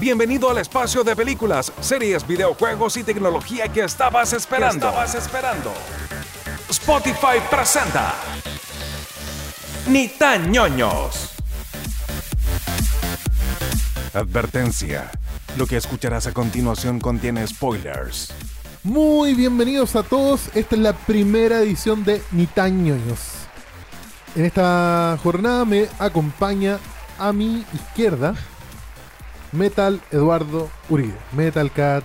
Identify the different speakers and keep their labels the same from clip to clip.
Speaker 1: Bienvenido al espacio de películas, series, videojuegos y tecnología que estabas esperando. estabas esperando. Spotify presenta. Ni tan ñoños. Advertencia. Lo que escucharás a continuación contiene spoilers.
Speaker 2: Muy bienvenidos a todos. Esta es la primera edición de Nitañoños. En esta jornada me acompaña a mi izquierda Metal Eduardo Uribe, Metal Cat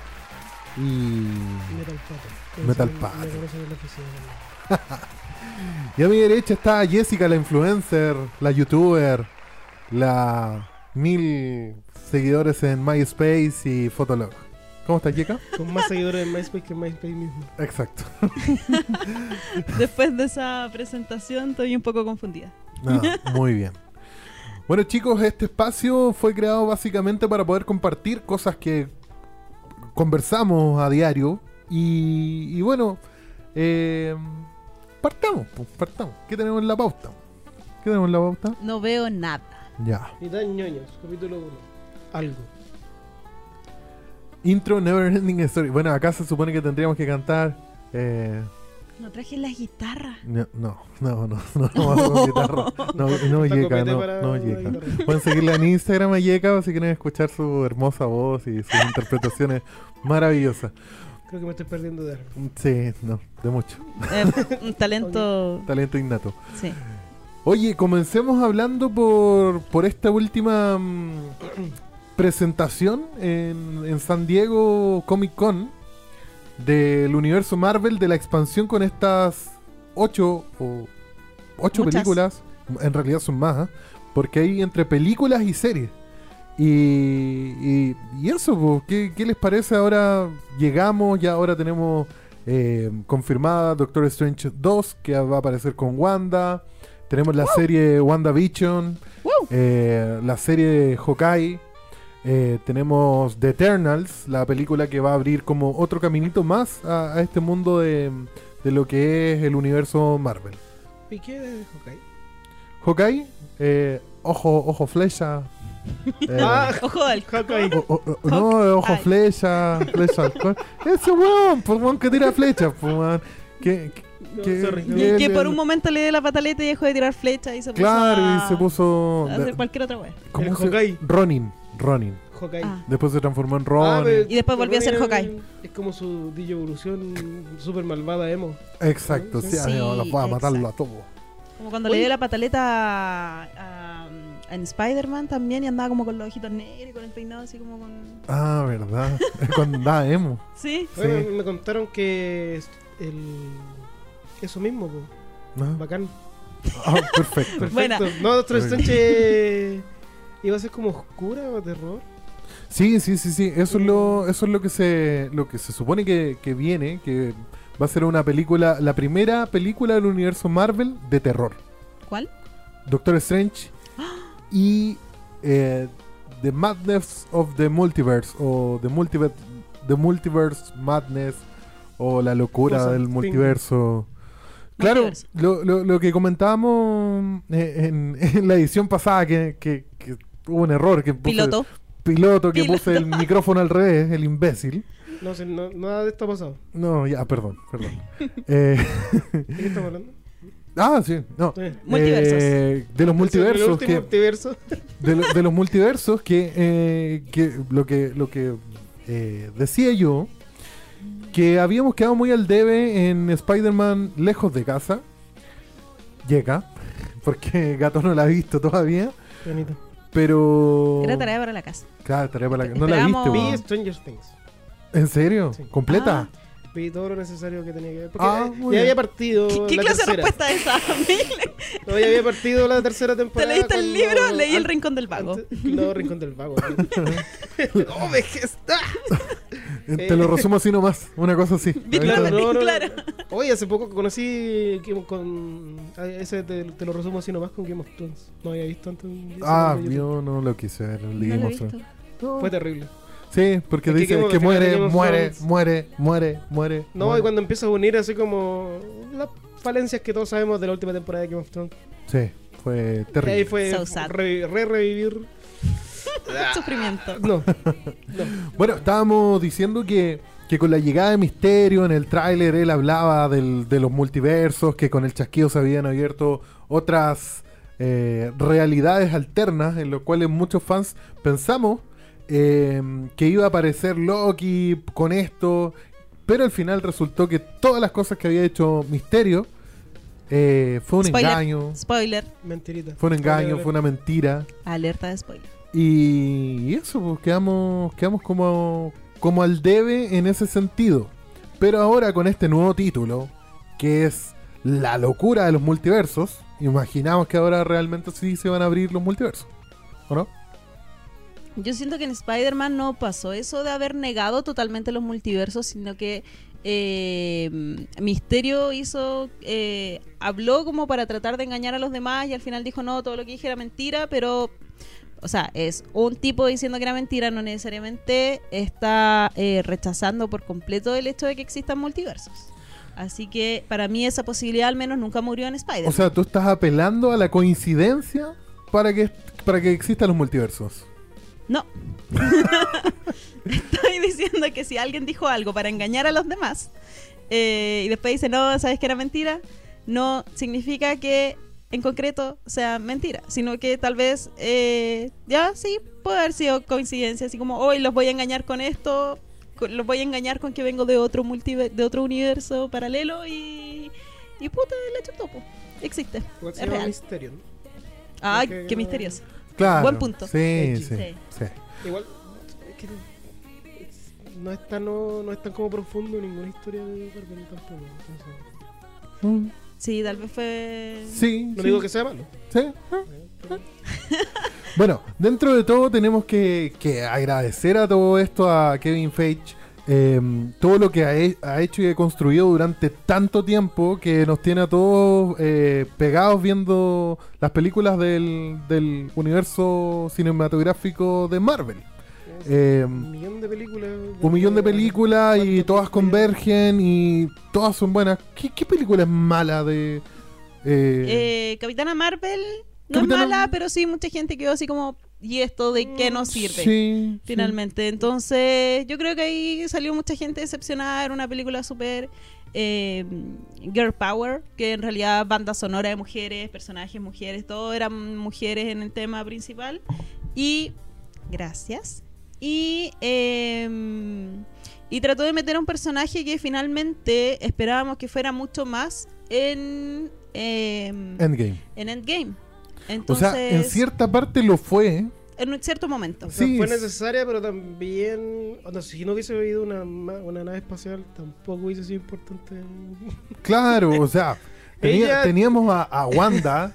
Speaker 2: y,
Speaker 3: Metal Pato. Debe
Speaker 2: Metal
Speaker 3: ser el-
Speaker 2: Pato.
Speaker 3: le conocen en la oficina también.
Speaker 2: y a mi derecha está Jessica, la influencer, la youtuber, la mil seguidores en MySpace y Fotolog. ¿Cómo estás, Jessica?
Speaker 3: Con más seguidores en MySpace que en MySpace mismo.
Speaker 2: Exacto.
Speaker 4: Después de esa presentación estoy un poco confundida.
Speaker 2: Ah, muy bien. Bueno chicos, este espacio fue creado básicamente para poder compartir cosas que conversamos a diario. Y, y bueno, eh, partamos, pues, partamos. ¿Qué tenemos en la pauta? ¿Qué tenemos en la pauta?
Speaker 4: No veo nada.
Speaker 2: Ya.
Speaker 3: Y tan ñoños, capítulo 1. Algo.
Speaker 2: Intro Never Ending Story. Bueno, acá se supone que tendríamos que cantar... eh,
Speaker 4: No traje la guitarra.
Speaker 2: no, no, no, no, no, no, vamos con guitarra. no, no,
Speaker 3: Está
Speaker 2: Yeka,
Speaker 3: copete
Speaker 2: no,
Speaker 3: para
Speaker 2: no,
Speaker 3: la
Speaker 2: Yeka.
Speaker 3: guitarra.
Speaker 2: Pueden seguirla en Instagram a Yeka si quieren escuchar su hermosa voz y sus interpretaciones maravillosas.
Speaker 3: Creo que me estoy perdiendo de algo.
Speaker 2: Sí, no, de mucho.
Speaker 4: Eh, un talento.
Speaker 2: Talento innato.
Speaker 4: Sí.
Speaker 2: Oye, comencemos hablando por, por esta última mm, presentación en, en San Diego Comic Con del universo Marvel, de la expansión con estas ocho, o, ocho
Speaker 4: Muchas.
Speaker 2: películas. En realidad son más, ¿ah? porque hay entre películas y series. Y, y- y eso, po, ¿qué, qué les parece? Ahora llegamos, ya ahora tenemos eh, confirmada Doctor Strange 2, que va a aparecer con Wanda. Tenemos la serie WandaVision, eh, la serie Hawkeye. eh, tenemos The Eternals, la película que va a abrir como otro caminito más a, a este mundo de, de lo que es el universo Marvel.
Speaker 3: ¿Y qué de Hawkeye?
Speaker 2: Hawkeye, eh, ojo, ojo flecha. eh,
Speaker 3: Ah,
Speaker 4: Ojo de alcohol.
Speaker 3: Hawkeye.
Speaker 2: o- o- o- no, ojo
Speaker 4: Hawkeye.
Speaker 2: flecha, flecha alcohol. Ese weón, por weón que tira flechas, pues weón. Que, que-
Speaker 3: No,
Speaker 2: que-
Speaker 3: sorry, no.
Speaker 2: que-
Speaker 4: Y que por un momento le dio la pataleta y dejó de tirar flechas y se puso.
Speaker 2: claro,
Speaker 4: a-
Speaker 2: y se puso.
Speaker 4: a
Speaker 2: de-
Speaker 4: hacer cualquier otra wea.
Speaker 2: ¿cómo
Speaker 3: El
Speaker 2: se-
Speaker 3: Hawkeye.
Speaker 2: Ronin, Ronin.
Speaker 3: Hawkeye.
Speaker 4: Ah.
Speaker 2: Después se transformó en
Speaker 3: Ah,
Speaker 2: Ronin.
Speaker 3: pero-
Speaker 4: Y después volvió a ser Hawkeye.
Speaker 3: Es como su evolución super malvada emo.
Speaker 2: Exacto, sí,
Speaker 3: Sí,
Speaker 2: ah, no, los voy a matarlo a todos.
Speaker 4: Como cuando
Speaker 3: Oye.
Speaker 4: le dio la pataleta a, a- en Spider-Man también y andaba como con los ojitos negros y con el peinado así como con.
Speaker 2: Ah, verdad. Es Cuando andaba emo.
Speaker 4: Sí.
Speaker 2: Sí.
Speaker 3: Bueno, me contaron que es el... eso mismo, po.
Speaker 2: Ah,
Speaker 3: bacán.
Speaker 2: ah, perfecto.
Speaker 3: Perfecto.
Speaker 4: Buena.
Speaker 3: No, Doctor Strange iba a ser como oscura o terror.
Speaker 2: Sí, sí, sí, sí. Eso es lo, eso es lo que se, lo que se supone que, que viene, que va a ser una película, la primera película del universo Marvel de terror.
Speaker 4: ¿Cuál?
Speaker 2: Doctor Strange y eh, The Madness of the Multiverse o The Multiverse, the Multiverse Madness o la locura
Speaker 3: Cosa,
Speaker 2: del
Speaker 3: sí.
Speaker 2: multiverso. Claro,
Speaker 4: Multiverso.
Speaker 2: lo, lo- lo que comentábamos eh, en, en la edición pasada que, que- que hubo un error que puse-
Speaker 4: Piloto.
Speaker 2: piloto que
Speaker 4: Piloto.
Speaker 2: puse el micrófono al revés, el imbécil.
Speaker 3: No sé, no- nada de esto ha pasado.
Speaker 2: No, ya, perdón, perdón. Eh,
Speaker 3: ¿De qué estamos hablando?
Speaker 2: ah, sí, no.
Speaker 3: Eh.
Speaker 4: Multiversos.
Speaker 2: Eh, de los
Speaker 3: El
Speaker 2: multiversos
Speaker 3: último
Speaker 2: que
Speaker 3: multiverso.
Speaker 2: de, lo- de los multiversos que, eh, que lo que lo que eh, decía yo que habíamos quedado muy al debe en Spider-Man lejos de casa llega porque Gato no la ha visto todavía
Speaker 3: Bonito.
Speaker 2: pero
Speaker 4: Era tarea para la casa.
Speaker 2: Claro, tarea para la- no la
Speaker 4: Esperamos-
Speaker 2: viste
Speaker 3: Vi
Speaker 2: weón.
Speaker 3: Stranger Things.
Speaker 2: en serio
Speaker 3: Sí.
Speaker 2: completa
Speaker 4: Ah.
Speaker 3: Vi todo lo necesario que tenía que ver. Porque
Speaker 2: Ah,
Speaker 3: eh,
Speaker 2: muy
Speaker 3: ya
Speaker 2: bien.
Speaker 3: había partido.
Speaker 4: ¿Qué, qué
Speaker 3: Oh, la
Speaker 4: clase de
Speaker 3: tercera.
Speaker 4: respuesta es esa?
Speaker 3: No, ya había partido la tercera
Speaker 4: ¿Te
Speaker 3: temporada.
Speaker 4: leíste el
Speaker 3: cuando-
Speaker 4: libro? Leí El
Speaker 3: antes-
Speaker 4: Rincón del Vago.
Speaker 3: antes- No, Rincón del Vago. ¡Oh, vejez! ¡Ah!
Speaker 2: Eh, te lo resumo así nomás una cosa así
Speaker 4: Víctor,
Speaker 3: no, no,
Speaker 4: claro.
Speaker 3: Oye, hace poco conocí que- con. ah, Ese te, te lo resumo así nomás con Game of Thrones. No había visto antes. un- ese
Speaker 2: ah
Speaker 3: video de YouTube.
Speaker 2: yo no lo quise ver el
Speaker 4: No
Speaker 2: Game
Speaker 4: lo he
Speaker 2: of Thrones.
Speaker 4: visto.
Speaker 2: No.
Speaker 3: Fue terrible.
Speaker 2: sí porque
Speaker 3: Es que
Speaker 2: dice
Speaker 3: Game
Speaker 2: que,
Speaker 3: of- fíjate,
Speaker 2: muere
Speaker 3: Game of
Speaker 2: muere
Speaker 3: Thrones-
Speaker 2: muere muere muere
Speaker 3: No,
Speaker 2: muere.
Speaker 3: y cuando empieza a unir así como. Las falencias que todos sabemos de la última temporada de Game of Thrones.
Speaker 2: Sí, fue
Speaker 3: Y ahí
Speaker 2: terrible.
Speaker 3: fue
Speaker 4: So sad.
Speaker 3: re- re- revivir
Speaker 4: Sufrimiento.
Speaker 3: No.
Speaker 2: Bueno, estábamos diciendo que, que con la llegada de Misterio en el tráiler él hablaba del- de los multiversos, que con el chasquido se habían abierto otras eh, realidades alternas, en las cuales muchos fans pensamos eh, que iba a aparecer Loki con esto, pero al final resultó que todas las cosas que había hecho Misterio eh, fue un
Speaker 4: Spoiler.
Speaker 2: engaño,
Speaker 4: Spoiler.
Speaker 3: Mentirita.
Speaker 2: fue un
Speaker 3: Dale,
Speaker 2: engaño,
Speaker 3: dale.
Speaker 2: fue una mentira.
Speaker 4: Alerta de spoiler.
Speaker 2: Y eso, pues quedamos, quedamos como, como al debe en ese sentido. Pero ahora con este nuevo título, que es La locura de los multiversos, imaginamos que ahora realmente sí se van a abrir los multiversos. ¿O no?
Speaker 4: Yo siento que en Spider-Man no pasó eso de haber negado totalmente los multiversos, sino que eh, Misterio hizo, eh, habló como para tratar de engañar a los demás y al final dijo, no, todo lo que dije era mentira, pero, o sea, es un tipo diciendo que era mentira, no necesariamente está eh, rechazando por completo el hecho de que existan multiversos. Así que para mí esa posibilidad al menos nunca murió en Spider-Man.
Speaker 2: O sea, tú estás apelando a la coincidencia para que, para que existan los multiversos.
Speaker 4: No. Estoy diciendo que si alguien dijo algo para engañar a los demás eh, y después dice, no, sabes que era mentira, no significa que en concreto sea mentira, sino que tal vez eh, ya sí puede haber sido coincidencia, así como hoy los voy a engañar con esto, con- los voy a engañar con que vengo de otro multiver- de otro universo paralelo y, y puta, la chutó, po. Existe.
Speaker 3: Igual se
Speaker 4: Es
Speaker 3: llama
Speaker 4: real.
Speaker 3: misterio, ¿no?
Speaker 4: Ay,
Speaker 3: Porque
Speaker 4: qué
Speaker 3: no-
Speaker 4: misterioso.
Speaker 2: Claro.
Speaker 4: Buen punto.
Speaker 2: Sí, sí, sí.
Speaker 3: Sí,
Speaker 4: sí.
Speaker 3: Igual, es que es- no es tan, no, no es tan como profundo ninguna historia de Marvel tampoco. entonces,
Speaker 2: Mm,
Speaker 4: Sí, tal vez fue...
Speaker 2: Sí,
Speaker 3: no
Speaker 2: sí.
Speaker 3: digo que sea malo.
Speaker 2: Sí. Bueno, dentro de todo tenemos que, que agradecer a todo esto a Kevin Feige, eh, todo lo que ha, he- ha hecho y ha construido durante tanto tiempo que nos tiene a todos eh, pegados viendo las películas del, del universo cinematográfico de Marvel. Eh,
Speaker 3: Un millón de películas.
Speaker 2: un millón de películas y
Speaker 3: ¿Cuántas
Speaker 2: todas
Speaker 3: películas?
Speaker 2: convergen y todas son buenas. ¿Qué, qué película es mala de... eh,
Speaker 4: Eh, Capitana Marvel no
Speaker 2: Capitana-
Speaker 4: es mala, pero sí mucha gente quedó así como, ¿y esto de qué nos sirve?
Speaker 2: sí, sí.
Speaker 4: Finalmente, entonces yo creo que ahí salió mucha gente decepcionada, era una película súper eh, girl power, que en realidad banda sonora de mujeres, personajes mujeres, todo eran mujeres en el tema principal. Y gracias. Y, eh, y trató de meter a un personaje que finalmente esperábamos que fuera mucho más en, eh,
Speaker 2: Endgame.
Speaker 4: en Endgame.
Speaker 2: O
Speaker 4: Entonces,
Speaker 2: sea, en cierta parte lo fue.
Speaker 4: en un cierto momento.
Speaker 3: O sea,
Speaker 2: Sí,
Speaker 3: fue
Speaker 2: es-
Speaker 3: necesaria, pero también. O sea, si no hubiese habido una, ma- una nave espacial, tampoco hubiese sido importante.
Speaker 2: Claro, o sea, tenía-
Speaker 3: Ella-
Speaker 2: teníamos a, a Wanda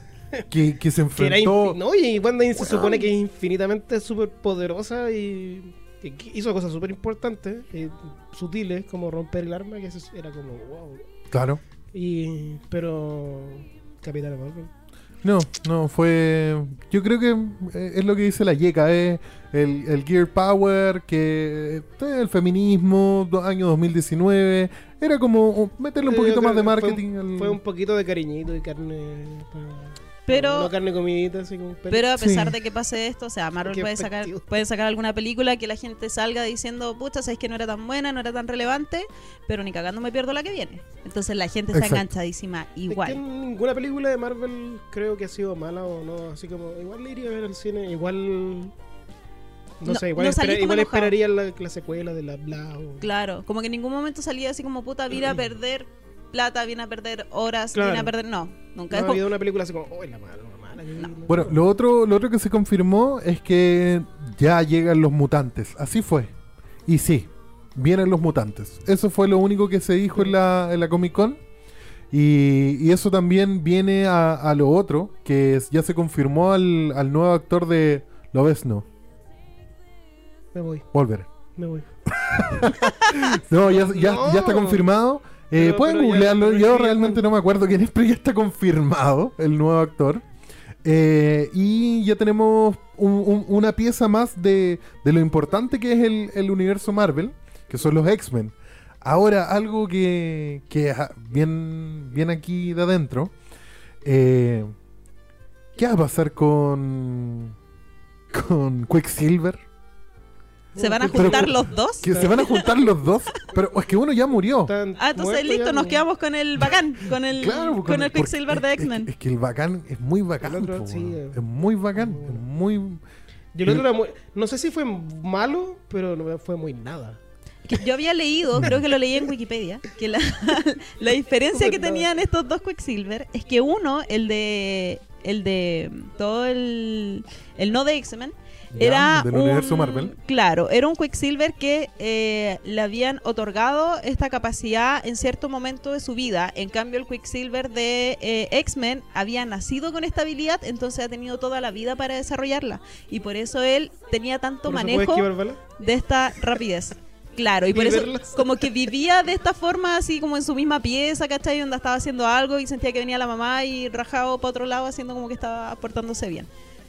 Speaker 2: que, que se
Speaker 3: Que era
Speaker 2: enfrentó.
Speaker 3: infi- no, y Wanda se supone que es infinitamente súper poderosa y que que hizo cosas súper importantes, eh, sutiles, como romper el arma, que eso era como wow.
Speaker 2: Claro.
Speaker 3: Y, pero. Capitana Marvel.
Speaker 2: No, no, fue. Yo creo que eh, es lo que dice la Yeca, es el, el Gear Power, que eh, el feminismo, do- año 2019. Era como oh, meterle un
Speaker 3: Yo
Speaker 2: poquito más
Speaker 3: creo
Speaker 2: de
Speaker 3: que fue un-
Speaker 2: marketing al.
Speaker 3: Fue un poquito de cariñito y carne. pa-
Speaker 4: Pero-
Speaker 3: No carne comidita, así como.
Speaker 4: Pero a pesar
Speaker 2: Sí.
Speaker 4: de que pase esto, o sea, Marvel
Speaker 3: Qué
Speaker 4: puede sacar,
Speaker 3: efectivo.
Speaker 4: puede sacar alguna película que la gente salga diciendo, pucha, sabéis que no era tan buena, no era tan relevante, pero ni cagando me pierdo la que viene. Entonces la gente está
Speaker 2: Exacto.
Speaker 4: enganchadísima
Speaker 3: Es que
Speaker 4: igual.
Speaker 3: ninguna película de Marvel creo que ha sido mala o no. Así como, igual le iría a ver al cine, igual. No,
Speaker 4: No-
Speaker 3: sé, igual,
Speaker 4: no salí
Speaker 3: espera-
Speaker 4: como
Speaker 3: igual
Speaker 4: enojado.
Speaker 3: esperaría la, la secuela de la bla. O...
Speaker 4: Claro, como que en ningún momento salía así como, puta, vine a perder plata, vine a perder horas,
Speaker 3: Mm. Claro.
Speaker 4: vine a perder... No,
Speaker 3: No
Speaker 4: nunca.
Speaker 3: ha
Speaker 4: es como-
Speaker 3: habido una película así como, oh, la mala, la mala. que- no".
Speaker 2: Bueno, lo otro, lo otro que se confirmó es que ya llegan los mutantes. Así fue. Y sí, vienen los mutantes. Eso fue lo único que se dijo en la, en la Comic Con. Y, y eso también viene a, a lo otro, que es- ya se confirmó al, al nuevo actor de Lo ves, no,
Speaker 3: Me voy,
Speaker 2: Volver.
Speaker 3: me voy.
Speaker 2: Oh. No, ya, ya-
Speaker 3: No.
Speaker 2: ya está confirmado. Eh,
Speaker 3: Pero-
Speaker 2: pueden
Speaker 3: pero ya-
Speaker 2: googlearlo,
Speaker 3: pero
Speaker 2: yo
Speaker 3: es que-
Speaker 2: realmente no me acuerdo quién es, pero ya está confirmado el nuevo actor. Eh, y ya tenemos un- un- una pieza más de, de lo importante que es el, el universo Marvel, que son los X-Men. Ahora, algo que, que ah, bien, bien aquí de adentro. eh, ¿Qué va a pasar con, con Quicksilver.
Speaker 4: ¿Se van a
Speaker 2: Pero-
Speaker 4: juntar los dos?
Speaker 2: Que se van a juntar los dos, pero es que uno ya murió.
Speaker 3: Están
Speaker 4: Ah, entonces
Speaker 3: muertos
Speaker 4: listo,
Speaker 3: ya,
Speaker 4: nos
Speaker 3: po.
Speaker 4: quedamos con el bacán, con el,
Speaker 2: Claro,
Speaker 4: con,
Speaker 2: porque-
Speaker 4: el
Speaker 2: porque
Speaker 4: Quicksilver
Speaker 2: es-
Speaker 4: de
Speaker 2: es-
Speaker 4: X-Men.
Speaker 2: Es, que el bacán es muy bacán.
Speaker 3: El otro,
Speaker 2: po,
Speaker 3: sí,
Speaker 2: weón.
Speaker 3: eh. Mm.
Speaker 2: es muy bacán. Es muy.
Speaker 3: Y el otro era muy- No sé si fue malo, pero no fue muy nada.
Speaker 4: Que yo había leído, creo que lo leí en Wikipedia, que la, la diferencia que tenían estos dos Quicksilver es que uno, el de el de todo el, el no de X-Men,
Speaker 2: Ya,
Speaker 4: era
Speaker 2: del
Speaker 4: un-
Speaker 2: universo Marvel.
Speaker 4: Claro, era un Quicksilver que eh, le habían otorgado esta capacidad en cierto momento de su vida. En cambio, el Quicksilver de eh, X-Men había nacido con esta habilidad, entonces ha tenido toda la vida para desarrollarla. Y por eso él tenía tanto
Speaker 3: Por eso puede
Speaker 4: manejo
Speaker 3: esquivar balas.
Speaker 4: de esta rapidez. Claro, y por
Speaker 3: Y
Speaker 4: eso
Speaker 3: verlas.
Speaker 4: como que vivía de esta forma, así como en su misma pieza, ¿cachai? Onda estaba haciendo algo y sentía que venía la mamá y rajado para otro lado haciendo como que estaba portándose bien,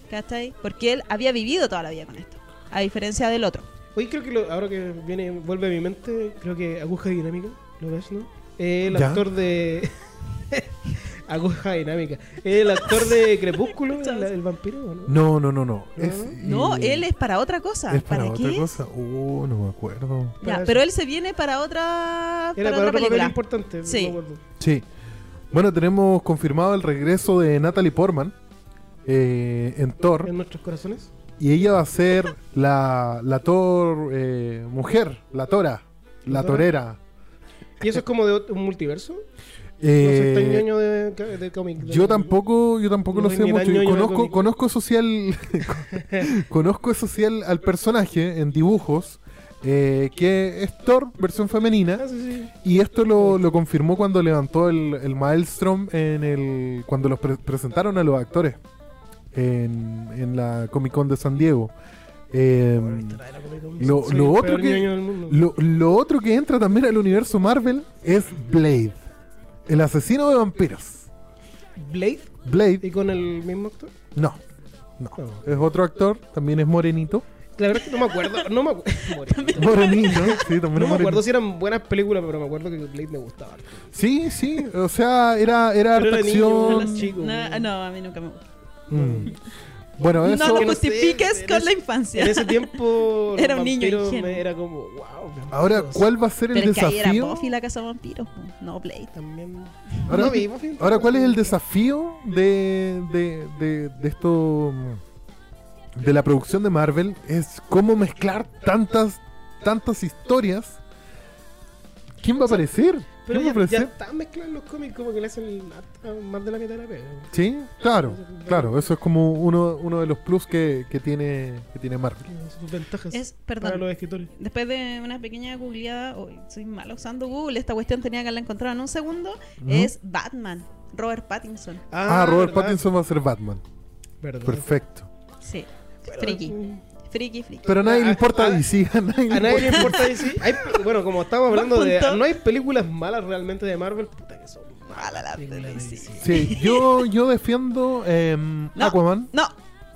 Speaker 4: ¿cachai? Porque él había vivido toda la vida con esto, a diferencia del otro.
Speaker 3: Hoy creo que lo- ahora que viene, vuelve a mi mente, creo que Aguja Dinámica, ¿lo ves, no? Eh, el
Speaker 2: Ya.
Speaker 3: actor de. Aguja Dinámica. Eh, El actor de Crepúsculo, el, el vampiro, ¿o ¿no?
Speaker 2: No, no, no, no.
Speaker 3: ¿No?
Speaker 2: Es-
Speaker 4: No,
Speaker 2: y-
Speaker 4: él es para otra cosa.
Speaker 2: es para, otra
Speaker 4: qué?
Speaker 2: cosa. Oh, no me acuerdo.
Speaker 4: Ya,
Speaker 3: Para-
Speaker 4: pero él se viene para otra, para
Speaker 3: Era
Speaker 4: otra
Speaker 3: para otro papel
Speaker 4: película.
Speaker 3: importante.
Speaker 4: Sí.
Speaker 3: No me acuerdo.
Speaker 2: Sí. Bueno, tenemos confirmado el regreso de Natalie Portman eh, en Thor.
Speaker 3: En nuestros corazones.
Speaker 2: Y ella va a ser la, la Thor eh, mujer, la Tora, la
Speaker 3: ¿La Tora?
Speaker 2: Torera.
Speaker 3: ¿Y eso es como de ot- un multiverso? No soy
Speaker 2: Eh,
Speaker 3: tan ñoño de, ca- de cómic. de-
Speaker 2: yo tampoco, yo tampoco
Speaker 3: No
Speaker 2: lo
Speaker 3: soy
Speaker 2: sé
Speaker 3: ni
Speaker 2: mucho.
Speaker 3: tan ñoño de
Speaker 2: Conozco,
Speaker 3: cómic.
Speaker 2: conozco social, conozco social al personaje en dibujos, eh, que es Thor versión femenina.
Speaker 3: Ah, sí, sí.
Speaker 2: Y esto lo, lo confirmó cuando levantó el, el Maelstrom en el. cuando los pre- presentaron a los actores en, en la Comic Con de San Diego. Eh, Lo-
Speaker 3: Soy
Speaker 2: lo
Speaker 3: el
Speaker 2: otro
Speaker 3: peor
Speaker 2: que-
Speaker 3: ñoño del mundo.
Speaker 2: lo, lo otro que entra también al universo Marvel es Blade, el asesino de vampiros.
Speaker 3: Blade
Speaker 2: Blade,
Speaker 3: y con el mismo actor.
Speaker 2: no, no. Es otro actor, también es morenito.
Speaker 3: La verdad es que no me acuerdo. No me, acu- Morenito.
Speaker 2: Morenito, sí, también
Speaker 3: No
Speaker 2: es
Speaker 3: me acuerdo
Speaker 2: morenito.
Speaker 3: si eran buenas películas, pero me acuerdo que Blade me gustaba. harto.
Speaker 2: Sí, sí, o sea, era, era harta
Speaker 3: Pero era niño,
Speaker 2: acción.
Speaker 3: era chico.
Speaker 4: Mm, No, no, a mí nunca me gusta.
Speaker 2: Mm. Bueno, eso.
Speaker 4: No lo
Speaker 3: que no sé,
Speaker 4: justifiques
Speaker 3: en
Speaker 4: con
Speaker 3: ese-
Speaker 4: la infancia.
Speaker 3: En ese tiempo los
Speaker 4: Era un niño
Speaker 3: vampiros
Speaker 4: ingenuo.
Speaker 3: me- era como, wow.
Speaker 2: Ahora,
Speaker 3: vampiros".
Speaker 2: ¿cuál va a ser el
Speaker 4: Pero es que ahí era
Speaker 2: desafío?
Speaker 4: Buffy la casa vampiros, no Blade.
Speaker 3: También.
Speaker 2: Ahora,
Speaker 3: No vi, más bien.
Speaker 2: ahora, ¿cuál es el desafío de, de, de, de esto mm, de la producción de Marvel? Es cómo mezclar tantas tantas historias. ¿Quién va a aparecer? ¿Quién va
Speaker 3: Pero
Speaker 2: a
Speaker 3: ya, ya
Speaker 2: aparecer?
Speaker 3: están mezclando los cómics como que le hacen hasta más de la mitad de la pega.
Speaker 2: Sí, claro, claro, eso es como uno, uno de los plus que, que tiene que tiene Marvel.
Speaker 3: Sus ventajas
Speaker 4: Es,
Speaker 3: para
Speaker 4: perdón,
Speaker 3: los escritores.
Speaker 4: Después de una pequeña googleada, uy, soy malo usando Google, esta cuestión tenía que haberla encontrado en un segundo, es Batman, Robert Pattinson.
Speaker 2: Ah, Robert
Speaker 3: ¿verdad?
Speaker 2: Pattinson va a ser Batman.
Speaker 3: Verdad.
Speaker 2: Perfecto.
Speaker 4: Sí, friki, friki, friki.
Speaker 2: Pero a nadie le
Speaker 3: Ah,
Speaker 2: importa
Speaker 3: ah,
Speaker 2: DC, a nadie le
Speaker 3: A nadie le
Speaker 2: importa.
Speaker 3: importa DC. Hay- bueno, como estamos
Speaker 4: Buen
Speaker 3: hablando de.
Speaker 4: punto.
Speaker 3: No hay películas malas realmente de Marvel. Puta que son
Speaker 4: Ah,
Speaker 3: malas las películas de DC.
Speaker 2: Sí, yo, yo defiendo em,
Speaker 4: No.
Speaker 2: Aquaman.
Speaker 4: No,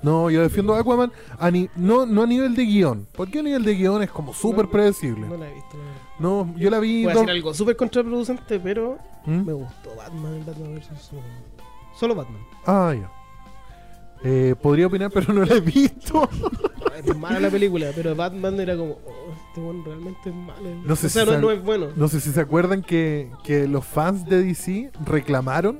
Speaker 2: No, yo defiendo a Aquaman a ni- no, no a nivel de guión. Porque a nivel de guión es como súper
Speaker 3: No
Speaker 2: predecible.
Speaker 3: la he visto. no.
Speaker 2: No, yo la vi.
Speaker 3: Voy a
Speaker 2: dos-
Speaker 3: decir algo súper contraproducente, pero
Speaker 2: ¿Mm?
Speaker 3: me gustó Batman, el Batman vs. Superman. Solo Batman.
Speaker 2: Ah, ya. Eh, podría opinar, pero no la he visto.
Speaker 3: Es mala la película, pero Batman era como, oh, este weón realmente es malo.
Speaker 2: No sé
Speaker 3: o sea,
Speaker 2: si
Speaker 3: no,
Speaker 2: sal-
Speaker 3: no es bueno.
Speaker 2: No sé si se acuerdan que, que los fans de DC reclamaron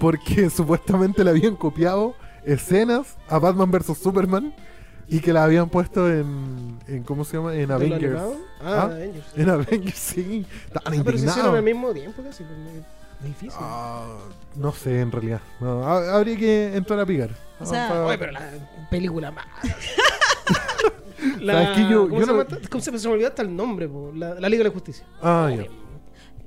Speaker 2: porque supuestamente le habían copiado escenas a Batman vs Superman y que la habían puesto en, en ¿cómo se llama? En
Speaker 3: ¿De lo
Speaker 2: Avengers.
Speaker 3: animado? Ah,
Speaker 2: ¿Ah?
Speaker 3: Avengers.
Speaker 2: En Avengers, sí. Estaban
Speaker 3: Ah, pero se
Speaker 2: indignados.
Speaker 3: hicieron al mismo tiempo casi. pues, no es- es Difícil.
Speaker 2: Ah, no sé, en realidad. No, ha- habría que entrar a picar.
Speaker 4: O sea,
Speaker 2: Ah,
Speaker 3: Oye, pero la película mala.
Speaker 2: ¿Sabes qué? Yo-
Speaker 3: ¿cómo,
Speaker 2: yo no-
Speaker 3: se llama esta- cómo se me- se me olvidó hasta el nombre? po? La, la Liga de la Justicia.
Speaker 2: Ah, ya.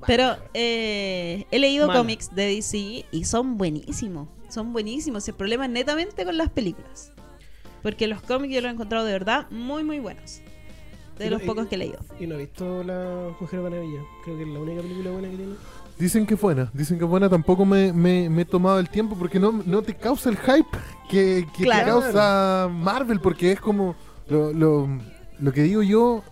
Speaker 4: pero eh, he leído
Speaker 3: Mala.
Speaker 4: cómics de DC y son buenísimos, son buenísimos. El problema es netamente con las películas, porque los cómics yo los he encontrado de verdad muy, muy buenos, de
Speaker 3: Y-
Speaker 4: los
Speaker 3: y-
Speaker 4: pocos que he leído.
Speaker 3: Y no he visto La Mujer Maravilla. Creo que es la única película buena que tiene.
Speaker 2: Dicen que es buena, dicen que es buena. Tampoco me, me- me he tomado el tiempo porque no, no te causa el hype que, que te
Speaker 4: Claro.
Speaker 2: causa Marvel. Porque es como lo, lo- lo que digo yo.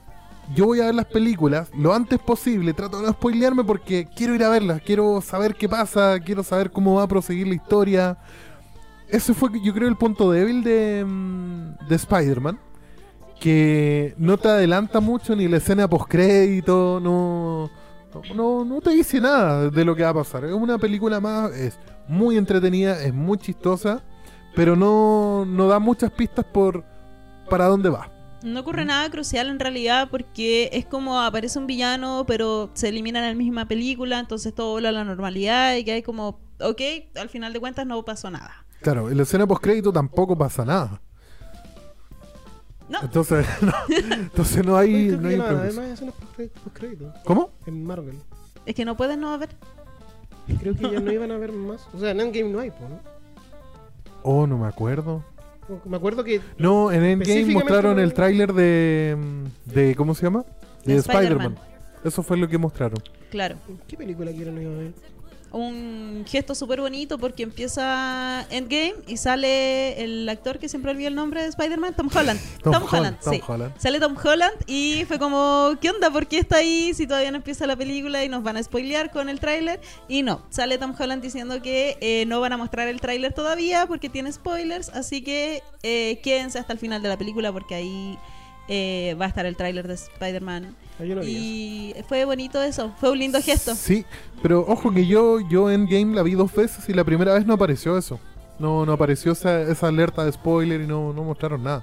Speaker 2: Yo voy a ver las películas lo antes posible. Trato de no spoilearme porque quiero ir a verlas. Quiero saber qué pasa. Quiero saber cómo va a proseguir la historia. Ese fue, yo creo, el punto débil de, mm, de Spider-Man que no te adelanta mucho ni la escena postcrédito, no, no, no te dice nada de lo que va a pasar. Es una película más, es muy entretenida, es muy chistosa, pero no, no da muchas pistas por para dónde va.
Speaker 4: No ocurre nada crucial en realidad porque es como aparece un villano pero se eliminan en la misma película, entonces todo vuelve a la normalidad y que hay como, ok, al final de cuentas no pasó nada.
Speaker 2: Claro, en la escena postcrédito tampoco pasa nada.
Speaker 4: No.
Speaker 2: Entonces, no, entonces no hay,
Speaker 3: Creo que
Speaker 2: no hay
Speaker 3: nada,
Speaker 2: improviso.
Speaker 3: Además, eso no es crédito
Speaker 2: ¿Cómo?
Speaker 3: en Marvel.
Speaker 4: Es que no puedes no haber.
Speaker 3: Creo que ya no iban a ver más. O sea, en Endgame no hay, po, ¿no?
Speaker 2: Oh, no me acuerdo.
Speaker 3: Me acuerdo que
Speaker 2: No, en Endgame
Speaker 3: Específicamente
Speaker 2: mostraron
Speaker 3: no-
Speaker 2: el tráiler de, de. ¿Cómo se llama? De,
Speaker 4: De
Speaker 2: Spider-Man.
Speaker 4: Spider-Man.
Speaker 2: Eso fue lo que mostraron.
Speaker 4: Claro.
Speaker 3: ¿Qué película quieren ir a ver?
Speaker 4: Un gesto súper bonito porque empieza Endgame y sale el actor que siempre olvido el nombre de Spider-Man, Tom Holland.
Speaker 2: Tom
Speaker 4: Tom,
Speaker 2: Holland,
Speaker 4: Holland,
Speaker 2: Tom
Speaker 4: sí.
Speaker 2: Holland.
Speaker 4: Sale Tom Holland y fue como, ¿qué onda? ¿Por qué está ahí si todavía no empieza la película y nos van a spoilear con el tráiler? Y no, sale Tom Holland diciendo que eh, no van a mostrar el tráiler todavía porque tiene spoilers, así que eh, quédense hasta el final de la película porque ahí eh, va a estar el tráiler de Spider-Man.
Speaker 3: Ah, yo no vi eso.
Speaker 4: Y fue bonito eso, fue un lindo gesto.
Speaker 2: Sí, pero ojo que yo, yo Endgame la vi dos veces y la primera vez no apareció eso. No, no apareció esa, esa alerta de spoiler y no, no mostraron nada.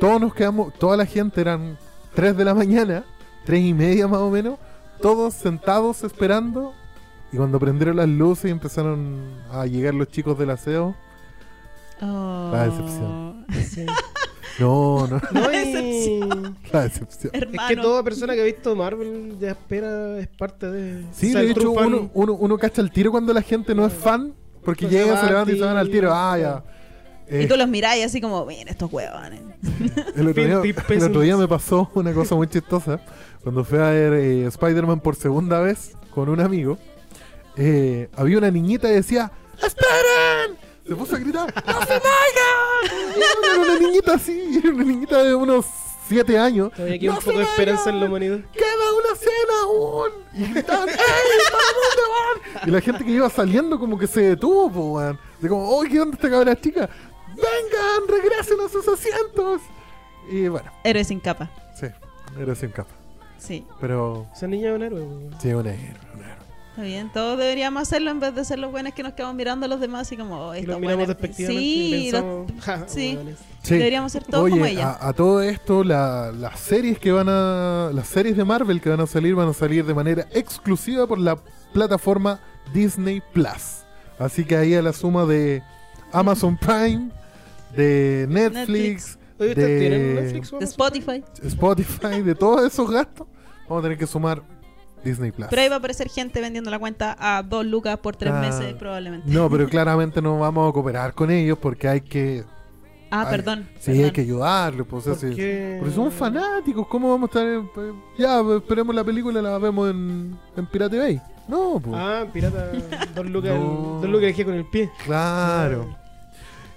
Speaker 2: Todos nos quedamos, toda la gente eran 3 de la mañana, 3 y media más o menos, todos sentados esperando. Y cuando prendieron las luces y empezaron a llegar los chicos del aseo,
Speaker 4: Oh.
Speaker 2: La decepción.
Speaker 3: Sí.
Speaker 2: no, no,
Speaker 3: No, y-
Speaker 2: la decepción.
Speaker 4: Hermano.
Speaker 3: Es que toda persona que ha visto Marvel ya espera, es parte de.
Speaker 2: Sí,
Speaker 3: o sea,
Speaker 2: de
Speaker 3: el true
Speaker 2: hecho,
Speaker 3: fan-
Speaker 2: uno, uno, uno cacha el tiro cuando la gente no es fan, porque
Speaker 3: Entonces
Speaker 2: llega,
Speaker 3: va
Speaker 2: se
Speaker 3: al
Speaker 2: levanta y se van al
Speaker 3: tiro.
Speaker 2: tiro. Ah, ya.
Speaker 4: Y
Speaker 2: Eh,
Speaker 4: tú los miráis así como, miren estos huevones.
Speaker 2: El otro, día,
Speaker 3: 50
Speaker 2: el otro
Speaker 3: pesos.
Speaker 2: día me pasó una cosa muy chistosa. Cuando fui a ver eh, Spider-Man por segunda vez con un amigo, eh, había una niñita que decía: ¡Esperen! Se puso a gritar: ¡No se vayan! Era una niñita así, era una niñita de unos 7 años.
Speaker 3: Todavía queda
Speaker 2: "¡No
Speaker 3: un
Speaker 2: se
Speaker 3: poco de esperanza en la
Speaker 2: vayan!
Speaker 3: humanidad.
Speaker 2: ¡Queda una cena aún! Y gritaban, ¡Ey! ¿Para dónde van? Y la gente que iba saliendo como que se detuvo, po, weón. De como, ¡oh, qué onda esta cabra chica! ¡Vengan! ¡Regresen a sus asientos! Y bueno,
Speaker 4: Héroes sin capa.
Speaker 2: sí, era sin capa.
Speaker 4: Sí,
Speaker 2: Pero
Speaker 3: Esa niña es un héroe. weón.
Speaker 2: sí, un héroe, un héroe.
Speaker 4: está bien. Todos deberíamos hacerlo en vez de ser los buenos que nos quedamos mirando a los demás y como, oh,
Speaker 3: Y
Speaker 4: estos
Speaker 3: los miramos
Speaker 4: buenos".
Speaker 3: despectivamente.
Speaker 4: Sí,
Speaker 3: y pensamos,
Speaker 4: los-
Speaker 3: "Ja, ja,
Speaker 4: sí.
Speaker 3: weones".
Speaker 2: Sí.
Speaker 4: Deberíamos ser todos
Speaker 2: Oye, ah,
Speaker 4: como ella.
Speaker 2: A, a todo esto, la- las series que van a. Las series de Marvel que van a salir van a salir de manera exclusiva por la plataforma Disney Plus. Así que ahí a la suma de Amazon Prime, de Netflix,
Speaker 3: Oye, ¿ustedes tienen
Speaker 2: de
Speaker 3: Netflix o
Speaker 4: de
Speaker 3: Amazon?
Speaker 4: Spotify.
Speaker 2: Spotify, de todos esos gastos, vamos a tener que sumar Disney Plus.
Speaker 4: Pero ahí va a aparecer gente vendiendo la cuenta a dos lucas por tres
Speaker 2: Ah.
Speaker 4: meses probablemente.
Speaker 2: No, pero claramente no vamos a cooperar con ellos porque hay que.
Speaker 4: Ah,
Speaker 2: hay-
Speaker 4: perdón.
Speaker 2: Sí, hay
Speaker 4: perdón.
Speaker 2: que ayudarlos. Pues, o sea, sí.
Speaker 3: Porque-
Speaker 2: Porque somos fanáticos, ¿cómo vamos a estar? en- pues, ya, pues, esperemos la película, la vemos en, en Pirate Bay. No, pues.
Speaker 3: Ah, pirata. Dos lucas.
Speaker 2: No. Mm.
Speaker 3: Dos lucas dejé con el pie.
Speaker 2: claro.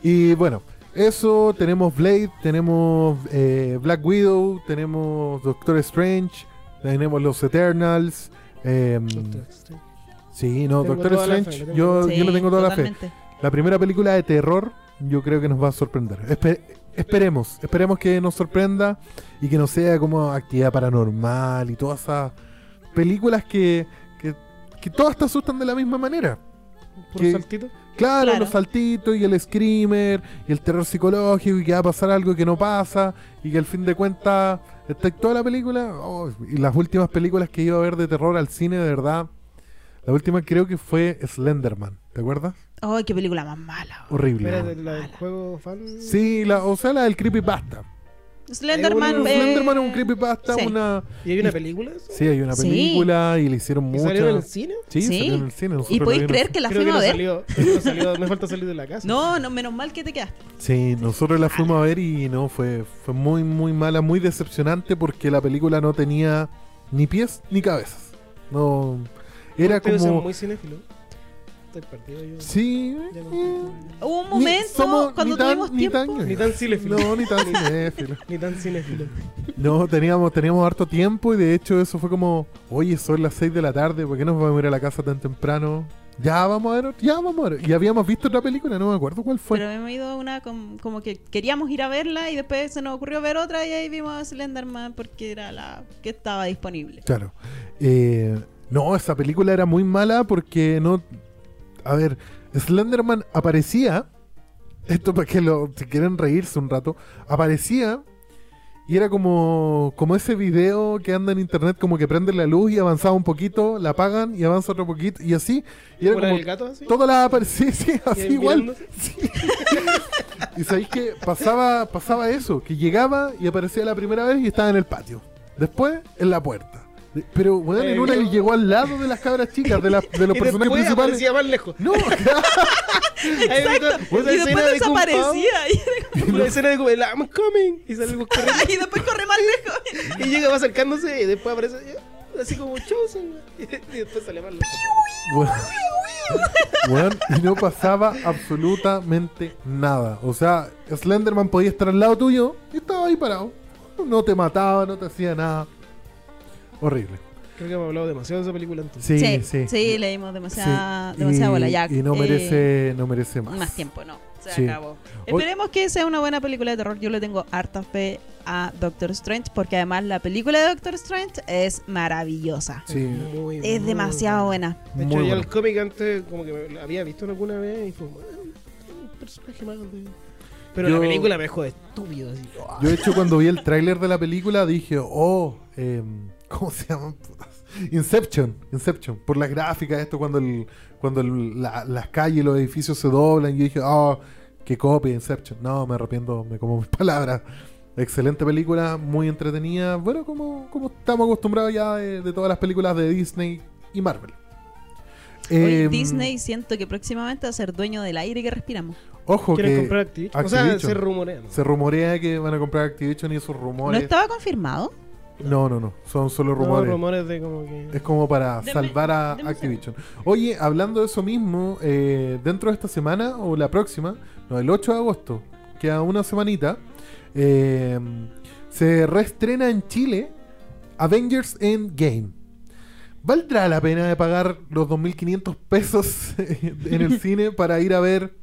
Speaker 2: Y bueno, eso, tenemos Blade, tenemos eh, Black Widow, tenemos Doctor Strange, tenemos Los Eternals. em,
Speaker 3: Doctor Strange.
Speaker 2: sí, no,
Speaker 3: Tengo
Speaker 2: Doctor
Speaker 3: toda la fe,
Speaker 2: Strange,
Speaker 3: le tengo
Speaker 2: yo,
Speaker 4: Sí,
Speaker 2: yo le tengo toda la fe.
Speaker 4: totalmente.
Speaker 2: La primera película de terror, yo creo que nos va a sorprender. Espe- esperemos, esperemos que nos sorprenda y que no sea como actividad paranormal y todas esas películas que, que, que todas te asustan de la misma manera.
Speaker 3: Puro
Speaker 2: ¿Qué?
Speaker 3: saltito.
Speaker 2: Claro,
Speaker 4: Claro.
Speaker 2: los saltitos y el screamer y el terror psicológico y que va a pasar algo que no pasa y que al fin de cuentas está toda la película oh, y las últimas películas que iba a ver de terror al cine, de verdad. La última creo que fue Slenderman, ¿te acuerdas?
Speaker 4: Ay, qué película más mala.
Speaker 2: Horrible.
Speaker 3: Era
Speaker 2: ¿no?
Speaker 3: de la del juego fan.
Speaker 2: Sí, la, o sea, la del creepypasta.
Speaker 4: Slenderman.
Speaker 3: Bueno,
Speaker 4: eh,
Speaker 2: Slenderman es un creepypasta,
Speaker 4: sí.
Speaker 2: una...
Speaker 3: ¿Y hay una película? de eso?
Speaker 2: Sí, hay una
Speaker 4: Sí.
Speaker 2: película y le hicieron
Speaker 3: ¿Y salió en el
Speaker 2: muchas...
Speaker 3: cine?
Speaker 2: Sí,
Speaker 4: Sí.
Speaker 2: salió en el cine. nosotros
Speaker 4: Y
Speaker 2: la
Speaker 4: podéis
Speaker 2: vimos.
Speaker 4: creer que la
Speaker 3: Creo que
Speaker 4: fuimos
Speaker 3: no
Speaker 4: a ver.
Speaker 3: salió, no salió. Me falta salir de la casa.
Speaker 4: No, no, menos mal que te quedaste.
Speaker 2: Sí, nosotros la fuimos a ver y no, fue, fue muy, muy mala, muy decepcionante porque la película no tenía ni pies ni cabezas. No, era
Speaker 3: Ustedes son
Speaker 2: como...
Speaker 3: muy cinéfilo. Estoy perdido yo.
Speaker 2: Sí,
Speaker 3: Ya no-
Speaker 2: eh,
Speaker 4: Hubo un
Speaker 2: ni-
Speaker 4: momento
Speaker 2: somos ni
Speaker 4: cuando
Speaker 2: tan-
Speaker 4: tuvimos
Speaker 2: ni
Speaker 4: tiempo.
Speaker 2: tan ñoños.
Speaker 3: Ni tan cinéfilo.
Speaker 2: No, ni tan cinéfilo.
Speaker 3: Ni tan cinéfilo.
Speaker 2: No, teníamos, teníamos harto tiempo y de hecho eso fue como, oye, son las 6 de la tarde, ¿por qué nos vamos a ir a la casa tan temprano? Ya vamos a ver, ya vamos a ver. Y habíamos visto otra película, no me acuerdo cuál fue.
Speaker 4: Pero hemos ido a una com- como que queríamos ir a verla y después se nos ocurrió ver otra y ahí vimos Slenderman porque era la que estaba disponible.
Speaker 2: Claro. Eh, no, esa película era muy mala porque no. A ver, Slenderman aparecía. Esto para que lo, si quieren reírse un rato. Aparecía. Y era como, como ese video que anda en internet, como que prenden la luz y avanzaba un poquito, la apagan y avanza otro poquito, y así. Y era
Speaker 3: ¿Como la
Speaker 2: como
Speaker 3: del gato así?
Speaker 2: Todas las apar- sí, sí, así
Speaker 3: ahí
Speaker 2: igual.
Speaker 3: mirándose.
Speaker 2: Sí. y sabéis que pasaba, pasaba eso, que llegaba y aparecía la primera vez y estaba en el patio. Después, en la puerta. De- Pero bueno, en
Speaker 3: Eh,
Speaker 2: una
Speaker 3: yo-
Speaker 2: llegó al lado de las cabras chicas, de, las- de los
Speaker 3: y
Speaker 2: personajes
Speaker 3: después
Speaker 2: principales.
Speaker 3: aparecía más lejos.
Speaker 2: No, claro,
Speaker 4: Exacto.
Speaker 3: Esa
Speaker 4: Y después
Speaker 3: escena de Kung Pao,
Speaker 4: desaparecía. Y,
Speaker 3: La escena de Kung- el I'm coming. Y sale corriendo.
Speaker 4: y después corre más lejos.
Speaker 3: Y llega, va acercándose y después aparece eh, así como Chosen. Y después sale mal.
Speaker 2: Bueno, Bueno, y no pasaba absolutamente nada. O sea, Slenderman podía estar al lado tuyo y estaba ahí parado. No te mataba, no te hacía nada. Horrible.
Speaker 3: Creo que hemos hablado demasiado de esa película antes.
Speaker 2: Sí, sí.
Speaker 4: le dimos demasiada,
Speaker 2: Sí,
Speaker 4: demasiada
Speaker 2: y,
Speaker 4: bola ya.
Speaker 2: y no
Speaker 4: eh,
Speaker 2: merece, no merece más.
Speaker 4: más tiempo, no. Se
Speaker 2: Sí.
Speaker 4: acabó. Esperemos que sea una buena película de terror. Yo le tengo harta fe a Doctor Strange porque además la película de Doctor Strange es maravillosa.
Speaker 2: Sí,
Speaker 3: Muy,
Speaker 4: Es
Speaker 3: muy
Speaker 4: demasiado buena.
Speaker 2: muy
Speaker 3: De hecho, yo
Speaker 2: bueno.
Speaker 3: el cómic antes, como que me lo había visto alguna vez y fue "Ah, un personaje más de... Pero
Speaker 2: Yo-
Speaker 3: la película me dejó estúpido. Así. ¡ah!
Speaker 2: Yo, de hecho, cuando vi el tráiler de la película dije, oh, em, ¿cómo se llama? Inception, Inception, por las gráficas, esto cuando el, cuando el- la- las calles, los edificios se doblan, yo dije, oh, que copia Inception. No, me arrepiento, me como mis palabras. Excelente película, muy entretenida, bueno, como, como estamos acostumbrados ya de, de todas las películas de Disney y Marvel.
Speaker 4: Hoy
Speaker 2: Em,
Speaker 4: Disney siento que próximamente va a ser dueño del aire que respiramos.
Speaker 2: Ojo
Speaker 3: ¿Quieren
Speaker 2: que
Speaker 3: comprar Activision? O sea,
Speaker 2: Activision.
Speaker 3: se rumorea. ¿no?
Speaker 2: se rumorea que van a comprar Activision y esos
Speaker 4: ¿No
Speaker 2: rumores...
Speaker 4: estaba confirmado?
Speaker 2: No, no, no. Son solo
Speaker 3: No,
Speaker 2: rumores.
Speaker 3: rumores de como que...
Speaker 2: Es como para
Speaker 4: Deme-
Speaker 2: salvar a
Speaker 4: deme un
Speaker 2: Activision. Oye, hablando de eso mismo, eh, dentro de esta semana o la próxima, no, el 8 de agosto, queda una semanita, eh, se reestrena en Chile Avengers Endgame. ¿Valdrá la pena de pagar los 2.500 pesos en el cine para ir a ver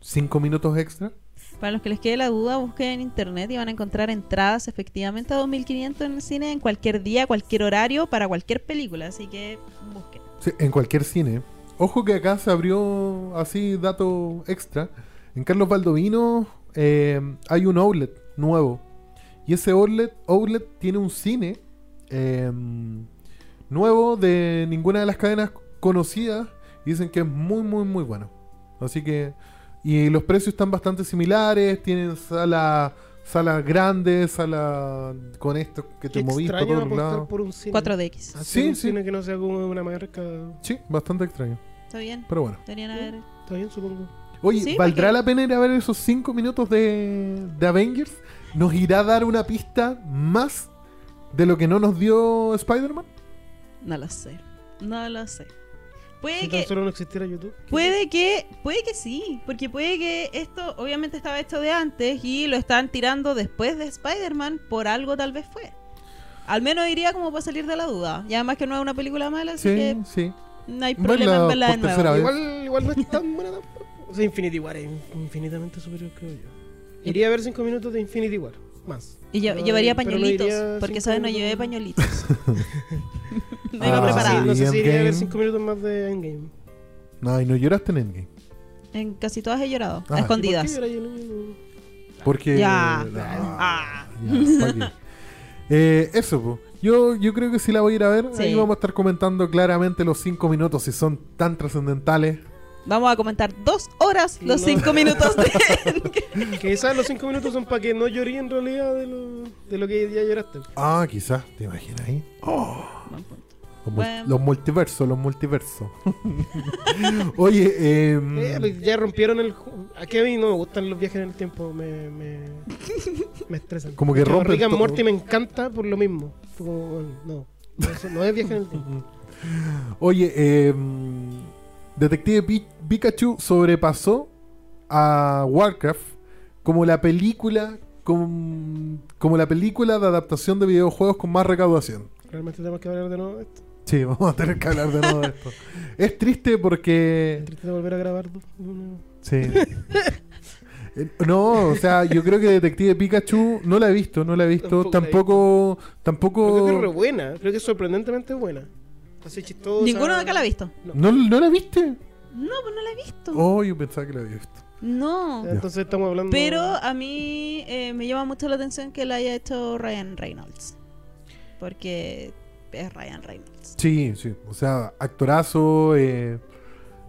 Speaker 2: 5 minutos extra?
Speaker 4: Para los que les quede la duda, busquen en internet y van a encontrar entradas efectivamente a 2.500 en el cine en cualquier día, cualquier horario, para cualquier película. Así que busquen.
Speaker 2: Sí, en cualquier cine. Ojo que acá se abrió así dato extra. En Carlos Baldovino eh, hay un outlet nuevo. Y ese outlet, outlet tiene un cine eh, nuevo de ninguna de las cadenas conocidas. Y dicen que es muy, muy, muy bueno. Así que... Y los precios están bastante similares. Tienen sala... Salas grandes, sala con esto que
Speaker 3: Qué
Speaker 2: te movís para
Speaker 3: extraño
Speaker 2: todos
Speaker 3: apostar
Speaker 2: lados.
Speaker 3: por un cine.
Speaker 4: 4DX.
Speaker 3: Hacer
Speaker 2: Sí,
Speaker 3: un
Speaker 2: sí.
Speaker 3: cine que no sea como una marca...
Speaker 2: Sí, bastante extraño.
Speaker 4: ¿Está bien?
Speaker 2: Pero bueno.
Speaker 4: Deberían haber...
Speaker 3: Está bien, supongo.
Speaker 2: Oye,
Speaker 4: Sí,
Speaker 2: ¿valdrá
Speaker 4: porque-
Speaker 2: la pena ir a ver esos 5 minutos de, de Avengers? ¿Nos irá a dar una pista más de lo que no nos dio Spider-Man?
Speaker 4: No lo sé. No lo sé. Puede
Speaker 3: Si
Speaker 4: que...
Speaker 3: tan solo no existiera YouTube.
Speaker 4: Puede que, puede que sí, porque puede que esto obviamente estaba hecho de antes y lo están tirando después de Spider-Man, por algo tal vez fue. Al menos diría como para salir de la duda. Y además que no es una película mala, así que
Speaker 2: Sí, sí.
Speaker 4: no hay
Speaker 2: Verla
Speaker 4: problema en verla de
Speaker 2: por tercera
Speaker 4: nuevo.
Speaker 2: vez.
Speaker 3: Igual, igual no es tan buena tampoco. O sea, Infinity War es infinitamente superior, creo yo. Iría a ver 5 minutos de Infinity War. Más.
Speaker 4: Y lle-
Speaker 3: Pero-
Speaker 4: llevaría
Speaker 3: pero no
Speaker 4: pañuelitos,
Speaker 3: iría
Speaker 4: porque
Speaker 3: cinco
Speaker 4: sabes, no
Speaker 3: minutos.
Speaker 4: llevé pañuelitos. no
Speaker 2: Ah,
Speaker 4: iba
Speaker 3: no, sé si-
Speaker 4: preparada.
Speaker 3: no sé si iría a ver
Speaker 2: Endgame.
Speaker 3: 5 minutos más de Endgame.
Speaker 2: No, y no lloraste en Endgame.
Speaker 4: En casi todas he llorado,
Speaker 2: Ah.
Speaker 4: a escondidas.
Speaker 3: ¿Y por qué era yo? No-
Speaker 2: Porque.
Speaker 4: Ya.
Speaker 2: No,
Speaker 4: Ah.
Speaker 2: ya, ¿pa' qué? Eh, eso, po. Yo, yo creo que sí la voy a ir a ver.
Speaker 4: Sí.
Speaker 2: Ahí vamos a estar comentando claramente los 5 minutos si son tan trascendentales.
Speaker 4: Vamos a comentar dos horas los
Speaker 3: No.
Speaker 4: cinco minutos de...
Speaker 3: Que quizás los 5 minutos son para que no llorí en realidad de lo, de lo que ya lloraste.
Speaker 2: Ah, quizás, ¿te imaginas ahí?
Speaker 4: Buen punto.
Speaker 2: Los, mul-
Speaker 4: Bueno.
Speaker 2: los multiversos, los multiversos. Oye, em,
Speaker 3: Eh,
Speaker 4: Mm.
Speaker 3: pues ya rompieron el. ju- A que a mí no me gustan los viajes en el tiempo, me, me, me estresan.
Speaker 2: Como que
Speaker 3: Es
Speaker 2: rompen
Speaker 3: Rick and
Speaker 2: todo.
Speaker 3: Morty me encanta por lo mismo. Fue como, bueno, no, no, eso no es viaje en el tiempo.
Speaker 2: Oye, eh, Detective Pi- Pikachu sobrepasó a Warcraft como la película con- como la película de adaptación de videojuegos con más recaudación.
Speaker 3: Realmente tenemos que hablar de nuevo de esto.
Speaker 2: Sí, vamos a tener que hablar de nuevo de esto. Es triste porque.
Speaker 3: Es triste de volver a grabar. ¿no? No, no.
Speaker 2: Sí. Eh, No, o sea, yo creo que Detective Pikachu no la he visto, no la he visto. Tampoco,
Speaker 3: Tampoco
Speaker 4: Oh.
Speaker 3: Pero creo que es re
Speaker 2: tampoco.
Speaker 3: buena. Creo que es sorprendentemente buena. Así chistosa.
Speaker 4: Ninguno de acá la ha visto.
Speaker 2: ¿No, ¿No la viste?
Speaker 4: No, pues no la he visto.
Speaker 2: Oh, yo pensaba que la había visto.
Speaker 4: No.
Speaker 3: Entonces estamos hablando.
Speaker 4: Pero a mí eh, me llama mucho la atención que la haya hecho Ryan Reynolds. Porque es Ryan Reynolds.
Speaker 2: Sí, sí. O sea, actorazo. Eh...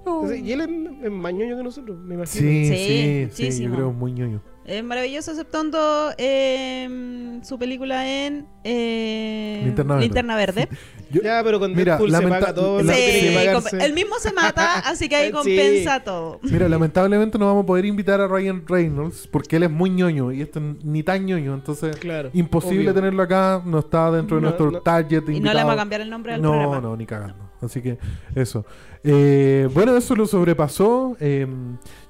Speaker 2: no.
Speaker 3: Entonces, y él es, es más ñoño que nosotros, me imagino.
Speaker 2: Sí,
Speaker 4: Sí,
Speaker 2: sí, sí, yo
Speaker 4: muchísimo.
Speaker 2: creo muy ñoño.
Speaker 4: Es maravilloso, aceptando em, su película en eh,
Speaker 2: Linterna Verde.
Speaker 4: Verde.
Speaker 2: Yo-
Speaker 3: Ya, pero con
Speaker 2: Mira,
Speaker 3: Deadpool se
Speaker 2: lamenta-
Speaker 3: paga todo.
Speaker 2: Sí,
Speaker 3: lo que tiene que
Speaker 4: Sí,
Speaker 3: pagarse.
Speaker 4: comp- el mismo se mata, así que ahí
Speaker 3: Sí.
Speaker 4: compensa todo.
Speaker 2: Mira, lamentablemente no vamos a poder invitar a Ryan Reynolds porque él es muy ñoño y esto ni tan ñoño, entonces
Speaker 3: Claro,
Speaker 2: imposible
Speaker 3: obvio.
Speaker 2: tenerlo acá, no está dentro de
Speaker 3: No,
Speaker 2: nuestro
Speaker 3: no.
Speaker 2: target
Speaker 4: Y no le vamos a
Speaker 2: invitado.
Speaker 4: cambiar el nombre al
Speaker 2: no,
Speaker 4: programa.
Speaker 2: No, ni cagando. Así que eso. Eh, bueno, eso lo sobrepasó. Eh,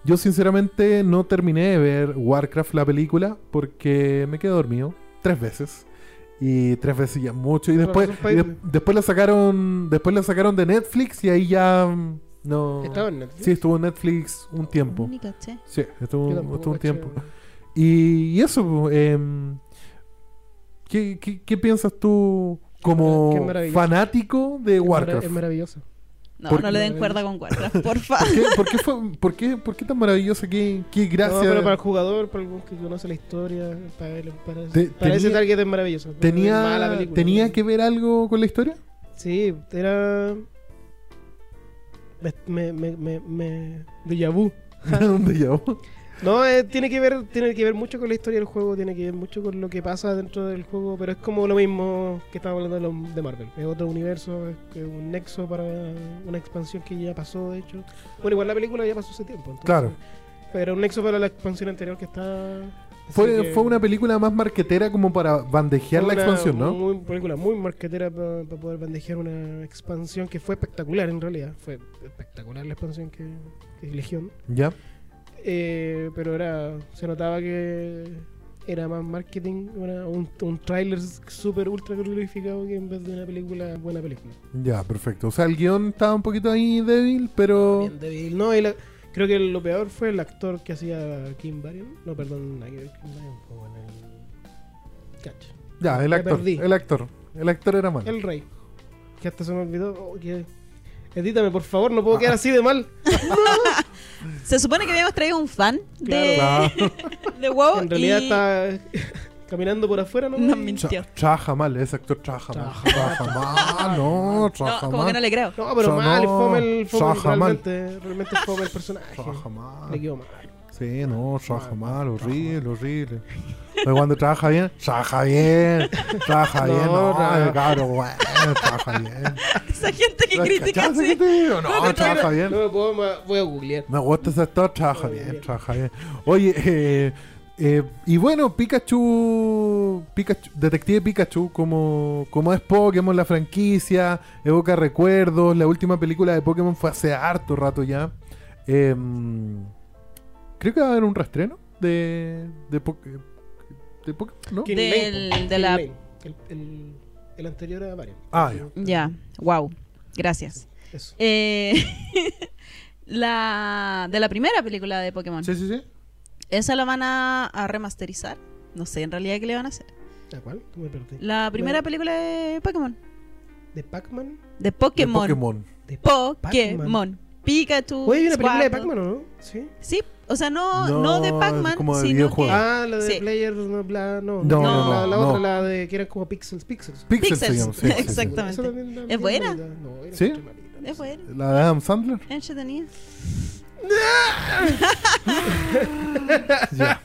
Speaker 2: yo sinceramente no terminé de ver Warcraft la película porque me quedé dormido tres veces. Y tres veces ya mucho. Y
Speaker 3: Con
Speaker 2: después,
Speaker 3: razón,
Speaker 2: y de-
Speaker 3: Spider-Man.
Speaker 2: después la sacaron. Después la sacaron de Netflix y ahí ya mm, no.
Speaker 3: Estaba en Netflix.
Speaker 2: Sí, estuvo en Netflix un tiempo.
Speaker 4: Ni caché.
Speaker 2: Sí, estuvo,
Speaker 3: Yo tampoco
Speaker 2: estuvo un
Speaker 3: caché.
Speaker 2: tiempo. Y, y eso, po, em, ¿qué, qué, qué piensas tú
Speaker 3: Qué
Speaker 2: como
Speaker 3: maravilloso.
Speaker 2: fanático de
Speaker 3: Es mara-
Speaker 2: Warcraft?
Speaker 3: Es maravilloso.
Speaker 4: No,
Speaker 2: ¿Por
Speaker 4: no le den
Speaker 3: qué?
Speaker 4: cuerda con Warcraft, porfa.
Speaker 2: ¿Por qué, por qué fue- por qué- por qué tan maravilloso? ¿Qué, qué gracia?
Speaker 3: No, pero para el jugador, para el que conoce la historia, para, él, para,
Speaker 2: Te-
Speaker 3: para ese
Speaker 2: tenía-
Speaker 3: target es maravilloso. Es mala
Speaker 2: ¿Tenía,
Speaker 3: película.
Speaker 2: ¿Tenía que ver algo con la historia?
Speaker 3: Sí, era. Me. me, me, me, me... déjà vu.
Speaker 2: Un déjà vu.
Speaker 3: No, eh, tiene que ver tiene que ver mucho con la historia del juego, tiene que ver mucho con lo que pasa dentro del juego, pero es como lo mismo que estamos hablando de, lo- de Marvel. Es otro universo, es que un nexo para una expansión que ya pasó, de hecho. Bueno, igual la película ya pasó hace tiempo. entonces-
Speaker 2: Claro.
Speaker 3: Pero un nexo para la expansión anterior que está... así
Speaker 2: Fue,
Speaker 3: que-
Speaker 2: fue una película más marquetera como para bandejear la
Speaker 3: fue una
Speaker 2: expansión, ¿no?
Speaker 3: Muy, película muy marquetera para poder bandejear una expansión que fue espectacular en realidad. Fue espectacular la expansión que, que es Legión.
Speaker 2: Ya.
Speaker 3: Eh, pero era se notaba que era más marketing, una- un, un tráiler súper ultra glorificado que en vez de una película, buena película.
Speaker 2: Ya, perfecto. O sea, el guión estaba un poquito ahí débil, pero...
Speaker 3: Bien débil. No, y la- creo que lo peor fue el actor que hacía Kim Varian. No, perdón, nada que ver, Kim Varian, pues, bueno, el- Cacho.
Speaker 2: Ya, el
Speaker 3: Me
Speaker 2: actor.
Speaker 3: perdí.
Speaker 2: El actor. El actor era malo.
Speaker 3: El rey. Que hasta se me olvidó. Oh, que- Edítame, por favor, no puedo quedar así de mal.
Speaker 4: Se supone que habíamos traído un fan de,
Speaker 2: Ah,
Speaker 4: de WoW.
Speaker 3: en realidad
Speaker 4: Oh, y-
Speaker 3: está caminando por afuera, ¿no?
Speaker 4: No,
Speaker 3: Y-
Speaker 4: mentira.
Speaker 2: tra- trabaja mal, ese actor trabaja mal. Trabaja mal, no,
Speaker 4: No,
Speaker 2: trabaja
Speaker 4: como que
Speaker 2: mal.
Speaker 4: no le creo.
Speaker 3: No, pero
Speaker 2: Sonó-
Speaker 3: mal, fome el, fome el
Speaker 2: Saja mal.
Speaker 3: realmente, realmente fome el personaje.
Speaker 2: Trabaja
Speaker 3: Le
Speaker 2: mal.
Speaker 3: quedó mal.
Speaker 2: Sí, no, trabaja mal, horrible, horrible. Pero cuando trabaja bien, trabaja bien, trabaja
Speaker 3: No,
Speaker 2: bien, no,
Speaker 3: trabaja-
Speaker 2: el cabro bueno, trabaja bien.
Speaker 4: Esa gente que critica
Speaker 2: ¿Cachai?
Speaker 4: así.
Speaker 2: No,
Speaker 4: No,
Speaker 2: trabaja bien.
Speaker 3: No me puedo, ma- voy a googlear.
Speaker 2: Me gusta ese actor, trabaja
Speaker 3: Muy
Speaker 2: bien,
Speaker 3: bien.
Speaker 2: trabaja bien. Oye, eh, eh, y bueno, Pikachu, Pikachu, Detective Pikachu, como, como es Pokémon, la franquicia, evoca recuerdos. La última película de Pokémon fue hace harto rato ya. Eh, creo que va a haber un restreno de, de, Po- de Pokémon, ¿no?
Speaker 3: King
Speaker 4: Del-
Speaker 3: Lane, po.
Speaker 4: de
Speaker 3: King
Speaker 4: la-
Speaker 3: Lane. El, el- el anterior a Mario.
Speaker 2: Ah, ya.
Speaker 4: Ya, wow. Gracias.
Speaker 3: Eso.
Speaker 4: Eh, la de la primera película de Pokémon.
Speaker 2: Sí, sí, sí.
Speaker 4: Esa la van a, a remasterizar. No sé en realidad qué le van a hacer.
Speaker 3: ¿La cuál? Tú me perdí.
Speaker 4: La primera
Speaker 3: La-
Speaker 4: película de Pokémon.
Speaker 3: ¿De Pac-Man?
Speaker 4: De
Speaker 2: De
Speaker 4: Pokémon.
Speaker 2: Pokémon.
Speaker 3: De
Speaker 4: Pokémon.
Speaker 3: Pac-Man.
Speaker 4: Pikachu.
Speaker 3: Oye, hay una película de
Speaker 4: Squirtle.
Speaker 3: Pac-Man, ¿o ¿no? Sí.
Speaker 4: Sí, o sea, no,
Speaker 2: No,
Speaker 4: no, de Pac-Man,
Speaker 2: como de
Speaker 4: sino
Speaker 2: videojuego.
Speaker 4: que
Speaker 3: Ah, la de
Speaker 4: Sí.
Speaker 3: Player, no, bla, no.
Speaker 2: No,
Speaker 4: no,
Speaker 3: la, la
Speaker 2: no.
Speaker 3: otra, la de que eran como pixels, pixels.
Speaker 2: Pixel
Speaker 4: Pixels.
Speaker 2: se llama, sí, sí, sí.
Speaker 4: Exactamente.
Speaker 3: Esa también la-
Speaker 4: ¿Es buena?
Speaker 3: No, era
Speaker 2: ¿Sí?
Speaker 3: mucho malita, no
Speaker 4: es
Speaker 3: sé.
Speaker 4: bueno,
Speaker 2: La de Adam Sandler.
Speaker 4: entretenida.
Speaker 2: Ya.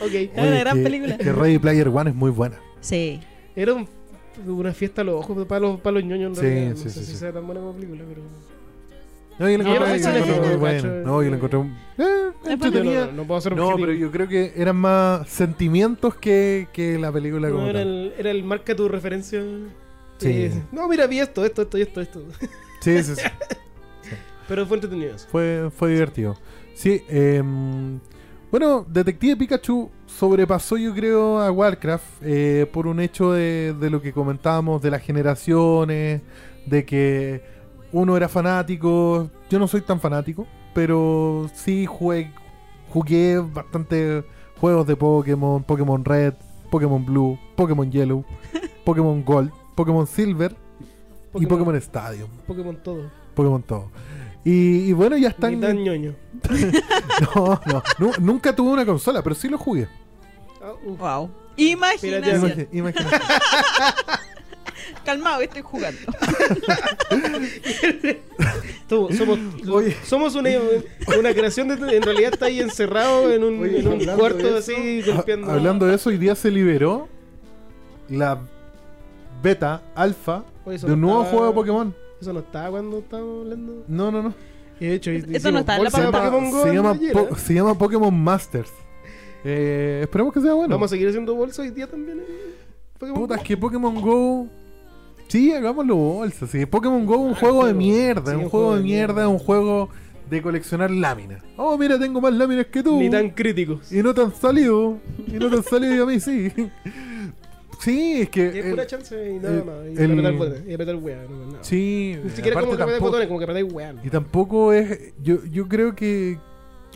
Speaker 3: Ok.
Speaker 4: Era una
Speaker 2: Oye,
Speaker 4: gran
Speaker 2: que-
Speaker 4: película.
Speaker 2: Que Ready Player One es muy buena.
Speaker 4: Sí.
Speaker 3: Era un- una fiesta a los ojos para los, para los ñoños. en
Speaker 2: Sí,
Speaker 3: realidad.
Speaker 2: sí, sí,
Speaker 3: no sé si
Speaker 2: sí.
Speaker 3: sea tan buena como película, pero.
Speaker 2: No, yo la
Speaker 3: No,
Speaker 2: encontré,
Speaker 4: es
Speaker 2: yo la encontré
Speaker 4: buena.
Speaker 2: muy buena. No, yo la encontré. eh,
Speaker 4: Es
Speaker 2: entretenida.
Speaker 3: No, no, no puedo hacer
Speaker 2: No, pero yo creo que eran más sentimientos que, que la película como
Speaker 3: era,
Speaker 2: tal.
Speaker 3: el, era el marca tu referencia.
Speaker 2: Sí.
Speaker 3: Eh, no, mira, vi esto, esto, esto, y esto, esto.
Speaker 2: Sí, sí, sí.
Speaker 3: Pero fue entretenido eso.
Speaker 2: Fue, fue divertido. Sí, eh, bueno, Detective Pikachu sobrepasó, yo creo, a Warcraft eh, por un hecho de, de lo que comentábamos, de las generaciones, de que uno era fanático, yo no soy tan fanático, pero sí jugué, jugué bastante juegos de Pokémon, Pokémon Red, Pokémon Blue, Pokémon Yellow, Pokémon Gold, Pokémon Silver y Pokémon Stadium,
Speaker 3: Pokémon todo.
Speaker 2: Pokémon todo. Y, y bueno, ya
Speaker 3: Ni
Speaker 2: están...
Speaker 3: tan ñoño.
Speaker 2: No, no, nu- nunca tuve una consola, pero sí lo jugué.
Speaker 3: Ah, uf.
Speaker 4: Wow. Imaginación.
Speaker 2: Imagi- imagina-
Speaker 4: Calmado, estoy jugando.
Speaker 3: Tú, somos,
Speaker 2: Oye.
Speaker 3: somos una, una creación de... En realidad está ahí encerrado en un,
Speaker 5: Oye,
Speaker 3: en un
Speaker 5: hablando
Speaker 3: cuarto
Speaker 5: de
Speaker 3: así
Speaker 2: Ha-
Speaker 3: golpeando.
Speaker 2: Hablando de eso, hoy día se liberó la beta, alfa,
Speaker 3: Oye, eso
Speaker 2: de un
Speaker 3: no
Speaker 2: nuevo
Speaker 3: estaba-
Speaker 2: juego de Pokémon.
Speaker 3: Eso no estaba cuando estábamos hablando.
Speaker 2: No, no, no.
Speaker 3: Y de hecho,
Speaker 4: Eso no
Speaker 3: hicimos
Speaker 4: está en la
Speaker 3: bolsa de
Speaker 4: pauta.
Speaker 3: Pokémon Go
Speaker 2: se,
Speaker 3: en
Speaker 2: llama
Speaker 3: ayer,
Speaker 2: Po-
Speaker 3: ¿eh?
Speaker 2: se llama Pokémon Masters. Eh, esperemos que sea bueno.
Speaker 3: Vamos a seguir haciendo bolsa hoy día también. eh, Pokémon
Speaker 2: Puta, es
Speaker 3: Go.
Speaker 2: que Pokémon Go. Sí, hagámoslo bolsa. Sí. Pokémon Go es un juego de
Speaker 3: Ah, pero-
Speaker 2: mierda.
Speaker 3: sí,
Speaker 2: un juego de mierda, un juego de coleccionar láminas. Oh, mira, tengo más láminas que tú.
Speaker 3: Ni tan críticos.
Speaker 2: Y no tan salido. Y no tan salido, y a mí sí. Sí, es que.
Speaker 3: Y es
Speaker 2: eh,
Speaker 3: pura chance y nada
Speaker 2: el-
Speaker 3: más. Y
Speaker 2: el-
Speaker 3: apretar botones, y apretar weá, no, no.
Speaker 2: Sí,
Speaker 3: Ni siquiera
Speaker 2: aparte
Speaker 3: como que apretar
Speaker 2: tampoco-
Speaker 3: botones, como que apretar weá.
Speaker 2: Y tampoco es. Yo, yo creo que.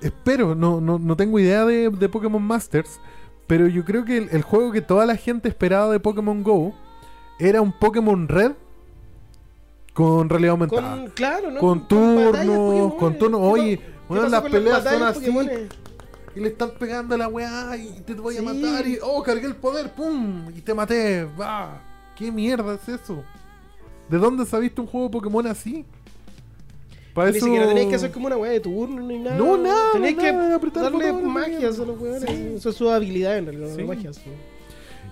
Speaker 2: Espero, no, no, no tengo idea de, de Pokémon Masters. Pero yo creo que el, el juego que toda la gente esperaba de Pokémon Go era un Pokémon Red con realidad aumentada.
Speaker 3: Con, claro, ¿no?
Speaker 2: Con, turnos, con turnos. Oye, bueno,
Speaker 3: bueno
Speaker 2: las peleas son así. Y le están pegando a la weá y te voy a
Speaker 3: Sí.
Speaker 2: matar. Y, oh, cargué el poder, pum, y te maté. Va, ¿qué mierda es eso? ¿De dónde se ha visto un juego de Pokémon así? Para
Speaker 3: Ni siquiera tenéis que hacer como una weá de turno ni nada.
Speaker 2: No, nada,
Speaker 3: Tenéis que
Speaker 2: nada, apretar
Speaker 3: darle
Speaker 2: botones,
Speaker 3: magias a los weones. Eso es su habilidad en realidad,
Speaker 2: Sí.
Speaker 3: las magias. sí.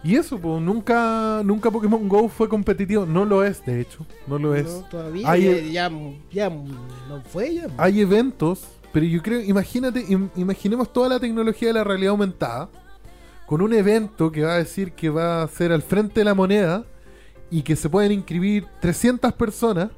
Speaker 2: Y eso, pues, nunca, nunca Pokémon Go fue competitivo. No lo es, de hecho. No lo es.
Speaker 3: No, todavía.
Speaker 2: Pues, Hay-
Speaker 3: ya, ya, ya no fue ya.
Speaker 2: Hay eventos, pero yo creo, imagínate, im- imaginemos toda la tecnología de la realidad aumentada con un evento que va a decir que va a ser al frente de la moneda y que se pueden inscribir 300 personas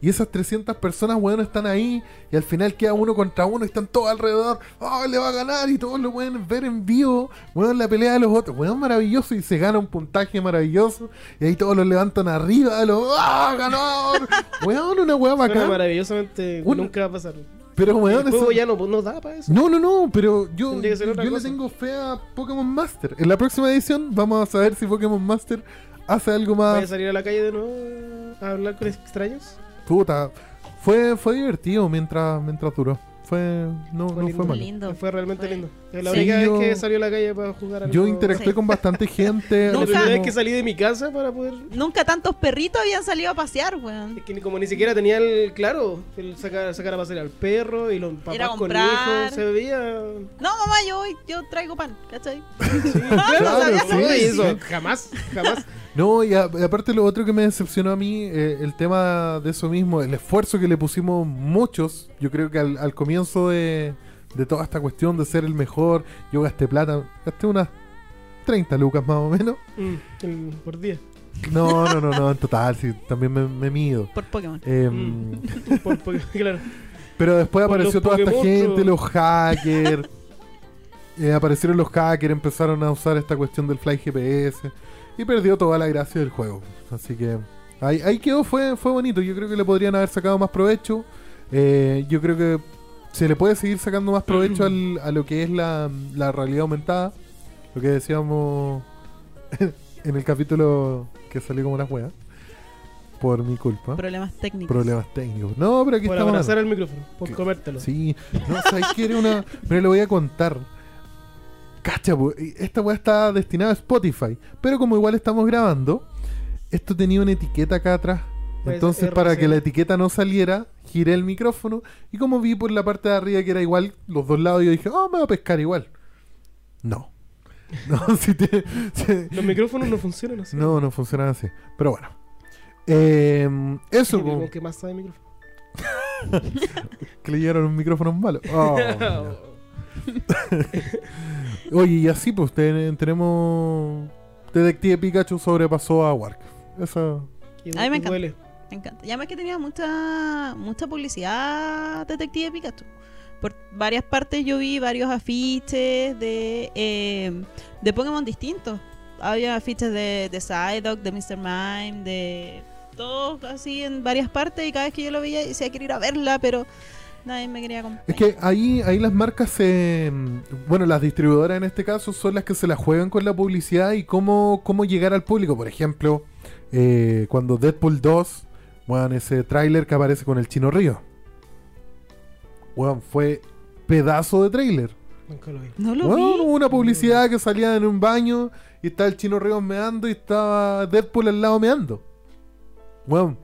Speaker 2: y esas 300 personas, bueno, están ahí y al final queda uno contra uno y están todos alrededor, oh, le va a ganar y todos lo pueden ver en vivo, bueno, la pelea de los otros, bueno, maravilloso y se gana un puntaje maravilloso y ahí todos lo levantan arriba, de los, ah, ganador, weón, una weá
Speaker 3: Suena
Speaker 2: bacán,
Speaker 3: maravillosamente,
Speaker 2: Un-
Speaker 3: nunca va a pasar.
Speaker 2: pero weón,
Speaker 3: el juego
Speaker 2: eso-
Speaker 3: ya no, no da para eso.
Speaker 2: no, no, no, pero yo,
Speaker 3: Tendría que ser
Speaker 2: yo
Speaker 3: otra
Speaker 2: le
Speaker 3: cosa.
Speaker 2: tengo fe a Pokémon Master. En la próxima edición vamos a saber si Pokémon Master hace algo más.
Speaker 3: Voy a salir a la calle de nuevo a hablar con extraños.
Speaker 2: Puta, fue, fue divertido mientras, mientras duró. Fue, no,
Speaker 3: Fue
Speaker 2: no
Speaker 3: lindo.
Speaker 2: fue malo.
Speaker 4: Lindo.
Speaker 3: Fue realmente lindo. Es la
Speaker 4: Sí,
Speaker 3: única
Speaker 2: yo-
Speaker 3: vez que salió a la calle para jugar al
Speaker 2: Yo
Speaker 3: juego.
Speaker 2: interactué
Speaker 4: Sí.
Speaker 2: con bastante gente.
Speaker 3: La
Speaker 4: Nunca.
Speaker 3: primera vez
Speaker 2: no-
Speaker 3: que salí de mi casa para poder.
Speaker 4: Nunca tantos perritos habían salido a pasear, weón.
Speaker 3: Es que ni- como ni siquiera tenía el. Claro, el sacar, sacar a pasear al perro y los
Speaker 4: Ir a
Speaker 3: papás con
Speaker 4: comprar.
Speaker 3: hijos. Se veía.
Speaker 4: No, mamá, yo voy, yo traigo pan, ¿cachai?
Speaker 2: claro,
Speaker 4: sabía
Speaker 2: Ah,
Speaker 4: eso.
Speaker 2: sí,
Speaker 3: Oye,
Speaker 2: sí.
Speaker 3: eso. Jamás, jamás.
Speaker 2: No, y, a- y aparte lo otro que me decepcionó a mí, eh, el tema de eso mismo, el esfuerzo que le pusimos muchos, yo creo que al, al comienzo de, de toda esta cuestión de ser el mejor, yo gasté plata, gasté unas 30 lucas más o menos.
Speaker 3: Mm, el- por día.
Speaker 2: No, no, no, no, en total, sí, también me, me mido.
Speaker 4: Por Pokémon.
Speaker 2: Eh,
Speaker 3: Mm. Por- por- claro.
Speaker 2: Pero después
Speaker 3: Por
Speaker 2: apareció
Speaker 3: los
Speaker 2: toda esta
Speaker 3: Pokémonstruos.
Speaker 2: gente, los hackers. Eh, aparecieron los hackers, empezaron a usar esta cuestión del Fly GPS. Y perdió toda la gracia del juego. Así que ahí, ahí quedó, fue, fue bonito. Yo creo que le podrían haber sacado más provecho. Eh, yo creo que se le puede seguir sacando más provecho al- a lo que es la, la realidad aumentada. Lo que decíamos en el capítulo que salió como una juega. Por mi culpa.
Speaker 4: Problemas técnicos.
Speaker 2: Problemas técnicos. No, pero aquí
Speaker 3: Por
Speaker 2: estamos.
Speaker 3: abrazar el micrófono. Por comértelo.
Speaker 2: Sí, no, ¿sabes qué? Era una. Pero le voy a contar. Cacha, po, y esta weá está destinada a Spotify. Pero como igual estamos grabando, esto tenía una etiqueta acá atrás.
Speaker 3: Pues,
Speaker 2: Entonces,
Speaker 3: RC.
Speaker 2: para que la etiqueta no saliera, giré el micrófono. Y como vi por la parte de arriba que era igual, los dos lados, yo dije, oh, me va a pescar igual. No. No, si te. si-
Speaker 3: Los micrófonos no funcionan así.
Speaker 2: no, no funcionaba así. Pero bueno. Eh, eso,
Speaker 3: Como
Speaker 2: po,
Speaker 3: que más sabe micrófono.
Speaker 2: que le llegaron un micrófono malo. Oh, no. Oye, y así pues ten- tenemos Detective Pikachu sobrepasó a Warcraft. Eso.
Speaker 3: Y-
Speaker 4: A mí me
Speaker 3: y
Speaker 4: encanta.
Speaker 3: duele.
Speaker 4: Me encanta. Y además que tenía mucha mucha publicidad Detective Pikachu. Por varias partes yo vi varios afiches de, eh, de Pokémon distintos. Había afiches de, de Psyduck, de Mr. Mime, de todos así en varias partes y cada vez que yo lo veía decía quiero ir a verla, pero nadie me quería comprar.
Speaker 2: Es que ahí, ahí las marcas se. Bueno, las distribuidoras en este caso son las que se la juegan con la publicidad y cómo, cómo llegar al público. Por ejemplo, eh, cuando Deadpool 2, bueno, ese tráiler que aparece con el Chino Río. Bueno, fue pedazo de tráiler.
Speaker 3: Nunca lo vi.
Speaker 4: No lo
Speaker 2: Bueno,
Speaker 4: vi.
Speaker 2: hubo una publicidad que salía en un baño y estaba el Chino Río meando y estaba Deadpool al lado meando. Bueno,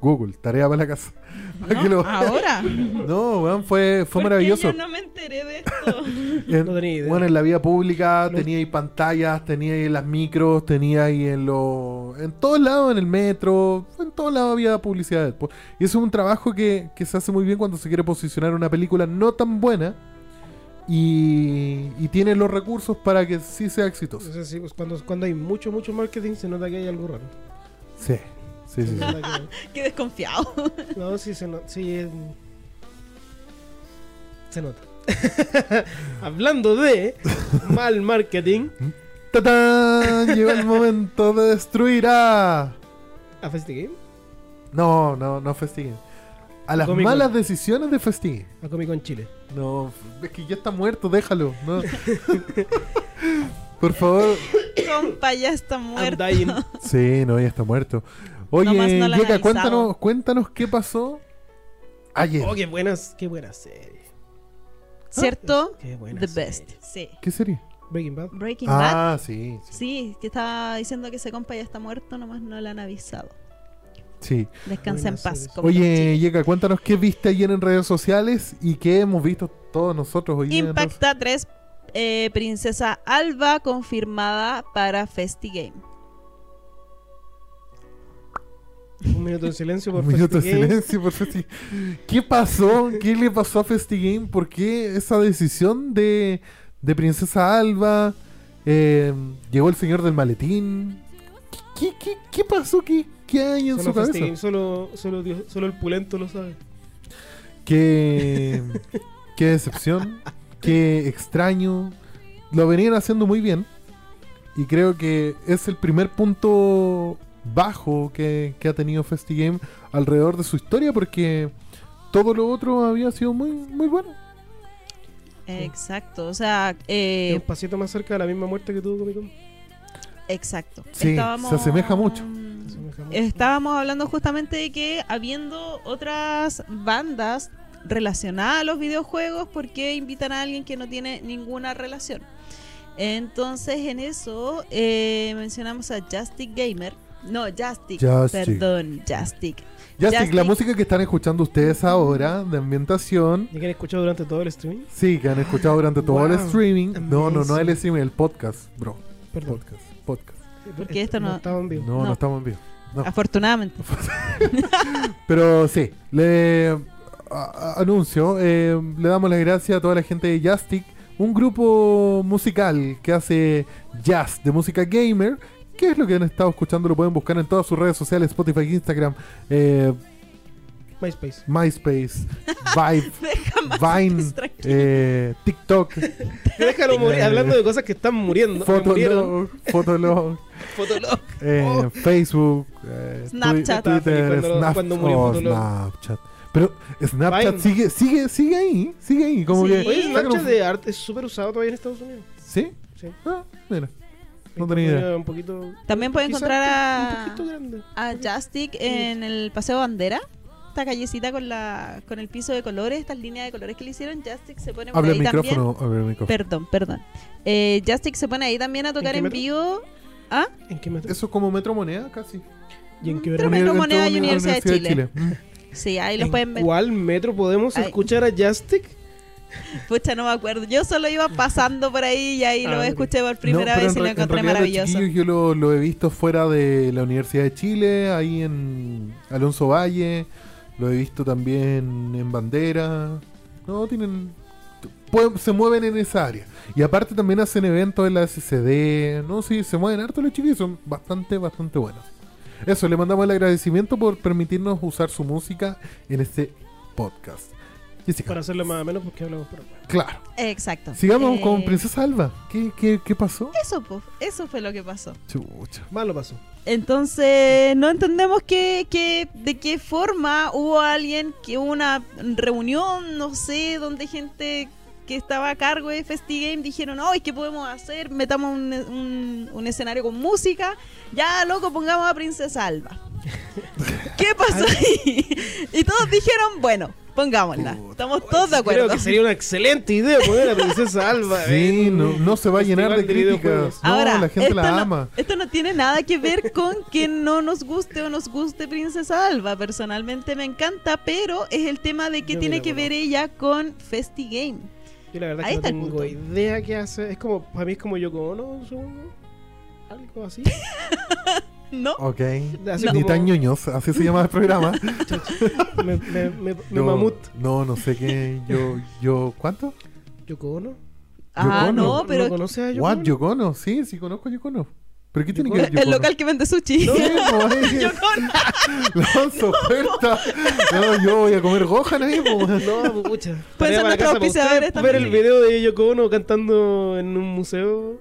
Speaker 2: Google, tarea para la casa. Para
Speaker 4: No,
Speaker 2: que lo-
Speaker 4: Ahora.
Speaker 2: No, weón, fue, fue
Speaker 4: ¿Por qué
Speaker 2: maravilloso.
Speaker 4: Ah. Yo no me enteré de esto.
Speaker 2: En,
Speaker 3: No tenía idea.
Speaker 2: bueno, en la vía pública
Speaker 3: No.
Speaker 2: tenía ahí pantallas, tenía ahí las micros, tenía ahí en los... En todos lados, en el metro, en todos lados había publicidad de Deadpool. Y eso es un trabajo que, que se hace muy bien cuando se quiere posicionar una película no tan buena y, y tiene los recursos para que sí sea
Speaker 3: O
Speaker 2: exitosa.
Speaker 3: sea, sí, pues, cuando, cuando hay mucho, mucho marketing se nota que hay algo raro.
Speaker 2: Sí, sí,
Speaker 3: Se
Speaker 2: sí. sí.
Speaker 3: nota
Speaker 4: Qué desconfiado.
Speaker 3: que- no, sí, se nota. Sí, es- se nota. Hablando de mal marketing,
Speaker 2: ¡Tatán! Llegó el momento de destruir a...
Speaker 3: a Festi Game,
Speaker 2: No, no, no Festiguen. A las
Speaker 3: Comic-Con.
Speaker 2: malas decisiones de Festiguen.
Speaker 3: a Comic Con Chile.
Speaker 2: No, es que ya está muerto, déjalo. no. Por favor.
Speaker 4: Compa, ya está
Speaker 3: I'm
Speaker 4: muerto.
Speaker 3: dying.
Speaker 2: Sí, no, ya está muerto. Oye,
Speaker 4: Nomás no lo han
Speaker 2: Yeka,
Speaker 4: avisado.
Speaker 2: cuéntanos, cuéntanos qué pasó ayer.
Speaker 3: Oh, qué buenas, qué buena serie.
Speaker 4: ¿Cierto?
Speaker 3: Qué Ah, buena
Speaker 4: The
Speaker 3: serie.
Speaker 4: best. Sí.
Speaker 2: ¿Qué serie?
Speaker 3: Breaking Bad.
Speaker 4: Breaking Bad.
Speaker 2: Ah, sí, sí.
Speaker 4: Sí, que estaba diciendo que ese compa ya está muerto, nomás no le han avisado.
Speaker 2: sí.
Speaker 4: Descansa en
Speaker 3: Buena
Speaker 4: paz.
Speaker 3: serie.
Speaker 4: compa,
Speaker 2: Oye,
Speaker 4: chico.
Speaker 2: Yeka, cuéntanos qué viste ayer en redes sociales y qué hemos visto todos nosotros hoy día en redes-
Speaker 4: Impacta 3, eh, Princesa Alba confirmada para FestiGame.
Speaker 3: Un minuto en silencio por
Speaker 2: Un minuto de
Speaker 3: Festi Game.
Speaker 2: silencio por Festi- ¿Qué pasó? ¿Qué le pasó a FestiGame? ¿Por qué esa decisión de, de Princesa Alba? Eh, llegó el señor del maletín. ¿Qué, qué, qué pasó? ¿Qué, qué hay en
Speaker 3: Solo
Speaker 2: su cabeza?
Speaker 3: Festi Game, solo, solo, Dios- solo el pulento lo sabe.
Speaker 2: Qué, qué decepción. Qué extraño. Lo venían haciendo muy bien. Y creo que es el primer punto bajo que, que ha tenido FestiGame alrededor de su historia porque todo lo otro había sido muy, muy bueno.
Speaker 4: Exacto, o sea,
Speaker 3: Es
Speaker 4: eh,
Speaker 3: un pasito más cerca de la misma muerte que tuvo Comic Con.
Speaker 4: exacto.
Speaker 2: Sí, se asemeja mucho.
Speaker 3: Eso me jamás-
Speaker 4: Estábamos hablando justamente de que habiendo otras bandas relacionadas a los videojuegos, ¿por qué invitan a alguien que no tiene ninguna relación? Entonces en eso eh, mencionamos a Justic Gamer. No, Justic.
Speaker 2: Justic.
Speaker 4: Perdón, Justic.
Speaker 2: Ya
Speaker 4: Ya
Speaker 2: sí, la
Speaker 4: sí.
Speaker 2: música que están escuchando ustedes ahora de ambientación.
Speaker 3: ¿Y que han escuchado durante todo el streaming?
Speaker 2: Sí, que han escuchado durante todo el
Speaker 3: Wow,
Speaker 2: streaming. No, no, no
Speaker 3: amazing.
Speaker 2: el streaming, el podcast, bro.
Speaker 3: Perdón.
Speaker 2: Podcast, podcast.
Speaker 4: Porque esto no-
Speaker 3: estaba en vivo.
Speaker 2: No, no,
Speaker 4: No.
Speaker 2: estamos en vivo. No.
Speaker 4: Afortunadamente.
Speaker 2: Pero sí, le a- a- anuncio, eh, le damos las gracias a toda la gente de Jastic, un grupo musical que hace jazz de música gamer. ¿Qué es lo que han estado escuchando? Lo pueden buscar en todas sus redes sociales, Spotify, Instagram, eh,
Speaker 3: MySpace.
Speaker 2: MySpace, Vibe, Vine,
Speaker 4: tranquilo.
Speaker 2: eh, TikTok,
Speaker 3: Déjalo morir. Hablando de cosas que están muriendo. que murieron.
Speaker 2: Fotolog, Fotolog,
Speaker 3: Fotolog.
Speaker 2: eh,
Speaker 3: Oh.
Speaker 2: Facebook, eh, twi-
Speaker 4: Snapchat.
Speaker 2: Twitter,
Speaker 3: Estaba feliz cuando-
Speaker 2: Snap-
Speaker 3: cuando murió
Speaker 2: oh,
Speaker 3: Fotolog.
Speaker 2: Snapchat. Pero Snapchat
Speaker 3: Vine.
Speaker 2: sigue, sigue, sigue ahí, sigue ahí, como
Speaker 4: Sí.
Speaker 2: que
Speaker 3: Oye,
Speaker 4: Sí.
Speaker 2: sacan un-
Speaker 3: Snapchat de art es súper usado todavía en Estados Unidos.
Speaker 2: ¿Sí?
Speaker 3: Sí.
Speaker 2: Ah, mira. No tenía idea.
Speaker 3: Un poquito,
Speaker 4: También pueden
Speaker 3: quizás
Speaker 4: encontrar
Speaker 3: Un poquito grande.
Speaker 4: a Justic en el Paseo Bandera. Esta callecita con la con el piso de colores, estas líneas de colores que le hicieron, Justic se pone por
Speaker 2: Habla el
Speaker 4: ahí también.
Speaker 2: micrófono, habla el micrófono.
Speaker 4: Perdón, perdón. Eh, Justic se pone ahí también a tocar
Speaker 3: qué
Speaker 4: en,
Speaker 3: metro?
Speaker 4: vivo. ¿Ah?
Speaker 3: ¿En qué metro?
Speaker 2: Eso es como Metro Moneda casi.
Speaker 3: ¿Y en qué
Speaker 4: Metro
Speaker 3: verano?
Speaker 2: Unir-
Speaker 4: Moneda
Speaker 2: dentro de
Speaker 4: y
Speaker 2: la
Speaker 4: Universidad de
Speaker 2: Mm.
Speaker 4: Sí, ahí los
Speaker 3: ¿En
Speaker 4: pueden ver.
Speaker 3: ¿Cuál metro podemos
Speaker 4: Ay.
Speaker 3: escuchar a Jastic?
Speaker 4: Pucha, no me acuerdo. Yo solo iba pasando por ahí y ahí
Speaker 3: Ah,
Speaker 4: lo
Speaker 3: ok.
Speaker 4: escuché por
Speaker 2: No,
Speaker 4: primera
Speaker 2: pero
Speaker 4: vez y
Speaker 2: en
Speaker 4: lo
Speaker 2: re- en
Speaker 4: encontré
Speaker 2: realidad los
Speaker 4: maravilloso.
Speaker 2: chiquillos Yo lo, lo he visto fuera de la Universidad de Chile, ahí en Alonso Valle. Lo he visto también en Bandera. No, tienen. pueden- se mueven en esa área. Y aparte también hacen eventos en la SCD. No, sí, se mueven harto los chiquillos. Son bastante, bastante buenos. Eso, le mandamos el agradecimiento por permitirnos usar su música en este podcast. Jessica.
Speaker 3: Para hacerlo más o menos, porque hablamos por acá.
Speaker 2: Claro.
Speaker 4: Exacto.
Speaker 2: Sigamos
Speaker 4: Eh,
Speaker 2: con Princesa Alba. ¿Qué, qué, qué pasó?
Speaker 4: Eso, po, eso fue lo que pasó.
Speaker 2: Chucha.
Speaker 3: Malo pasó.
Speaker 4: Entonces, no entendemos qué, qué- de qué forma hubo alguien que hubo una reunión, no sé, donde gente que estaba a cargo de FestiGame dijeron, hoy ¿qué podemos hacer? Metamos un, un- un escenario con música. Ya, loco, pongamos a Princesa Alba. ¿Qué pasó ahí? Y todos dijeron, bueno, pongámosla. Estamos todos de
Speaker 3: Creo
Speaker 4: acuerdo.
Speaker 3: que sería una excelente idea poner a Princesa Alba.
Speaker 2: Sí,
Speaker 3: en-
Speaker 2: no, no se va a llenar de
Speaker 3: Festival de
Speaker 2: críticas.
Speaker 3: videojuegos.
Speaker 2: No,
Speaker 4: Ahora,
Speaker 2: la gente
Speaker 4: esto,
Speaker 2: la
Speaker 4: no,
Speaker 2: ama.
Speaker 4: esto no tiene nada que ver con que no nos guste o nos guste Princesa Alba. Personalmente me encanta, pero es el tema de que
Speaker 3: Yo
Speaker 4: tiene
Speaker 3: mira,
Speaker 4: que
Speaker 3: bueno.
Speaker 4: ver ella con Festigame.
Speaker 3: Yo la verdad
Speaker 4: Ahí
Speaker 3: que no
Speaker 4: está el
Speaker 3: tengo
Speaker 4: punto.
Speaker 3: idea qué hace. Es como, para mí es como Yoko Ono, supongo. Algo así.
Speaker 4: ¿No?
Speaker 2: Ok.
Speaker 3: Así
Speaker 2: Ni
Speaker 3: como-
Speaker 2: tan ñoños, así se llama el programa.
Speaker 3: me, me, me, me
Speaker 2: Yo-
Speaker 3: mamut.
Speaker 2: No, no sé qué. Yo, yo, ¿cuánto?
Speaker 3: Yoko Ono.
Speaker 4: ah,
Speaker 2: Ono.
Speaker 4: no, pero
Speaker 3: conoces a Yoko
Speaker 2: What,
Speaker 3: Ono?
Speaker 2: Yocono, sí, sí conozco a Yocono. ¿Pero qué tiene que ver
Speaker 4: el
Speaker 2: Yocono?
Speaker 4: local que vende sushi.
Speaker 2: No, no, es-
Speaker 4: Yo con-
Speaker 2: Lanzo oferta. No, yo voy a comer Gohan ahí, po.
Speaker 3: No, pues, pucha.
Speaker 4: Pueden ser nuestros
Speaker 3: Tarea para casa para
Speaker 4: auspiciadores
Speaker 3: ustedes, Ver el
Speaker 4: también.
Speaker 3: video de Yoko Ono cantando en un museo.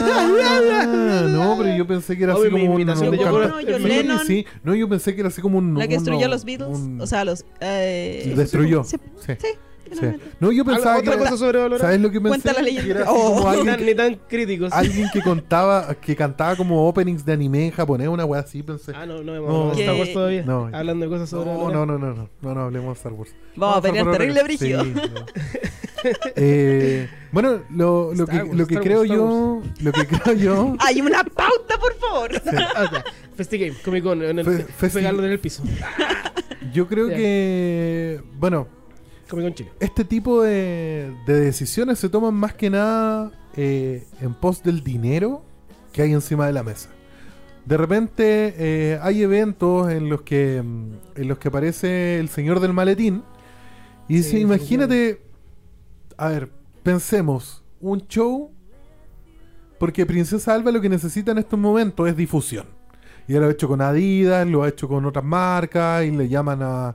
Speaker 2: Ah, no, pero yo pensé que era así
Speaker 3: Obvio, mi
Speaker 2: como un,
Speaker 3: invitación
Speaker 2: un
Speaker 3: de Yoko
Speaker 2: cantante.
Speaker 4: Ono, John
Speaker 2: Sí,
Speaker 4: Lennon.
Speaker 2: sí. No, yo pensé que era así como un
Speaker 4: la que
Speaker 2: un-
Speaker 4: destruyó a los Beatles.
Speaker 2: un-
Speaker 4: O sea, los. eh,
Speaker 2: destruyó.
Speaker 4: Sí,
Speaker 2: Sí,
Speaker 4: sí,
Speaker 2: sí.
Speaker 4: finalmente.
Speaker 2: No, yo
Speaker 3: Algo-
Speaker 2: pensaba que
Speaker 3: Otra
Speaker 2: era-
Speaker 3: cosa sobrevalorada.
Speaker 2: ¿Sabes lo que pensé?
Speaker 4: Cuenta la
Speaker 2: Que era
Speaker 4: leyenda.
Speaker 2: así como
Speaker 4: Oh.
Speaker 3: Ni
Speaker 2: alguien
Speaker 3: tan, ni tan críticos.
Speaker 2: alguien que contaba, que cantaba como openings de anime en japonés, una wea así, pensé.
Speaker 3: Ah, no, no
Speaker 2: No.
Speaker 3: hemos hablado de Star Wars
Speaker 4: Que-
Speaker 3: todavía.
Speaker 2: No.
Speaker 3: Hablando de cosas
Speaker 2: No,
Speaker 3: sobrevaloradas.
Speaker 2: no, no, no, no, no, no hablemos de Star Wars.
Speaker 4: Vamos a pelear
Speaker 2: hablar
Speaker 4: terrible,
Speaker 2: de-
Speaker 4: brígido.
Speaker 2: Sí, no. Eh, bueno, lo, lo
Speaker 3: Star
Speaker 2: que,
Speaker 3: Wars,
Speaker 2: lo que
Speaker 3: Star
Speaker 2: creo
Speaker 3: Wars, Star
Speaker 2: yo, lo que creo yo,
Speaker 4: Hay una pauta, por favor.
Speaker 3: Ah, ya. Festigame, Comic Con, en el,
Speaker 2: Fe- Festi-
Speaker 3: pegarlo en el piso.
Speaker 2: yo creo
Speaker 3: Ya.
Speaker 2: que, bueno,
Speaker 3: Comic Con Chile.
Speaker 2: este tipo de, de decisiones se toman más que nada eh, en pos del dinero que hay encima de la mesa. De repente eh, hay eventos en los que mm, en los que aparece el señor del maletín y dice,
Speaker 3: sí,
Speaker 2: imagínate, a ver, pensemos, un show, porque Princesa Alba lo que necesita en estos momentos es difusión. Y ya lo ha hecho con Adidas, lo ha hecho con otras marcas y le llaman a...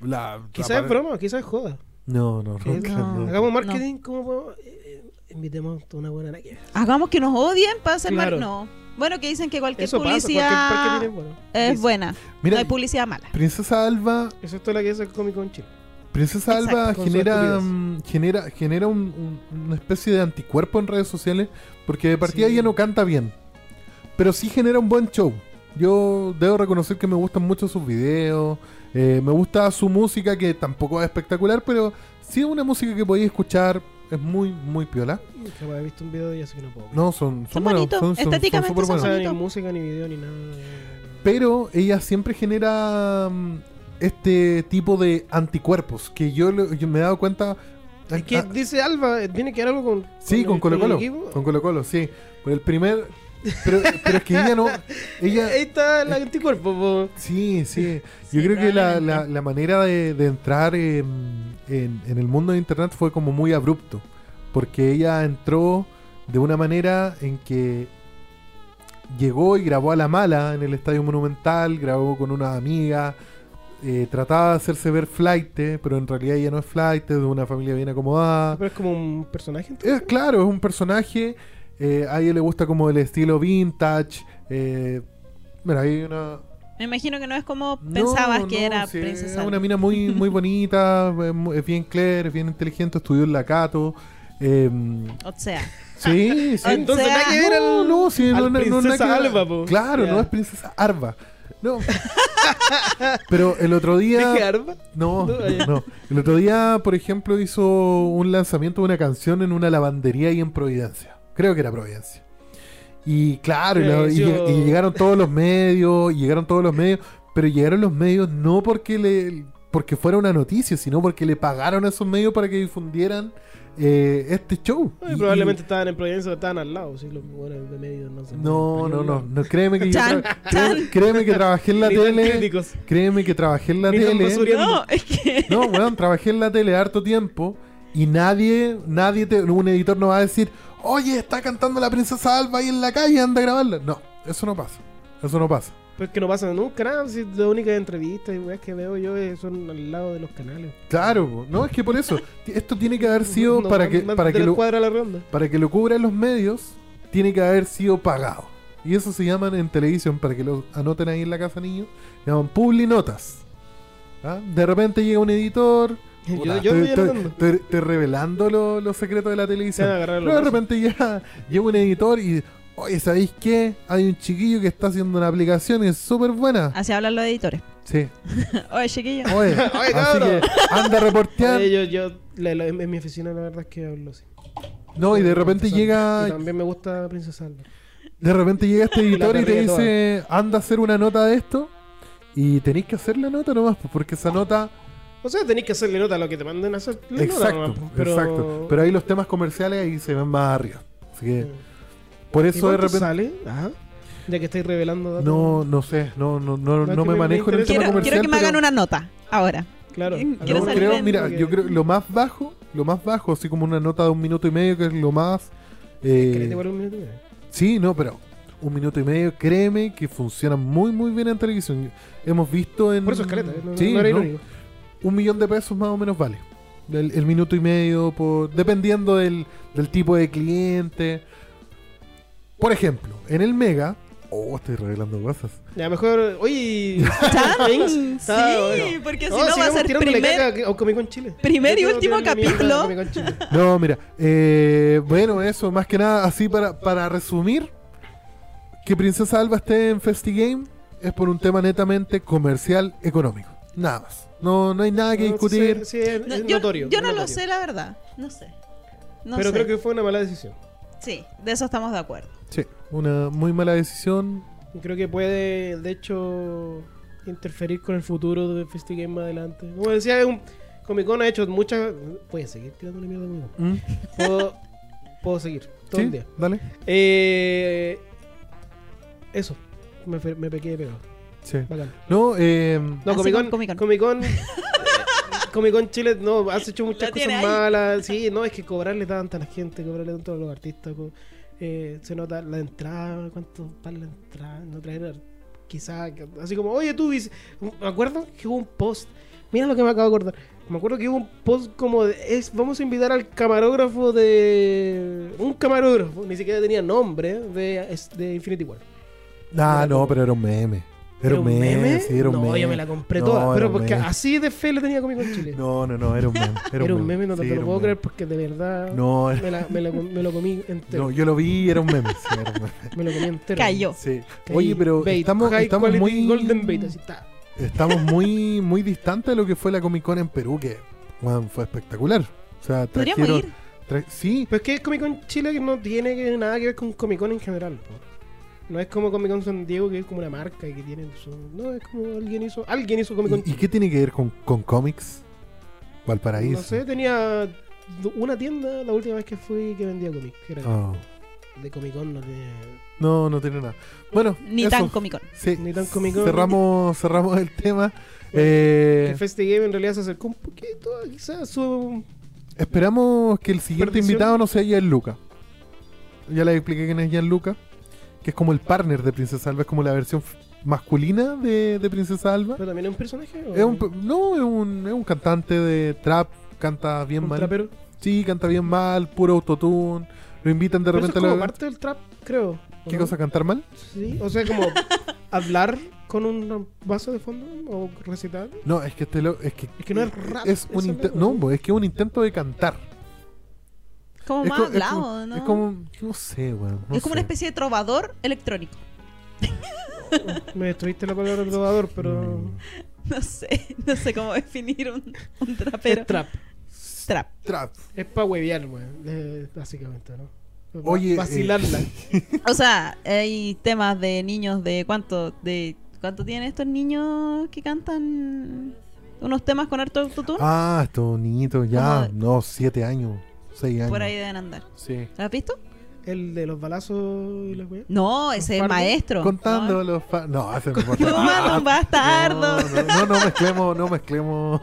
Speaker 2: La,
Speaker 3: Quizás es
Speaker 2: la-
Speaker 3: broma, quizás es joda.
Speaker 2: no, no, no.
Speaker 3: Eh,
Speaker 2: claro, no.
Speaker 3: Hagamos marketing como podemos, eh, eh, invitemos a una buena naque.
Speaker 4: Hagamos que nos odien para hacer
Speaker 3: Claro.
Speaker 4: mal. No. Bueno, que dicen que cualquier
Speaker 3: Eso pasa,
Speaker 4: publicidad
Speaker 3: cualquier marketing es bueno.
Speaker 4: es
Speaker 3: Sí.
Speaker 4: buena.
Speaker 2: Mira,
Speaker 4: no hay publicidad mala.
Speaker 2: Princesa Alba,
Speaker 3: Eso es todo lo que es el Comic Con Chile.
Speaker 2: Princesa
Speaker 4: Exacto,
Speaker 2: Alba
Speaker 3: con
Speaker 2: genera,
Speaker 3: sus
Speaker 2: mm, genera, genera un- un- una especie de anticuerpo en redes sociales porque de partida
Speaker 3: Sí.
Speaker 2: ella no canta bien, pero sí genera un buen show. Yo debo reconocer que me gustan mucho sus videos, eh, me gusta su música que tampoco es espectacular, pero sí es una música que podéis escuchar, es muy, muy piola.
Speaker 3: Jamás he visto un video de ella, así que no puedo.
Speaker 2: No, son,
Speaker 4: Son
Speaker 2: buenos,
Speaker 4: bonitos,
Speaker 2: son- son- son
Speaker 4: estéticamente
Speaker 2: súper
Speaker 4: son
Speaker 2: buenos.
Speaker 3: O sea,
Speaker 4: bonito.
Speaker 3: ni música, ni video, ni nada.
Speaker 2: Pero ella siempre genera mm, este tipo de anticuerpos que yo, lo- yo me he dado cuenta.
Speaker 3: Es que
Speaker 2: ah,
Speaker 3: dice Alba, eh, tiene que ver algo con.
Speaker 2: sí, con
Speaker 3: el-
Speaker 2: Colo
Speaker 3: el
Speaker 2: Colo.
Speaker 3: equipo.
Speaker 2: Con Colo Colo, sí. Por el primer. Pero, pero es que ella no. Ella, eh.
Speaker 3: Ahí está el anticuerpo. po.
Speaker 2: sí, sí.
Speaker 4: Sí,
Speaker 2: Yo creo que la, la-
Speaker 4: probablemente.
Speaker 2: la manera de, de entrar en, en- en el mundo de Internet fue como muy abrupto. Porque ella entró de una manera en que llegó y grabó a la mala en el Estadio Monumental, grabó con una amiga, eh, trataba de hacerse ver flight, pero en realidad ella no es flight, es de una familia bien acomodada.
Speaker 3: Pero es como un personaje. entonces.
Speaker 2: Es claro, es un personaje. eh, a ella le gusta como el estilo vintage. eh, mira, hay una.
Speaker 4: Me imagino que no es como
Speaker 2: No,
Speaker 4: pensabas
Speaker 2: no,
Speaker 4: que era
Speaker 2: sí,
Speaker 4: Princesa.
Speaker 2: Es una mina muy, muy bonita, es mu- es bien clear, es bien inteligente, estudió en la Cato. eh,
Speaker 4: O sea,
Speaker 2: sí, sí.
Speaker 4: Entonces,
Speaker 3: Entonces, nada que ver
Speaker 2: no,
Speaker 3: al.
Speaker 2: no, sí,
Speaker 3: al
Speaker 2: no, no, no,
Speaker 3: Princesa
Speaker 2: nada que ver.
Speaker 3: Alba, po.
Speaker 2: Claro,
Speaker 3: Ya.
Speaker 2: no es princesa Arba. No. Pero el otro día.
Speaker 3: ¿Dije Alba?
Speaker 2: No,
Speaker 3: No, eh. ya.
Speaker 2: no. El otro día, por ejemplo, hizo un lanzamiento de una canción en una lavandería ahí en Providencia. Creo que era Providencia. Y claro, y la- y,
Speaker 3: Sí,
Speaker 2: lleg-
Speaker 3: yo-
Speaker 2: y llegaron todos los medios, y llegaron todos los medios, pero llegaron los medios no porque le porque fuera una noticia, sino porque le pagaron a esos medios para que difundieran eh, este show.
Speaker 3: Ay,
Speaker 2: Y-
Speaker 3: probablemente
Speaker 2: y-
Speaker 3: estaban en Providencia o estaban al lado. Sí, los buenos de medio no sé.
Speaker 2: no, no, no, no, créeme que yo
Speaker 4: Chan,
Speaker 2: tra-
Speaker 4: chan.
Speaker 2: créeme que trabajé en la tele,
Speaker 3: críticos.
Speaker 2: créeme que trabajé en la
Speaker 3: Ni tan
Speaker 2: tele.
Speaker 3: basura
Speaker 4: no, es que.
Speaker 2: No, weón, trabajé en la tele harto tiempo y nadie, nadie, te- un editor no va a decir, oye, está cantando la princesa Alba ahí en la calle, anda a grabarla. No, eso no pasa. Eso no pasa.
Speaker 3: Pues que no pasa nunca nada, si la única entrevista y weas que veo yo eh, son al lado de los canales.
Speaker 2: Claro, po. no, es que por eso. t- Esto tiene que haber sido
Speaker 3: No,
Speaker 2: para, que,
Speaker 3: más
Speaker 2: para,
Speaker 3: de
Speaker 2: que
Speaker 3: la
Speaker 2: lo,
Speaker 3: cuadra a la ronda.
Speaker 2: para que lo cubran los medios, tiene que haber sido pagado. Y eso se llaman en televisión, para que lo anoten ahí en la casa, niños, llaman publinotas. ¿Ah? De repente llega un editor,
Speaker 3: Yo,
Speaker 2: Puta,
Speaker 3: yo
Speaker 2: te-
Speaker 3: estoy
Speaker 2: te-
Speaker 3: anotando.
Speaker 2: te- te revelando lo- los secretos de la televisión.
Speaker 3: Te van a agarrar los
Speaker 2: Pero de
Speaker 3: brazos.
Speaker 2: repente ya llega un editor y oye, ¿sabéis qué? Hay un chiquillo que está haciendo una aplicación y es súper buena.
Speaker 4: Así hablan los editores.
Speaker 2: Sí.
Speaker 4: Oye, chiquillo.
Speaker 2: Oye,
Speaker 3: Oye,
Speaker 2: así
Speaker 3: cabrón.
Speaker 2: que anda a reportear.
Speaker 3: Oye, yo, yo la- la- en mi oficina la verdad es que hablo así.
Speaker 2: No, Oh, y de repente
Speaker 3: Y
Speaker 2: llega,
Speaker 3: también me gusta Princesa Alba.
Speaker 2: de repente llega este editor y te
Speaker 3: perrilla toda.
Speaker 2: dice, anda a hacer una nota de esto. Y tenéis que hacer la nota nomás, pues, porque esa nota.
Speaker 3: O sea, tenéis que hacerle nota a lo que te manden a hacer. la
Speaker 2: exacto,
Speaker 3: nota, nomás, pues, pero...
Speaker 2: exacto. Pero ahí los temas comerciales ahí se ven más arriba. Así que, por
Speaker 3: ¿Y
Speaker 2: eso de
Speaker 3: cuánto
Speaker 2: repente.
Speaker 3: eh, sale? Ajá. Ya que estáis revelando datos.
Speaker 2: No, no sé, no, no, no, no
Speaker 3: No, que
Speaker 2: me
Speaker 3: me- me
Speaker 2: manejo en el tema
Speaker 3: interesa.
Speaker 4: Quiero,
Speaker 2: comercial.
Speaker 4: quiero que me
Speaker 2: pero-
Speaker 4: hagan una nota ahora.
Speaker 3: Claro.
Speaker 4: Quiero
Speaker 2: Yo
Speaker 4: salir
Speaker 2: creo,
Speaker 4: bien.
Speaker 2: mira, yo creo que lo más bajo, lo más bajo, así como una nota de un minuto y medio, que es lo más. eh,
Speaker 3: ¿Querés igual un minuto? y medio?
Speaker 2: sí, no, pero un minuto y medio, créeme que funciona muy, muy bien en televisión. Hemos visto en.
Speaker 3: Por eso es caleta. ¿eh? No, no-
Speaker 2: sí,
Speaker 3: no era
Speaker 2: ¿no?
Speaker 3: irónico.
Speaker 2: un millón de pesos más o menos vale. El, el minuto y medio, por, dependiendo del, del tipo de cliente. Por ejemplo, en el Mega. Oh, estoy revelando cosas.
Speaker 3: Ya, mejor. Oye.
Speaker 4: Chan, Sí,
Speaker 3: Está bueno.
Speaker 4: porque si no va a ser
Speaker 3: tirándole
Speaker 4: primer.
Speaker 3: caca a Comic Con Chile.
Speaker 4: primer y
Speaker 3: Yo quiero
Speaker 4: último
Speaker 3: tirarle mierda
Speaker 4: capítulo.
Speaker 3: a Comic Con Chile.
Speaker 2: No, mira, eh, bueno, eso, más que nada, así para, para resumir, que Princesa Alba esté en Festigame es por un tema netamente comercial económico. Nada más. No, no hay nada que
Speaker 3: No,
Speaker 2: discutir.
Speaker 3: sí, sí, es,
Speaker 4: No,
Speaker 3: es
Speaker 4: yo,
Speaker 3: notorio.
Speaker 4: yo
Speaker 3: es
Speaker 4: no lo
Speaker 3: notorio.
Speaker 4: sé, la verdad. No sé. No
Speaker 3: pero
Speaker 4: sé.
Speaker 3: creo que fue una mala decisión.
Speaker 4: Sí, de eso estamos de acuerdo.
Speaker 2: Sí, una muy mala decisión.
Speaker 3: Creo que puede, de hecho, interferir con el futuro de Festi Game más adelante. Como decía, es un, Comic Con ha hecho muchas. Voy a seguir tirándole mierda a Comic Con.
Speaker 2: ¿Mm?
Speaker 3: Puedo, puedo seguir todo
Speaker 2: Sí,
Speaker 3: el día.
Speaker 2: dale.
Speaker 3: Eh, eso. Me, fe- me pequé de pegado.
Speaker 2: Sí.
Speaker 3: Bacán.
Speaker 2: No, eh,
Speaker 3: No,
Speaker 4: Así
Speaker 3: Comic Con.
Speaker 4: con Comic Con.
Speaker 3: Comic Con. Comic Con Chile, no, has hecho muchas
Speaker 4: La tiene
Speaker 3: cosas
Speaker 4: ahí.
Speaker 3: malas. Sí, no, es que cobrarle tanto a la gente, cobrarle tanto a los artistas. co- eh, se nota la entrada, cuánto vale la entrada, no traer. ar- Quizá, que- así como, oye, tú dices. Me acuerdo que hubo un post. Mira lo que me acabo de acordar. Me acuerdo que hubo un post como de, es, vamos a invitar al camarógrafo de. Un camarógrafo, ni siquiera tenía nombre, de, es- de Infinity War.
Speaker 2: ah, no, pero era un meme. Era, un meme, sí, era un
Speaker 3: no,
Speaker 2: meme.
Speaker 3: yo me la compré
Speaker 2: No,
Speaker 3: toda.
Speaker 2: era
Speaker 3: Pero
Speaker 2: un
Speaker 3: porque
Speaker 2: meme.
Speaker 3: así de fe le tenía conmigo en Chile.
Speaker 2: No, no, no, era un meme. Era,
Speaker 3: era un meme, no
Speaker 2: Sí,
Speaker 3: te
Speaker 2: era
Speaker 3: lo
Speaker 2: un
Speaker 3: puedo
Speaker 2: meme.
Speaker 3: creer porque de verdad
Speaker 2: No,
Speaker 3: me, la, me, la- me lo comí entero.
Speaker 2: no, yo lo vi y era un meme. Sí, era un meme.
Speaker 3: Me lo comí entero.
Speaker 4: Cayó.
Speaker 2: Sí.
Speaker 3: Caí.
Speaker 2: Oye, pero
Speaker 3: Bait,
Speaker 2: estamos,
Speaker 3: high
Speaker 2: estamos
Speaker 3: quality
Speaker 2: muy
Speaker 3: Golden Bait, así está.
Speaker 2: estamos muy muy distantes de lo que fue la Comic Con en Perú, que weón, fue espectacular. O sea,
Speaker 4: Podríamos
Speaker 2: trajeron
Speaker 4: ir.
Speaker 2: tra- sí,
Speaker 3: Pero es que es Comic Con Chile que no tiene que- nada que ver con Comic Con en general. po. No es como Comic Con San Diego que es como una marca y que tiene su. No, es como alguien hizo. Alguien hizo Comic Con
Speaker 2: ¿Y, y qué tiene que ver con, con cómics? Valparaíso.
Speaker 3: No sé, tenía una tienda la última vez que fui que vendía cómics. que era
Speaker 2: Oh.
Speaker 3: De Comic Con no tenía.
Speaker 2: No, no tiene nada. Bueno,
Speaker 4: Ni
Speaker 2: eso.
Speaker 4: tan Comic Con.
Speaker 2: Sí,
Speaker 3: ni tan Comic Con.
Speaker 2: Cerramos, cerramos el tema.
Speaker 3: Que
Speaker 2: Eh,
Speaker 3: Festi Game en realidad se acercó un poquito, a quizás su.
Speaker 2: esperamos que el siguiente
Speaker 3: Perdición.
Speaker 2: invitado no sea Gianluca. Ya les expliqué quién es Gianluca, que es como el partner de Princesa Alba, es como la versión f- masculina de, de Princesa Alba.
Speaker 3: Pero también es un personaje. ¿o?
Speaker 2: Es un, pe- no, es un, es un cantante de trap, canta bien
Speaker 3: un
Speaker 2: mal.
Speaker 3: trapero.
Speaker 2: Sí, canta bien mal, puro autotune. Lo invitan de
Speaker 3: Pero eso es
Speaker 2: repente a
Speaker 3: como
Speaker 2: la-
Speaker 3: parte del trap, creo. ¿o
Speaker 2: ¿Qué
Speaker 3: no?
Speaker 2: cosa cantar mal?
Speaker 3: Sí, o sea, como hablar con un vaso de fondo o recitar.
Speaker 2: No, es que este lo- es que
Speaker 3: Es que no es rap.
Speaker 2: es un
Speaker 3: eso
Speaker 2: inte-
Speaker 3: es lo-
Speaker 2: no, bo, es que es un intento de cantar.
Speaker 4: Como
Speaker 2: es
Speaker 4: más
Speaker 2: co- es
Speaker 4: hablado,
Speaker 2: como-
Speaker 4: ¿no?
Speaker 2: Es como no sé, weón. no
Speaker 4: es como una
Speaker 2: sé.
Speaker 4: especie de trovador electrónico.
Speaker 3: Me destruiste la palabra probador, pero.
Speaker 2: Mm.
Speaker 4: No sé, no sé cómo definir un, un trapero.
Speaker 3: Es trap.
Speaker 4: Trap.
Speaker 2: trap.
Speaker 3: Es para huevear, weón. eh, Básicamente, ¿no? Va-
Speaker 2: Oye, eh,
Speaker 3: Vacilarla.
Speaker 4: O sea, hay temas de niños de cuánto de cuánto tienen estos niños que cantan unos temas con harto autotune.
Speaker 2: Ah, estos niñitos ya,
Speaker 4: Como-
Speaker 2: no, siete años, seis años.
Speaker 4: Por ahí deben andar.
Speaker 2: Sí.
Speaker 4: ¿Lo has visto?
Speaker 3: El de los balazos y las weas.
Speaker 4: No, ese es el
Speaker 3: ¿Fardo?
Speaker 4: maestro.
Speaker 2: Contando
Speaker 4: No,
Speaker 2: los fa- no, hace no,
Speaker 4: Fumando un bastardo.
Speaker 2: no, no, no mezclemos, no mezclemos.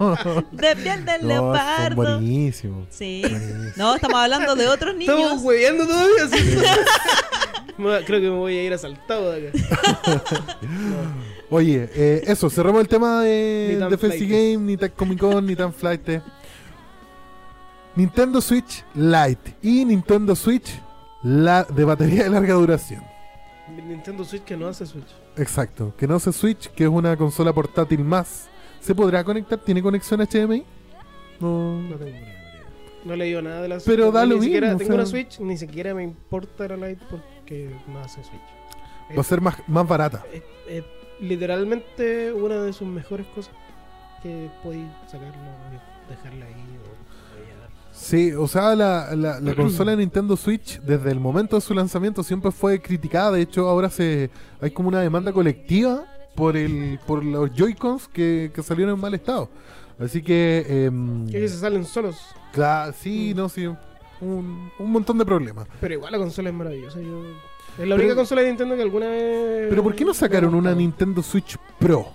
Speaker 4: De piel del
Speaker 2: No, son
Speaker 4: leopardo.
Speaker 2: buenísimos.
Speaker 4: Sí. No, estamos hablando de otros niños.
Speaker 3: Estamos hueveando todavía. sí. Me va- Creo que me voy a ir asaltado de acá.
Speaker 2: Oye, eh, eso, cerramos el tema
Speaker 3: Ni
Speaker 2: de,
Speaker 3: tan
Speaker 2: de Festi
Speaker 3: flight.
Speaker 2: Game, ni tan Comic Con, ni tan Flight. Nintendo Switch Lite y Nintendo Switch la de batería de larga duración.
Speaker 3: Nintendo Switch que no hace Switch.
Speaker 2: Exacto, que no se Switch, que es una consola portátil más. ¿Se podrá conectar? ¿Tiene conexión HDMI?
Speaker 3: No
Speaker 2: No.
Speaker 3: tengo problema. No le digo nada de la Switch.
Speaker 2: Pero da
Speaker 3: ni
Speaker 2: lo
Speaker 3: siquiera
Speaker 2: mismo, o
Speaker 3: Tengo
Speaker 2: sea.
Speaker 3: una Switch, ni siquiera me importa la Lite porque no hace Switch.
Speaker 2: Va a ser más, más barata.
Speaker 3: Es, es literalmente una de sus mejores cosas que podéis sacarla, dejarla ahí o rellenar.
Speaker 2: Sí, o sea, la, la- la consola de Nintendo Switch desde el momento de su lanzamiento siempre fue criticada. De hecho, ahora se hay como una demanda colectiva por el por los Joy-Cons que, que salieron en mal estado. Así que... em,
Speaker 3: Ellos se salen solos,
Speaker 2: cla- sí, no, sí. Un, un montón de problemas.
Speaker 3: pero igual la consola es maravillosa. yo- Es
Speaker 2: Pero-
Speaker 3: la única consola de Nintendo que alguna vez.
Speaker 2: Pero ¿por qué no sacaron una Nintendo Switch Pro?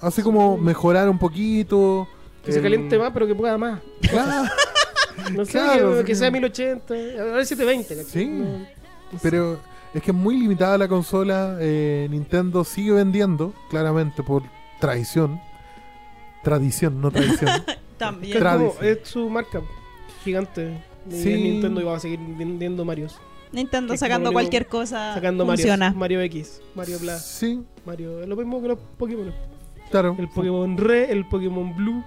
Speaker 2: Así como mejorar un poquito.
Speaker 3: Que se
Speaker 2: el-
Speaker 3: caliente más, pero que pueda más.
Speaker 2: Claro,
Speaker 3: No sé,
Speaker 2: Claro,
Speaker 3: que,
Speaker 2: sí.
Speaker 3: que sea 1080, a ver 720. ¿cachai?
Speaker 2: Sí.
Speaker 3: No- no sé.
Speaker 2: pero es que es muy limitada la consola. eh, Nintendo sigue vendiendo, claramente por tradición. Tradición, no tradición.
Speaker 3: Que
Speaker 4: También.
Speaker 3: es, como-
Speaker 2: Tradición.
Speaker 3: es su marca gigante. Y
Speaker 2: Sí.
Speaker 3: es Nintendo y va a seguir vendiendo Marios.
Speaker 4: Nintendo
Speaker 3: es como
Speaker 4: sacando
Speaker 3: lo
Speaker 4: cualquier cosa
Speaker 3: Sacando
Speaker 4: Ah, funciona.
Speaker 3: Marios. Mario X, Mario Bla,
Speaker 2: sí,
Speaker 3: Mario. Es lo mismo que los Pokémon.
Speaker 2: claro.
Speaker 3: El Pokémon Re, el Pokémon Blue,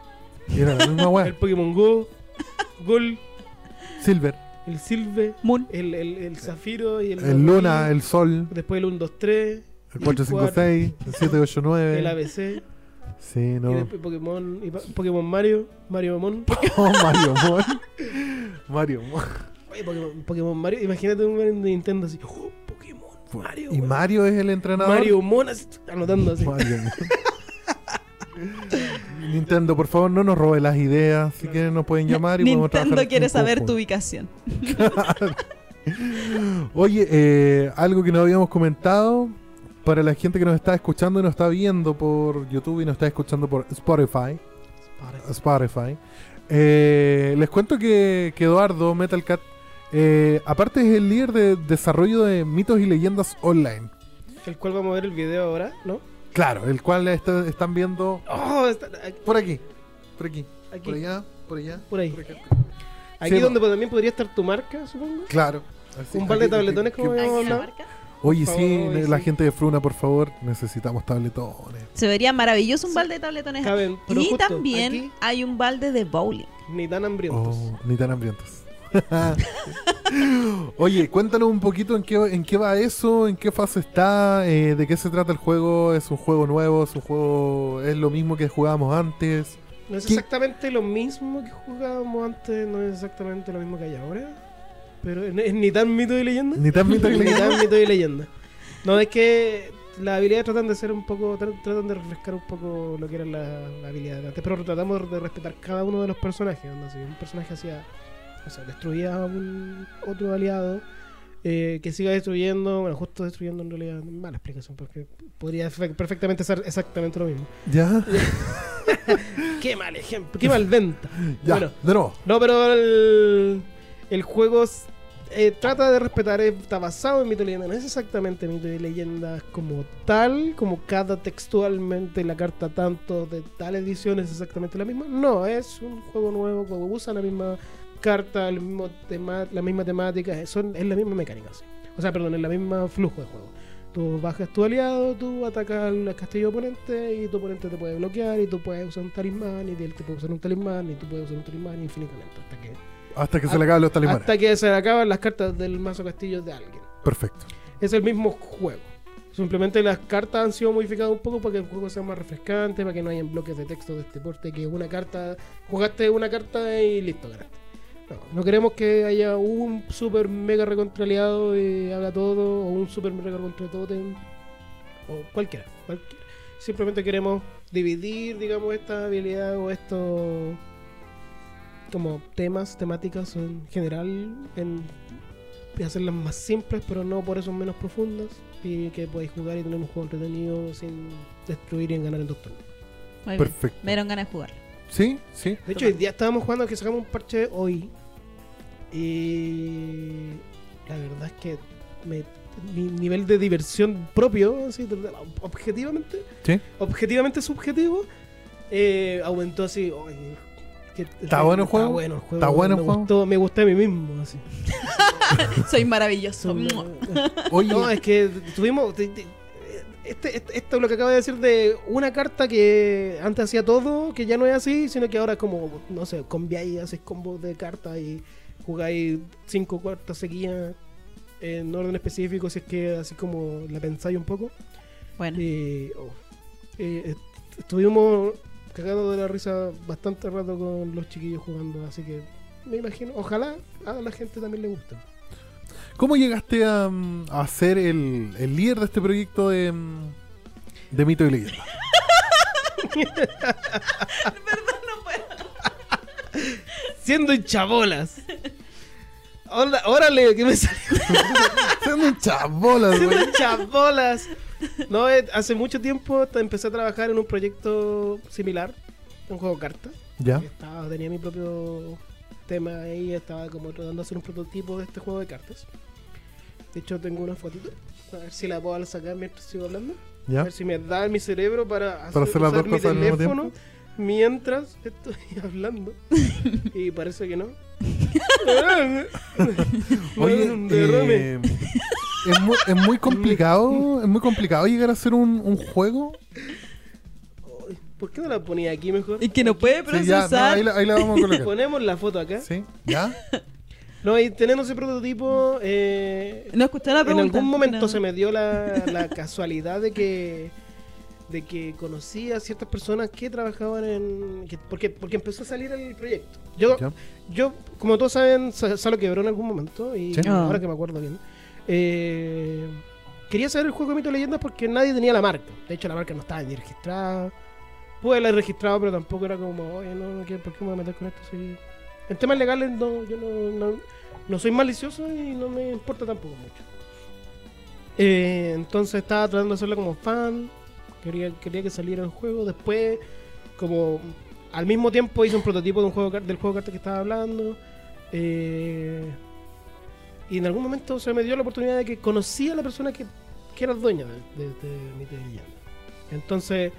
Speaker 2: Era la misma weá.
Speaker 3: el Pokémon Go, Gol,
Speaker 2: Silver,
Speaker 3: el Silve,
Speaker 4: Moon.
Speaker 3: el, el, el Zafiro y el.
Speaker 2: el Luna, el Sol,
Speaker 3: Después el 1, 2, 3,
Speaker 2: el 456, el 789.
Speaker 3: el ABC.
Speaker 2: Sí,
Speaker 3: Y
Speaker 2: Eh. no.
Speaker 3: después Pokémon, y pa- Pokémon Mario, Mario Mon.
Speaker 2: Oh, Mario Mon. Mario Mon.
Speaker 3: Oye, Pokémon, Pokémon Mario. Imagínate un Mario de Nintendo así. "Oh, Pokémon Mario.
Speaker 2: Y
Speaker 3: weón".
Speaker 2: Mario es el entrenador.
Speaker 3: Mario Mon así, anotando así.
Speaker 2: Mario. Nintendo, por favor, no nos robe las ideas. Si quieren, nos pueden llamar y podemos
Speaker 4: Nintendo
Speaker 2: trabajar
Speaker 4: quiere
Speaker 2: en
Speaker 4: saber tu
Speaker 2: conjunto.
Speaker 4: ubicación.
Speaker 2: Oye, eh, algo que no habíamos comentado para la gente que nos está escuchando y nos está viendo por YouTube y nos está escuchando por Spotify. Spotify. Eh, les cuento que, que Eduardo, Metal Cat, eh, aparte es el líder de desarrollo de mitos y leyendas online.
Speaker 3: El cual vamos a ver el video ahora, ¿no?
Speaker 2: Claro, el cual está- están viendo
Speaker 3: Oh, está aquí.
Speaker 2: por aquí, por aquí,
Speaker 3: Aquí.
Speaker 2: por allá, por allá.
Speaker 3: Por ahí.
Speaker 2: por acá.
Speaker 3: Aquí
Speaker 2: Sí,
Speaker 3: donde también podría estar tu marca, supongo.
Speaker 2: Claro. Así-
Speaker 3: Un par de
Speaker 2: aquí- aquí-
Speaker 3: tabletones como
Speaker 2: que-
Speaker 3: habíamos
Speaker 4: Ahí la
Speaker 3: hablado.
Speaker 4: marca.
Speaker 2: Oye,
Speaker 3: Por
Speaker 2: sí,
Speaker 3: favor, oye,
Speaker 2: la
Speaker 3: sí.
Speaker 2: gente de Fruna, por favor, necesitamos tabletones.
Speaker 4: Se vería maravilloso un balde de tabletones.
Speaker 3: Caben, pero
Speaker 4: Y
Speaker 3: justo
Speaker 4: también
Speaker 3: aquí,
Speaker 4: hay un balde de bowling.
Speaker 3: ni tan hambrientos.
Speaker 2: Oh, ni tan hambrientos. Oye, cuéntanos un poquito en qué, en qué va eso, en qué fase está, eh, de qué se trata el juego, es un juego nuevo, es un juego, es lo mismo que jugábamos antes.
Speaker 3: No es
Speaker 2: ¿Qué?
Speaker 3: exactamente lo mismo que jugábamos antes, no es exactamente lo mismo que hay ahora. Pero es, es ni tan mito y leyenda.
Speaker 2: Ni tan mito que
Speaker 3: ni
Speaker 2: le-
Speaker 3: tan mito y leyenda. No, es que las habilidades tratan de ser un poco, tra- tratan de refrescar un poco lo que eran las las habilidades de antes, pero tratamos de respetar cada uno de los personajes. ¿no? Si un personaje hacía, o sea, destruía a un otro aliado, eh, que siga destruyendo, bueno, justo destruyendo en realidad, mala explicación, porque podría fe- perfectamente ser exactamente lo mismo.
Speaker 2: Ya,
Speaker 3: Qué mal ejemplo, qué mal venta.
Speaker 2: ya,
Speaker 3: Bueno.
Speaker 2: de nuevo.
Speaker 3: No, pero el, el juego s- eh, trata de respetar, eh, está basado en mito y leyenda, no es exactamente mito y leyendas como tal, como cada textualmente la carta tanto de tal edición es exactamente la misma. No, es un juego nuevo, como usa la misma carta, el mismo tema, la misma temática, eh, son, es la misma mecánica, sí. o sea, perdón, es la misma flujo de juego. Tú bajas tu aliado, tú atacas al castillo oponente y tu oponente te puede bloquear y tú puedes usar un talismán y él te puede usar un talismán y tú puedes usar un talismán infinitamente hasta que,
Speaker 2: Hasta que se le acaben los talismanes.
Speaker 3: hasta que se le acaban las cartas del mazo castillo de alguien.
Speaker 2: Perfecto.
Speaker 3: Es el mismo juego. Simplemente las cartas han sido modificadas un poco para que el juego sea más refrescante, para que no hayan bloques de texto de este porte, que una carta, jugaste una carta y listo, ganaste. No, no queremos que haya un super mega recontraleado y haga todo, o un super mega contra totem, o cualquiera, cualquiera. Simplemente queremos dividir, digamos, esta habilidad o estos como temas, temáticas en general, en de hacerlas más simples, pero no por eso menos profundas, y que podáis jugar y tener un juego entretenido sin destruir y en ganar en dos turnos.
Speaker 4: Muy bien.
Speaker 2: Perfecto.
Speaker 4: Me dieron ganas de jugarlo.
Speaker 2: Sí, sí.
Speaker 3: De hecho, hoy día estábamos jugando que sacamos un parche hoy, y la verdad es que me- mi nivel de diversión propio, así, de- de- objetivamente,
Speaker 2: Sí.
Speaker 3: objetivamente subjetivo, eh, aumentó así. "Oye, qué-
Speaker 2: ¿Está bueno el juego?
Speaker 3: Está bueno el juego.
Speaker 2: ¿Está bueno el
Speaker 3: me
Speaker 2: juego?
Speaker 3: Gustó, me gusté a mí mismo. Así.
Speaker 4: Soy maravilloso. Mua.
Speaker 2: Oye,
Speaker 3: No, es que tuvimos. te- te- este, este- esto es lo que acabo de decir de una carta que antes hacía todo, que ya no es así, sino que ahora es como, no sé, combiáis, haces combos de cartas y jugáis cinco cartas seguidas en orden específico, si es que así como la pensáis un poco.
Speaker 4: Bueno,
Speaker 3: Eh, oh. Eh, est- estuvimos cagando de la risa bastante rato con los chiquillos jugando, así que me imagino, ojalá a la gente también le guste.
Speaker 2: ¿cómo llegaste a, mm, a ser el, el líder de este proyecto de, mm, de mito y leyenda?
Speaker 3: Siendo hinchabolas. Hola, órale, que me salió
Speaker 2: Siendo un chabolas, güey.
Speaker 3: hinchabolas. No, eh, hace mucho tiempo t- empecé a trabajar en un proyecto similar, un juego de cartas.
Speaker 2: Ya,
Speaker 3: Estaba, tenía mi propio tema ahí, estaba como tratando de hacer un prototipo de este juego de cartas. De hecho, tengo una fotito, a ver si la puedo sacar mientras sigo hablando. A
Speaker 2: ya.
Speaker 3: ver si me da mi cerebro para hacer,
Speaker 2: Para hacer las
Speaker 3: usar
Speaker 2: dos
Speaker 3: mi
Speaker 2: cosas al mismo
Speaker 3: teléfono mientras estoy hablando. y parece que no.
Speaker 2: Oye,
Speaker 3: Un derrame.
Speaker 2: eh, es, muy, es muy complicado, es muy complicado llegar a hacer un, un juego.
Speaker 3: Ay, ¿Por qué no la ponía aquí mejor?
Speaker 4: y que no puede
Speaker 2: Sí, ya, no,
Speaker 4: procesar.
Speaker 2: ahí, la, ahí la vamos a colocar.
Speaker 3: Ponemos la foto acá.
Speaker 2: Sí, ya.
Speaker 3: No, y teniendo ese prototipo, eh,
Speaker 4: No escuché la
Speaker 3: en
Speaker 4: pregunta.
Speaker 3: algún momento
Speaker 4: No.
Speaker 3: se me dio la, la casualidad de que de que conocí a ciertas personas que trabajaban en que- porque porque empezó a salir el proyecto. Yo
Speaker 2: Ya.
Speaker 3: yo como todos saben Sa- Salo quebró en algún momento y
Speaker 2: Sí.
Speaker 4: Ah.
Speaker 3: ahora que me acuerdo bien eh, quería saber el juego de mito y leyendas porque nadie tenía la marca. De hecho la marca no estaba ni registrada. Pude haber registrado pero tampoco era como oye no, no quiero, ¿por qué me voy a meter con esto? Sí. En temas legales no, yo no, no- no soy malicioso y no me importa tampoco mucho. Eh, entonces estaba tratando de hacerlo como fan, quería, quería que saliera el juego. Después, como al mismo tiempo hice un prototipo de un juego de car- del juego de cartas que estaba hablando. eh, y en algún momento se me dio la oportunidad de que conocí a la persona que, que era dueña de, de, de Mito y Leyenda. Entonces,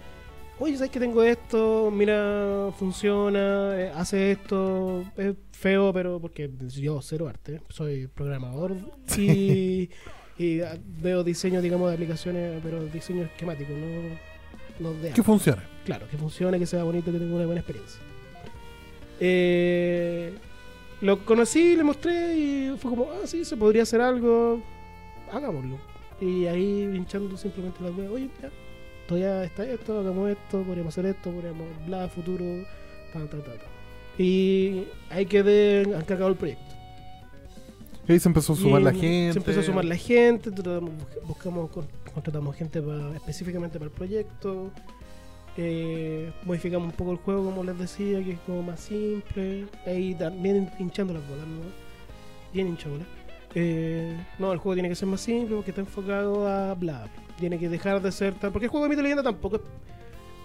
Speaker 3: oye, ¿sabes que tengo esto? Mira, funciona, eh, hace esto, es feo, pero porque yo cero arte, soy programador y, y, ah, veo diseños, digamos, de aplicaciones, pero diseño esquemático, no, no de
Speaker 2: Que funcione.
Speaker 3: claro, que funcione, que sea bonito, que tenga una buena experiencia. Eh, lo conocí, le mostré y fue como, ah, sí, se podría hacer algo, hagámoslo. Y ahí hinchando simplemente la web, oye, mira, todavía está esto, hagamos esto, podríamos hacer esto, podríamos bla, futuro, ta, ta, ta, ta. Y ahí quedé encargado el proyecto.
Speaker 2: Ahí se empezó a sumar
Speaker 3: Y
Speaker 2: la gente.
Speaker 3: Se empezó a sumar la gente, tratamos- buscamos, con- contratamos gente pa- específicamente para el proyecto. eh, modificamos un poco el juego, como les decía, que es como más simple. Ahí también hinchando las bolas, ¿no? Bien hinchabolas. Eh, no, el juego tiene que ser más simple porque está enfocado a bla. Tiene que dejar de ser tan. Porque el juego de mito y leyenda tampoco es.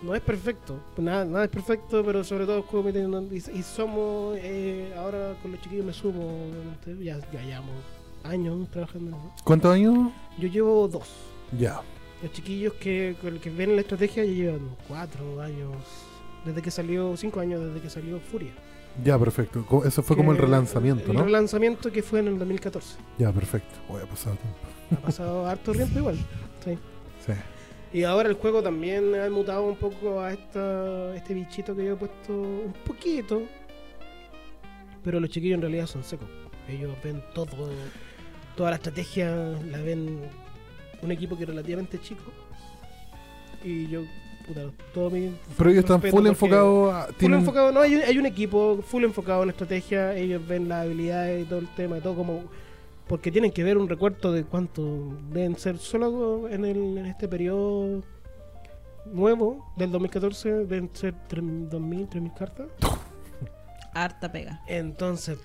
Speaker 3: No es perfecto, nada, nada es perfecto, pero sobre todo el juego de mito y leyenda. Y, y somos. eh, ahora con los chiquillos me sumo, obviamente, ya, ya llevamos años trabajando en eso.
Speaker 2: ¿Cuántos años?
Speaker 3: Yo llevo dos.
Speaker 2: Ya.
Speaker 3: Los chiquillos que, con los que ven la estrategia ya llevan cuatro años. Desde que salió, cinco años desde que salió Furia.
Speaker 2: Ya, perfecto. Co- Eso fue como el
Speaker 3: Que-
Speaker 2: relanzamiento,
Speaker 3: El
Speaker 2: ¿no?
Speaker 3: relanzamiento que fue en el 2014.
Speaker 2: Ya, perfecto. Voy a pasar tiempo.
Speaker 3: Ha pasado harto tiempo igual. Sí.
Speaker 2: Sí.
Speaker 3: Y ahora el juego también ha mutado un poco a esta, este bichito que yo he puesto un poquito. Pero los chiquillos en realidad son secos. Ellos ven todo, toda la estrategia, la ven un equipo que es relativamente chico. Y yo, puta, todo mi.
Speaker 2: Pero ellos están
Speaker 3: respeto
Speaker 2: full
Speaker 3: porque-
Speaker 2: enfocados. a-
Speaker 3: Full
Speaker 2: tienen-
Speaker 3: enfocado, no, hay un, hay un equipo full enfocado en estrategia, ellos ven las habilidades y todo el tema, y todo como... Porque tienen que ver un recuerdo de cuánto deben ser solo en, el, en este periodo nuevo del 2014, deben ser 3.000, 3.000 cartas.
Speaker 4: Harta pega.
Speaker 3: Entonces,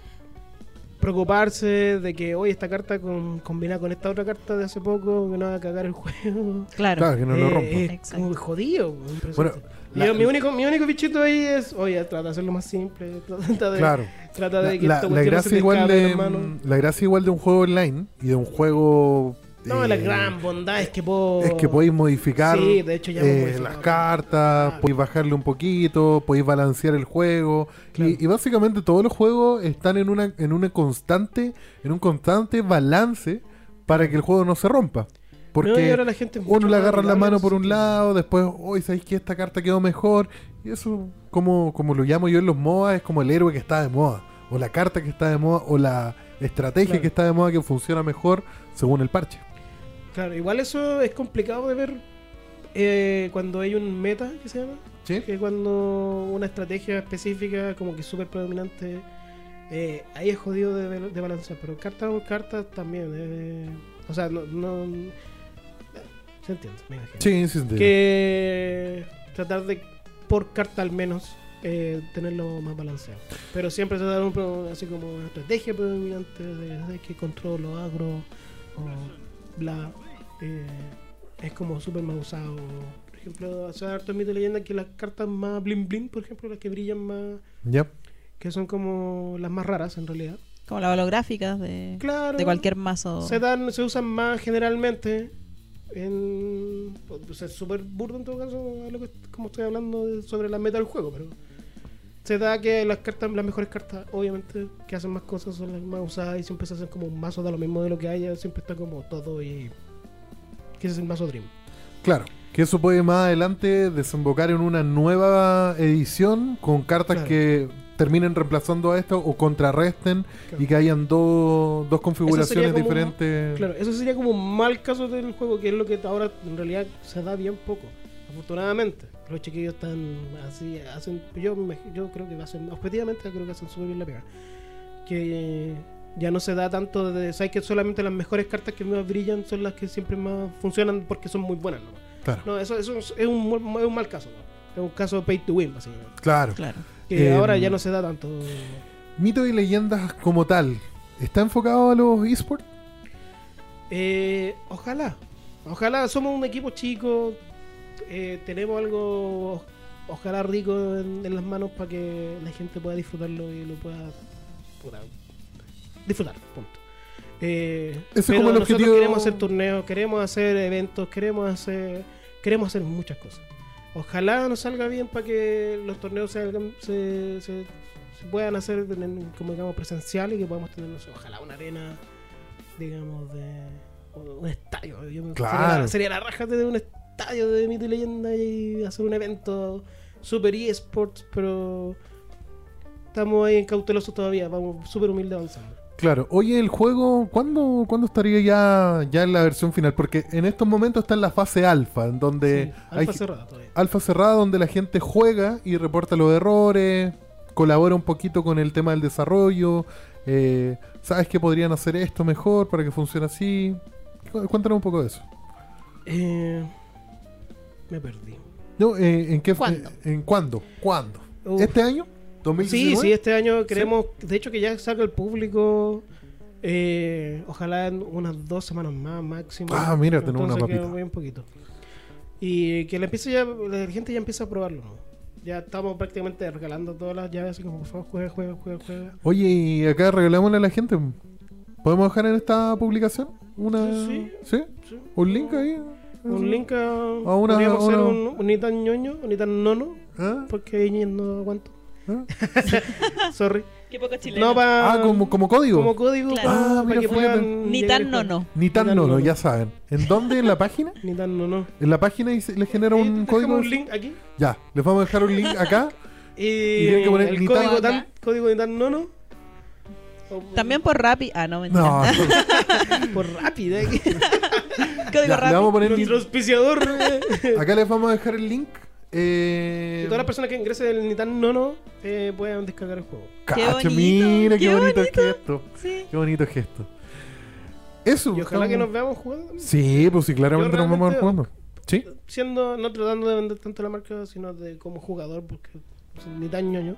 Speaker 3: preocuparse de que hoy esta carta con, combina con esta otra carta de hace poco, que no va a cagar el juego.
Speaker 4: Claro.
Speaker 2: Claro, que no lo
Speaker 3: Eh,
Speaker 2: rompa.
Speaker 3: es
Speaker 4: Exacto.
Speaker 3: como jodido. impresionante.
Speaker 2: Bueno,
Speaker 3: Mi-
Speaker 2: la-
Speaker 3: mi, único, mi único bichito ahí es, oye, trata de hacerlo más simple, trata de,
Speaker 2: Claro.
Speaker 3: trata
Speaker 2: La,
Speaker 3: de que
Speaker 2: la-
Speaker 3: esta
Speaker 2: la
Speaker 3: cuestión no se
Speaker 2: gracia
Speaker 3: te
Speaker 2: igual
Speaker 3: escape de
Speaker 2: de, mm,
Speaker 3: las manos.
Speaker 2: la gracia igual de un juego online y de un juego.
Speaker 3: No,
Speaker 2: eh,
Speaker 3: la gran bondad es que puedo...
Speaker 2: Es que podéis modificar
Speaker 3: Sí, de hecho ya
Speaker 2: eh,
Speaker 3: hemos modificado.
Speaker 2: las cartas, podéis bajarle un poquito, podéis balancear el juego.
Speaker 3: Claro.
Speaker 2: Y, y básicamente todos los juegos están en una, en una constante, en un constante balance para que el juego no se rompa.
Speaker 3: No, y
Speaker 2: Porque
Speaker 3: ahora la gente es mucho
Speaker 2: uno le
Speaker 3: más
Speaker 2: agarra la
Speaker 3: amigable
Speaker 2: mano
Speaker 3: en
Speaker 2: por
Speaker 3: ese
Speaker 2: un
Speaker 3: sentido.
Speaker 2: lado, después, hoy sabéis que esta carta quedó mejor. Y eso, como, como lo llamo yo en los MOA, es como el héroe que está de moda. O la carta que está de moda, o la estrategia
Speaker 3: Claro.
Speaker 2: que está de moda que funciona mejor según el parche.
Speaker 3: Claro, igual eso es complicado de ver eh, cuando hay un meta, que se llama,
Speaker 2: ¿Sí?
Speaker 3: que cuando una estrategia específica como que súper predominante, eh, ahí es jodido de, de balancear, pero carta por carta también, eh, o sea, no, no- eh, se entiende, me imagino.
Speaker 2: Sí, sí, sí.
Speaker 3: Que tratar de, por carta al menos, eh, tenerlo más balanceado. Pero siempre tratar un, pro- así como una estrategia predominante de, de que controlo agro o bla. eh, es como súper mal usado. Por ejemplo, hace harto mito y leyenda que las cartas más bling bling, por ejemplo, las que brillan más,
Speaker 2: Ya.
Speaker 3: que son como las más raras en realidad.
Speaker 4: Como las holográficas de,
Speaker 3: Claro.
Speaker 4: de cualquier mazo.
Speaker 3: se dan se usan más generalmente en o sea, es súper burdo en todo caso a lo que como estoy hablando de- sobre la meta del juego pero se da que las cartas las mejores cartas obviamente que hacen más cosas son las más usadas y siempre se hacen como un mazo da lo mismo de lo que haya siempre está como todo y que ese es el mazo dream
Speaker 2: Claro, que eso puede más adelante desembocar en una nueva edición con cartas
Speaker 3: Claro.
Speaker 2: que terminen reemplazando a esto o contrarresten
Speaker 3: Claro.
Speaker 2: y que hayan dos- dos
Speaker 3: sería
Speaker 2: configuraciones
Speaker 3: como un-
Speaker 2: diferentes.
Speaker 3: Claro, eso sería como un mal caso del juego, que es lo que ahora en realidad se da bien poco. Afortunadamente, los chiquillos están así, hacen, yo, me imag- yo creo que hacen, objetivamente creo que hacen súper bien la pega. Que ya no se da tanto de, sabes que solamente las mejores cartas que más brillan son las que siempre más funcionan porque son muy buenas, ¿no?
Speaker 2: Claro.
Speaker 3: No, eso, eso es, es un, mu- es un mal caso, ¿no? Es un caso pay to win, básicamente.
Speaker 2: Claro.
Speaker 4: Claro.
Speaker 3: Que
Speaker 2: Em,
Speaker 3: ahora ya no se da tanto.
Speaker 2: Mito y leyendas como tal, ¿está enfocado a los esports?
Speaker 3: Eh, ojalá. Ojalá somos un equipo chico. eh, tenemos algo, ojalá rico en, en las manos para que la gente pueda disfrutarlo y lo pueda, puta, disfrutar. Punto. Eh,
Speaker 2: Ese es
Speaker 3: pero
Speaker 2: como el
Speaker 3: nosotros
Speaker 2: objetivo-
Speaker 3: queremos hacer torneos, queremos hacer eventos, queremos hacer, queremos hacer muchas cosas. Ojalá nos salga bien para que los torneos salgan- se, se- se puedan hacer en- en- como digamos presenciales y que podamos tener, no sé, ojalá una arena, digamos, de o un estadio. Yo me-
Speaker 2: Claro.
Speaker 3: sería, la- sería la raja tener un estadio de mito y leyenda y hacer un evento super eSports, pero estamos ahí en cautelosos todavía, vamos súper humilde avanzando.
Speaker 2: Claro, oye, el juego, ¿cuándo, ¿cuándo estaría ya, ya en la versión final? Porque en estos momentos está en la fase alfa, en donde
Speaker 3: Sí,
Speaker 2: hay,
Speaker 3: alfa cerrada todavía.
Speaker 2: alfa cerrada donde la gente juega y reporta los errores, colabora un poquito con el tema del desarrollo, eh, sabes que podrían hacer esto mejor para que funcione así. Cu- Cuéntanos un poco de eso.
Speaker 3: Eh, me perdí.
Speaker 2: No, eh, ¿En qué?
Speaker 4: ¿Cuándo?
Speaker 2: eh, ¿En cuándo? ¿Cuándo?
Speaker 3: Uf.
Speaker 2: ¿Este año? ¿2019?
Speaker 3: Sí, sí, este año queremos, de hecho que ya salga el público, eh, ojalá en unas dos semanas más máximo.
Speaker 2: Ah, mira, tenemos una
Speaker 3: Entonces, que
Speaker 2: papita.
Speaker 3: voy un poquito. Y que la, empiece ya, la gente ya empieza a probarlo. ¿no? Ya estamos prácticamente regalando todas las llaves, así como por favor juega, juega, juega, juega.
Speaker 2: Oye, y acá regalámosle a la gente. ¿Podemos dejar en esta publicación una...
Speaker 3: Sí,
Speaker 2: ¿Sí?
Speaker 3: Sí.
Speaker 2: ¿Un link ahí?
Speaker 3: Un link a,
Speaker 2: una-
Speaker 3: podríamos
Speaker 2: a
Speaker 3: hacer
Speaker 2: una-
Speaker 3: un, un Itan ñoño, un Itan nono,
Speaker 2: ¿Ah?
Speaker 3: porque ñe no aguanto.
Speaker 2: ¿Ah?
Speaker 3: Sorry.
Speaker 4: Qué poco Ah, chileno.
Speaker 3: No para
Speaker 2: Ah, como, como código.
Speaker 3: como código
Speaker 4: Claro.
Speaker 3: para,
Speaker 2: Ah,
Speaker 3: para
Speaker 2: mira,
Speaker 3: que
Speaker 2: fíjate.
Speaker 3: puedan
Speaker 4: Ni
Speaker 3: llegar
Speaker 4: tan
Speaker 3: y jugar.
Speaker 4: nono.
Speaker 2: Ni tan
Speaker 3: Ni tan
Speaker 2: no,
Speaker 3: nono.
Speaker 2: ya saben. ¿En dónde? ¿En la página?
Speaker 3: Ni tan nono.
Speaker 2: En la página y se- le genera
Speaker 3: Eh,
Speaker 2: un
Speaker 3: dejamos
Speaker 2: código.
Speaker 3: un link aquí.
Speaker 2: Ya, les vamos a dejar un link acá.
Speaker 3: Y,
Speaker 2: tienen que poner
Speaker 3: el
Speaker 2: ni
Speaker 3: código,
Speaker 4: tan-
Speaker 3: tan, código de tan nono.
Speaker 4: También por Rappi. Ah, no, mentira.
Speaker 2: No,
Speaker 3: por rápida. eh.
Speaker 4: Código
Speaker 2: ya, le vamos a
Speaker 4: Rappi.
Speaker 2: poner
Speaker 3: Nuestro
Speaker 2: link.
Speaker 3: auspiciador. eh.
Speaker 2: Acá les vamos a dejar el link. Eh,
Speaker 3: Y todas las personas que ingresen del ni tan nono eh, puedan descargar el juego.
Speaker 4: Qué
Speaker 2: Cacha,
Speaker 4: bonito,
Speaker 2: mira, qué
Speaker 4: qué
Speaker 2: bonito,
Speaker 4: bonito.
Speaker 2: gesto.
Speaker 4: Sí.
Speaker 2: Qué bonito gesto. Eso.
Speaker 3: Y ojalá
Speaker 2: estamos-
Speaker 3: que nos veamos jugando. también.
Speaker 2: Sí, pues sí, claramente
Speaker 3: Yo
Speaker 2: nos vamos a
Speaker 3: realmente-
Speaker 2: ir jugando. Sí,
Speaker 3: Siendo, no tratando de pues, vender tanto la marca, sino de como jugador, porque ni tan ñoño.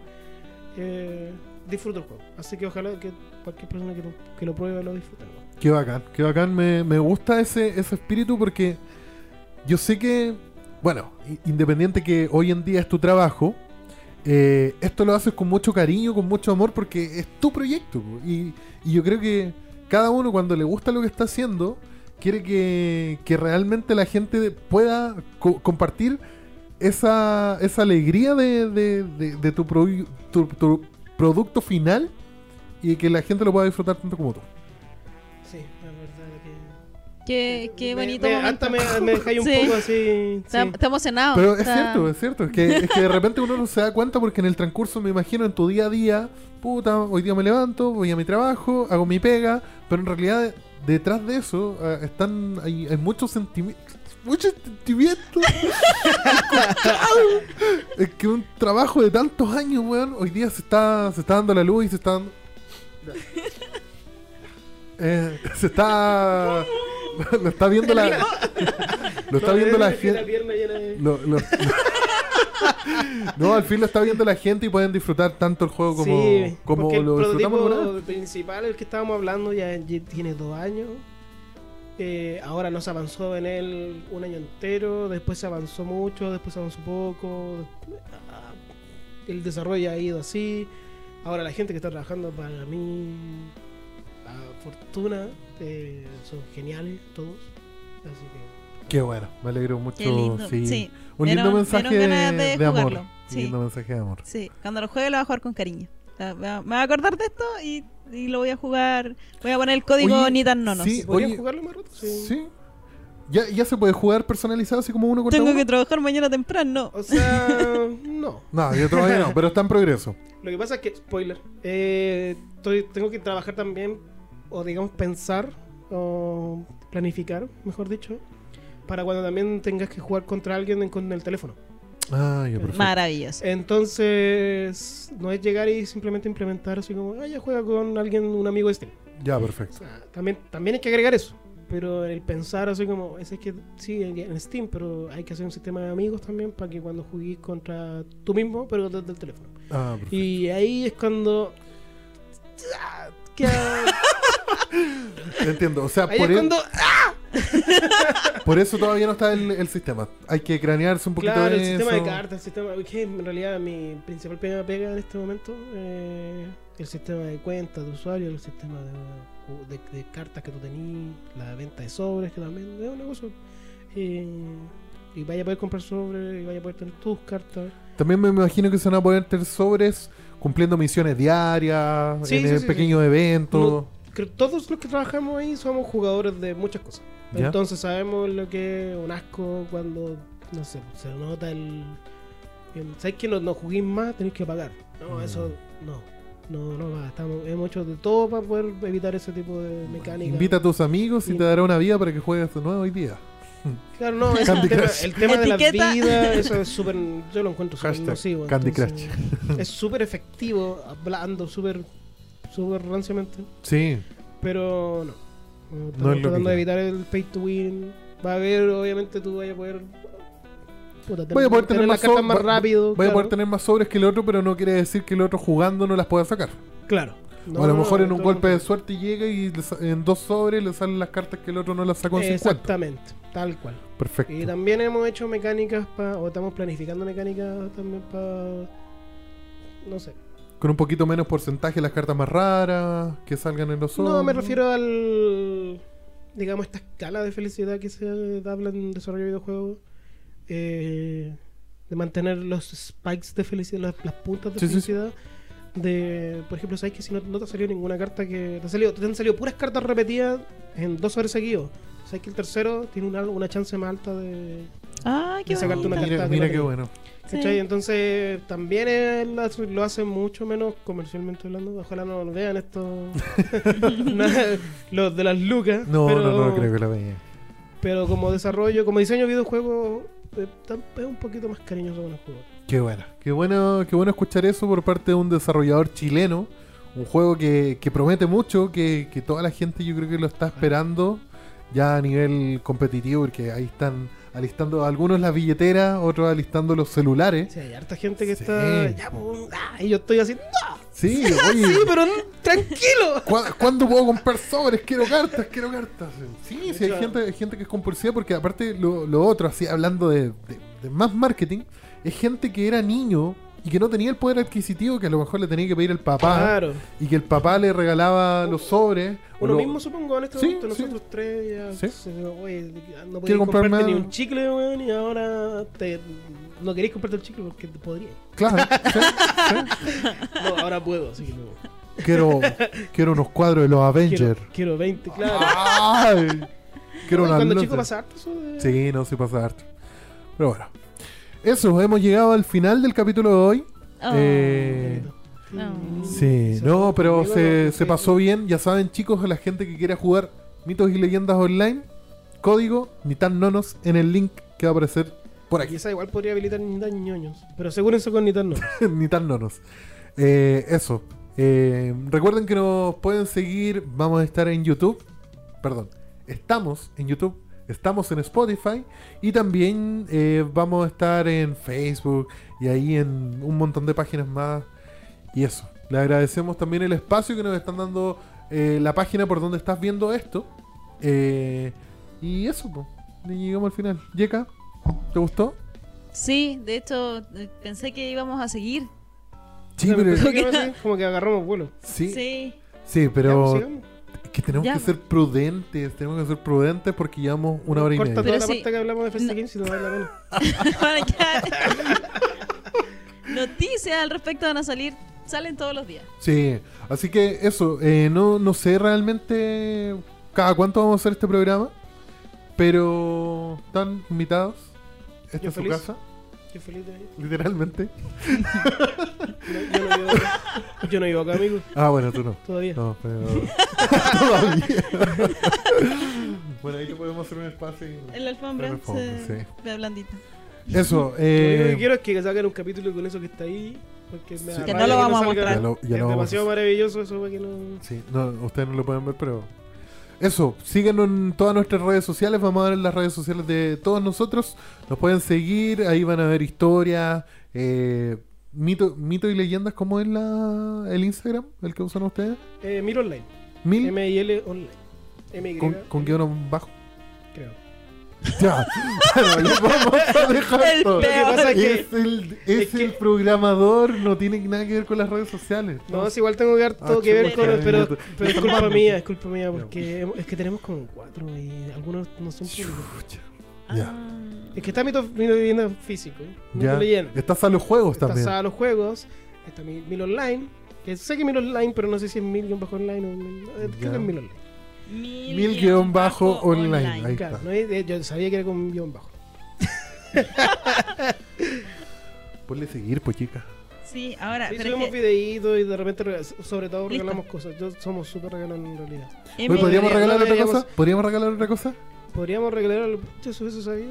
Speaker 3: Eh, disfruto el juego. Así que ojalá que cualquier persona que lo, que lo pruebe lo disfrute. ¿no?
Speaker 2: Qué bacán, qué bacán. Me, me gusta ese, ese espíritu porque yo sé que, bueno, i- independiente que hoy en día es tu trabajo, eh, esto lo haces con mucho cariño, con mucho amor, porque es tu proyecto. po. Y, y yo creo que cada uno cuando le gusta lo que está haciendo, quiere que, que realmente la gente pueda co- compartir esa, esa alegría de, de- de- de tu, produ- tu- tu producto final y que la gente lo pueda disfrutar tanto como tú.
Speaker 3: Sí, la verdad que.
Speaker 4: Qué, Eh, qué
Speaker 3: Me-
Speaker 4: bonito
Speaker 3: me-
Speaker 4: momento.
Speaker 3: Hasta me, me dejáis un
Speaker 4: Sí.
Speaker 3: poco así. sí.
Speaker 4: Está, está emocionado.
Speaker 2: Pero es
Speaker 4: está-
Speaker 2: cierto, es cierto. Es que, es que de repente uno no se da cuenta porque en el transcurso, me imagino, en tu día a día, puta, hoy día me levanto, voy a mi trabajo, hago mi pega, pero en realidad detrás de eso ah, están hay, hay muchos sentimientos. Muchos sentimientos Es que un trabajo de tantos años, weón, hoy día se está, se está dando la luz y se está dando- Eh, se está. Lo está viendo la. Lo está
Speaker 3: No,
Speaker 2: viendo la
Speaker 3: es que
Speaker 2: gente.
Speaker 3: pierna llena de-
Speaker 2: Lo- lo- no, al fin lo está viendo la gente y pueden disfrutar tanto el juego como,
Speaker 3: Sí,
Speaker 2: como
Speaker 3: porque
Speaker 2: lo
Speaker 3: el
Speaker 2: disfrutamos alguna
Speaker 3: prototipo
Speaker 2: vez.
Speaker 3: principal, el que estábamos hablando, ya, ya tiene dos años. Eh, ahora no se avanzó en él un año entero, después se avanzó mucho, después se avanzó poco. Ah, El desarrollo ha ido así. Ahora la gente que está trabajando para mí, la fortuna, eh, son geniales todos. Así que
Speaker 2: Qué bueno, me alegro mucho.
Speaker 4: Qué lindo.
Speaker 2: sí.
Speaker 4: Sí.
Speaker 2: Un
Speaker 4: Dieron-
Speaker 2: lindo mensaje
Speaker 4: dieron
Speaker 2: de,
Speaker 4: ganas de
Speaker 2: de amor.
Speaker 4: jugarlo,
Speaker 2: Un
Speaker 4: sí.
Speaker 2: lindo mensaje de amor.
Speaker 4: Sí, cuando lo juegue lo voy a jugar con cariño. O sea, Me va- me voy a acordar de esto y, y lo voy a jugar. Voy a poner el código
Speaker 2: Oye,
Speaker 4: ni tan nonos.
Speaker 2: sí,
Speaker 3: ¿Podrían
Speaker 2: oye,
Speaker 3: jugarlo más rato? Sí.
Speaker 2: Sí. ¿Ya, ya se puede jugar personalizado así como uno contra
Speaker 4: Tengo
Speaker 2: uno?
Speaker 4: que trabajar mañana temprano.
Speaker 2: Oh,
Speaker 3: O sea, no.
Speaker 2: No, yo todavía no, pero está en progreso.
Speaker 3: Lo que pasa es que, spoiler, eh, estoy- tengo que trabajar también, o digamos pensar, o planificar, mejor dicho, para cuando también tengas que jugar contra alguien en- con el teléfono.
Speaker 2: Ah, ya, perfecto.
Speaker 4: Maravilloso.
Speaker 3: Entonces, no es llegar y simplemente implementar así como, ah, ya juega con alguien, un amigo este.
Speaker 2: Ya,
Speaker 3: O
Speaker 2: perfecto.
Speaker 3: sea, también, también hay que agregar eso. Pero el pensar así como, es que sí, en- en Steam, pero hay que hacer un sistema de amigos también para que cuando juguís contra tú mismo, pero desde el teléfono.
Speaker 2: Ah, perfecto.
Speaker 3: Y ahí es cuando. Ah, que-
Speaker 2: Entiendo. O sea, Ah,
Speaker 3: Ahí
Speaker 2: por, e-,
Speaker 3: es
Speaker 2: el-
Speaker 3: cuando. ah,
Speaker 2: por eso todavía no está el, el sistema. Hay que cranearse un poquito
Speaker 3: Claro,
Speaker 2: de
Speaker 3: el sistema de
Speaker 2: eso.
Speaker 3: cartas, el sistema. Que en realidad mi principal pega, pega en este momento. eh, el sistema de cuentas de usuario, el sistema de, de- de cartas que tú tenías, la venta de sobres, que también es un negocio. Eh, y vaya a poder comprar sobres, y vaya a poder tener tus cartas.
Speaker 2: También me imagino que se van a poder tener sobres cumpliendo misiones diarias,
Speaker 3: Sí,
Speaker 2: en
Speaker 3: sí,
Speaker 2: el
Speaker 3: sí,
Speaker 2: pequeño evento.
Speaker 3: Creo que todos los que trabajamos ahí somos jugadores de muchas cosas.
Speaker 2: ¿Ya?
Speaker 3: Entonces sabemos lo que es un asco cuando, no sé, se nota el... el- ¿Sabes que no, no juguéis más? Tenéis que pagar. No,
Speaker 2: Mm.
Speaker 3: eso no. No, no va. Estamos, hemos hecho de todo para poder evitar ese tipo de mecánica.
Speaker 2: Invita a tus amigos y
Speaker 3: Y-
Speaker 2: te dará una vida para que juegues de nuevo hoy día.
Speaker 3: Claro, no, ese
Speaker 2: Candy
Speaker 3: tema-
Speaker 2: Crush.
Speaker 3: el tema de la
Speaker 4: Etiqueta.
Speaker 3: vida, eso es súper... Yo lo encuentro súper
Speaker 2: Hashtag
Speaker 3: nocivo.
Speaker 2: Candy
Speaker 3: entonces, Es súper efectivo, hablando súper... Súper ranciamente.
Speaker 2: Sí,
Speaker 3: Pero no. Estamos
Speaker 2: No es lo
Speaker 3: tratando
Speaker 2: que
Speaker 3: de evitar el pay to win. Va a haber, obviamente, tú vas a poder. Puta,
Speaker 2: voy a poder tener, más,
Speaker 3: las cartas
Speaker 2: so-
Speaker 3: más
Speaker 2: va-
Speaker 3: rápido.
Speaker 2: voy
Speaker 3: claro.
Speaker 2: a poder tener más sobres que el otro, pero no quiere decir que el otro jugando no las pueda sacar.
Speaker 3: Claro.
Speaker 2: o a lo
Speaker 3: No,
Speaker 2: mejor en
Speaker 3: no,
Speaker 2: un
Speaker 3: no,
Speaker 2: golpe
Speaker 3: no.
Speaker 2: de suerte llega y le sa- en dos sobres le salen las cartas que el otro no las sacó en 50.
Speaker 3: Exactamente, tal cual.
Speaker 2: Perfecto.
Speaker 3: Y también hemos hecho mecánicas para. O estamos planificando mecánicas también para. No sé.
Speaker 2: Con un poquito menos porcentaje las cartas más raras que salgan en los sobres.
Speaker 3: No, me refiero al. Digamos, esta escala de felicidad que se habla en desarrollo de videojuegos. eh, de mantener los spikes de felicidad, las, las puntas de
Speaker 2: Sí, sí, sí.
Speaker 3: felicidad. De, por ejemplo, sabes que si no, no te salió ninguna carta que. Te, salió, te han salido puras cartas repetidas en dos horas seguidos. Sabes que el tercero tiene una, una chance más alta de.
Speaker 2: Eh,
Speaker 4: Ah, qué
Speaker 3: Y sacarte una
Speaker 4: bonito.
Speaker 2: Mira,
Speaker 3: carta
Speaker 2: mira
Speaker 3: de
Speaker 2: qué
Speaker 3: lotería.
Speaker 2: bueno.
Speaker 4: Sí.
Speaker 3: ¿Cachai? Entonces, también es- lo hace- lo hacen mucho menos comercialmente hablando. Ojalá no lo vean estos. no, los de las lucas.
Speaker 2: No,
Speaker 3: pero,
Speaker 2: no, no, creo que la veía.
Speaker 3: Pero como desarrollo, como diseño de videojuegos, eh, tam- es un poquito más cariñoso con los juegos.
Speaker 2: Qué bueno, qué bueno, qué bueno escuchar eso por parte de un desarrollador chileno. Un juego que, que promete mucho, que, que toda la gente yo creo que lo está esperando ya a nivel competitivo, porque ahí están alistando algunos las billeteras, otros alistando los celulares.
Speaker 3: Sí, hay harta gente que
Speaker 2: Sí.
Speaker 3: está. Ya, pues, ah", y yo estoy así. "No".
Speaker 2: Sí, Sí, oye.
Speaker 3: Sí, pero no- tranquilo.
Speaker 2: ¿cu- ¿Cuándo puedo comprar sobres? Quiero cartas, quiero cartas. Sí, sí, hay
Speaker 3: Mucho.
Speaker 2: gente, hay gente que es compulsiva porque aparte lo, lo otro, así hablando de, de- de más marketing, es gente que era niño y que no tenía el poder adquisitivo que a lo mejor le tenía que pedir el papá
Speaker 3: Claro.
Speaker 2: y que el papá le regalaba los sobres. o
Speaker 3: Uno
Speaker 2: lo-
Speaker 3: mismo supongo en este
Speaker 2: Sí,
Speaker 3: momento,
Speaker 2: sí.
Speaker 3: nosotros tres ya
Speaker 2: Sí.
Speaker 3: se- oye, no podías
Speaker 2: Quiero comprarme
Speaker 3: comprarte ni
Speaker 2: algo.
Speaker 3: un chicle, weón, y ahora te- no queréis comprarte el chicle porque te podría.
Speaker 2: Claro, sí.
Speaker 3: No, ahora puedo, así que no.
Speaker 2: quiero, quiero unos cuadros de los
Speaker 3: Quiero,
Speaker 2: Avengers.
Speaker 3: quiero 20, claro.
Speaker 2: Ay, Ah, quiero
Speaker 3: Oye,
Speaker 2: una
Speaker 3: Cuando
Speaker 2: luz
Speaker 3: chico
Speaker 2: de-
Speaker 3: pasa harto eso de-
Speaker 2: Sí, no se pasa harto. Pero bueno. Eso, hemos llegado al final del capítulo de hoy.
Speaker 4: Oh.
Speaker 2: Eh,
Speaker 4: No.
Speaker 2: sí,
Speaker 3: Se-
Speaker 2: no, pero
Speaker 3: conmigo
Speaker 2: se,
Speaker 3: no,
Speaker 2: se pasó bien. Ya saben, chicos, a la gente que quiera jugar mitos y leyendas online, código ni tan nonos en el link que va a aparecer por aquí.
Speaker 3: Quizá igual podría habilitar ni tan ñoños. Pero asegúrense con ni tan no.
Speaker 2: ni tan nonos. Eh, eso. Eh, recuerden que nos pueden seguir. Vamos a estar en YouTube. Perdón. Estamos en YouTube. Estamos en Spotify. Y también eh, vamos a estar en Facebook. Y ahí en un montón de páginas más. Y eso. Le agradecemos también el espacio que nos están dando eh, la página por donde estás viendo esto. Eh, y eso, po. Y llegamos al final. Yeka, ¿te gustó?
Speaker 4: Sí, de hecho, eh, pensé que íbamos a seguir.
Speaker 2: Sí, pero.
Speaker 3: Como que- Como que agarramos vuelo.
Speaker 2: Sí,
Speaker 4: Sí.
Speaker 2: sí,
Speaker 3: Ya,
Speaker 2: pero.
Speaker 3: pues, sigamos.
Speaker 2: Es que tenemos
Speaker 4: Ya.
Speaker 2: que ser prudentes, tenemos que ser prudentes porque llevamos una hora y
Speaker 3: Corta
Speaker 2: media.
Speaker 3: toda
Speaker 4: Pero
Speaker 3: la
Speaker 4: sí.
Speaker 3: parte que hablamos de Festa
Speaker 4: No.
Speaker 3: Games y no vale la pena.
Speaker 4: Van a quedar- Noticias al respecto van a salir, salen todos los días.
Speaker 2: Sí, así que eso, eh, no, no sé realmente cada cuánto vamos a hacer este programa, pero están invitados. Esta
Speaker 3: Yo
Speaker 2: es su
Speaker 3: feliz.
Speaker 2: casa,
Speaker 3: Qué feliz de ahí.
Speaker 2: literalmente.
Speaker 3: No, yo, no vivo acá. yo no vivo acá, amigo.
Speaker 2: Ah, bueno, tú no.
Speaker 3: Todavía.
Speaker 2: No, pero... Todavía. bueno, ahí te podemos hacer un espacio. y-
Speaker 4: En la alfombra,
Speaker 2: En la alfombra,
Speaker 4: se
Speaker 2: sí.
Speaker 4: ve blandita.
Speaker 2: Eso,
Speaker 3: Lo único que
Speaker 2: eh,
Speaker 3: quiero es que saquen un capítulo con eso que está ahí. Porque me
Speaker 2: Sí.
Speaker 3: da
Speaker 2: Que
Speaker 4: no
Speaker 3: rabia
Speaker 4: lo vamos a
Speaker 3: salga.
Speaker 4: mostrar.
Speaker 2: ya lo, ya
Speaker 3: es
Speaker 2: lo vamos a
Speaker 3: demasiado
Speaker 2: hacer.
Speaker 3: maravilloso eso para que no.
Speaker 2: Sí, no, ustedes no lo pueden ver, pero. Eso, síganos en todas nuestras redes sociales. Vamos a ver las redes sociales de todos nosotros. Nos pueden seguir, ahí van a ver historias, eh, mito, mito y leyendas. ¿Cómo es la, el Instagram? El que usan ustedes.
Speaker 3: Eh, Mil online.
Speaker 2: Mil
Speaker 3: MIL online. MY.
Speaker 2: con, con guión bajo.
Speaker 3: Creo.
Speaker 2: Ya, bueno, ya vamos a dejar
Speaker 4: El
Speaker 2: todo.
Speaker 4: peor. Lo que
Speaker 3: pasa es que-
Speaker 2: Es el, es
Speaker 3: es que-
Speaker 2: el programador, no tiene nada que ver con las redes sociales.
Speaker 3: No, si igual tengo que dar todo
Speaker 2: Ah,
Speaker 3: que ver
Speaker 2: chuta,
Speaker 3: con. Pero,
Speaker 2: ya te-
Speaker 3: pero es
Speaker 2: ya pues. te
Speaker 3: culpa
Speaker 2: mando.
Speaker 3: mía, es culpa mía, porque hemos- es que tenemos como cuatro y algunos no son públicos.
Speaker 2: Chucha, Ya.
Speaker 4: Ah.
Speaker 3: Es que está mito, mito vivienda físico. Mito
Speaker 2: ya.
Speaker 3: leyenda.
Speaker 2: Estás a los juegos
Speaker 3: Está
Speaker 2: también.
Speaker 3: Sada los juegos. Está Mil, Mil Online. Que sé que Mil Online, pero no sé si es Mil guión bajo online. O mil, eh,
Speaker 2: Ya.
Speaker 3: creo que es Mil Online.
Speaker 4: Mil,
Speaker 2: Mil guión bajo online. Ahí
Speaker 3: Claro,
Speaker 2: está.
Speaker 3: no, eh, yo sabía que era con un guión bajo.
Speaker 2: Ponle seguir, pues chica.
Speaker 4: Sí, ahora,
Speaker 3: Sí,
Speaker 4: Ah, pero
Speaker 3: subimos
Speaker 4: es que
Speaker 3: videitos y de repente, rega- sobre todo,
Speaker 4: Listo.
Speaker 3: regalamos cosas. Yo, somos súper regalones en realidad.
Speaker 4: M-
Speaker 2: Oye, ¿Podríamos
Speaker 3: Debería-
Speaker 2: regalar
Speaker 3: no
Speaker 2: otra
Speaker 3: deberíamos-
Speaker 2: cosa? ¿Podríamos regalar otra cosa?
Speaker 3: Podríamos regalar algo. Pucha, si hubiese sabido.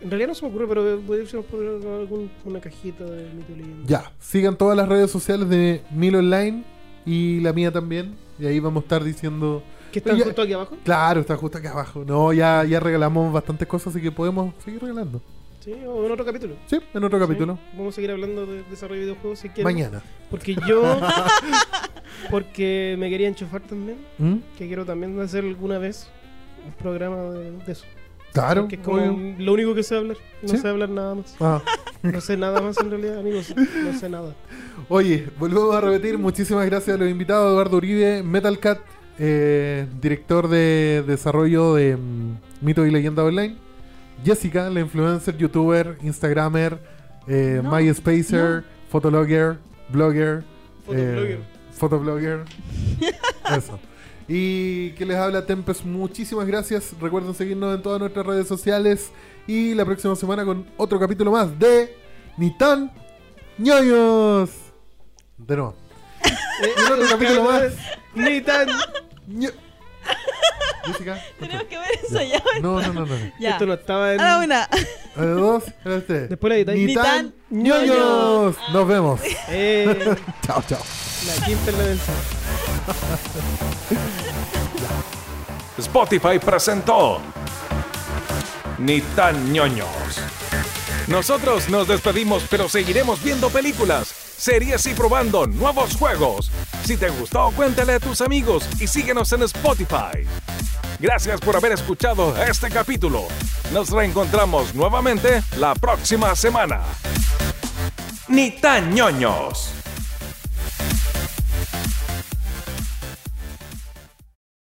Speaker 3: En realidad no se me ocurre, pero podríamos poner algún- una cajita de mito y leyenda.
Speaker 2: Ya, sigan todas las redes sociales de Mil Online y la mía también. Y ahí vamos a estar diciendo.
Speaker 3: Que están
Speaker 2: Oye,
Speaker 3: justo aquí abajo.
Speaker 2: Claro, está justo aquí abajo. No, ya, ya regalamos bastantes cosas, así que podemos seguir regalando.
Speaker 3: Sí, o en otro capítulo.
Speaker 2: Sí, en otro capítulo.
Speaker 3: Sí, Vamos a seguir hablando de desarrollo de videojuegos si quieren.
Speaker 2: Mañana.
Speaker 3: Porque yo. porque me quería enchufar también.
Speaker 2: ¿Mm?
Speaker 3: Que quiero también hacer alguna vez un programa de, de eso.
Speaker 2: Claro.
Speaker 3: Que es como
Speaker 2: obvio.
Speaker 3: lo único que sé hablar. No
Speaker 2: Sí.
Speaker 3: sé hablar nada más.
Speaker 2: Ah.
Speaker 3: No sé nada más en realidad, amigos. No sé nada.
Speaker 2: Oye, volvemos a repetir. Muchísimas gracias a los invitados. Eduardo Uribe, Metal Cat, eh, director de desarrollo de mm, Mito y Leyenda Online. Jessica, la influencer, youtuber, instagramer, eh,
Speaker 4: No,
Speaker 2: myspacer, fotologger, blogger.
Speaker 3: Fotoblogger.
Speaker 2: eh, fotoblogger. Eso. Y que les habla Tempest. Muchísimas gracias. Recuerden seguirnos en todas nuestras redes sociales. Y la próxima semana con otro capítulo más de Ni tan ñoños. De nuevo.
Speaker 3: Eh,
Speaker 2: en otro capítulo más.
Speaker 3: Ni tan.
Speaker 2: Ño- Jessica.
Speaker 4: tenemos
Speaker 2: control.
Speaker 4: que ver eso ya.
Speaker 2: No, no, no, no.
Speaker 4: Ya. Ah,
Speaker 3: Esto no estaba en.
Speaker 4: A la una.
Speaker 2: A los dos, a los tres.
Speaker 3: Después la editáis.
Speaker 2: Ni tan
Speaker 3: Ni tan
Speaker 2: ñoños. Nos vemos.
Speaker 3: Eh,
Speaker 2: chao, chao.
Speaker 3: la quinta es la del
Speaker 1: Spotify presentó Ni tan ñoños. Nosotros nos despedimos, pero seguiremos viendo películas. series y probando nuevos juegos. Si te gustó, cuéntale a tus amigos y síguenos en Spotify. Gracias por haber escuchado este capítulo. Nos reencontramos nuevamente la próxima semana. Ni tan ñoños.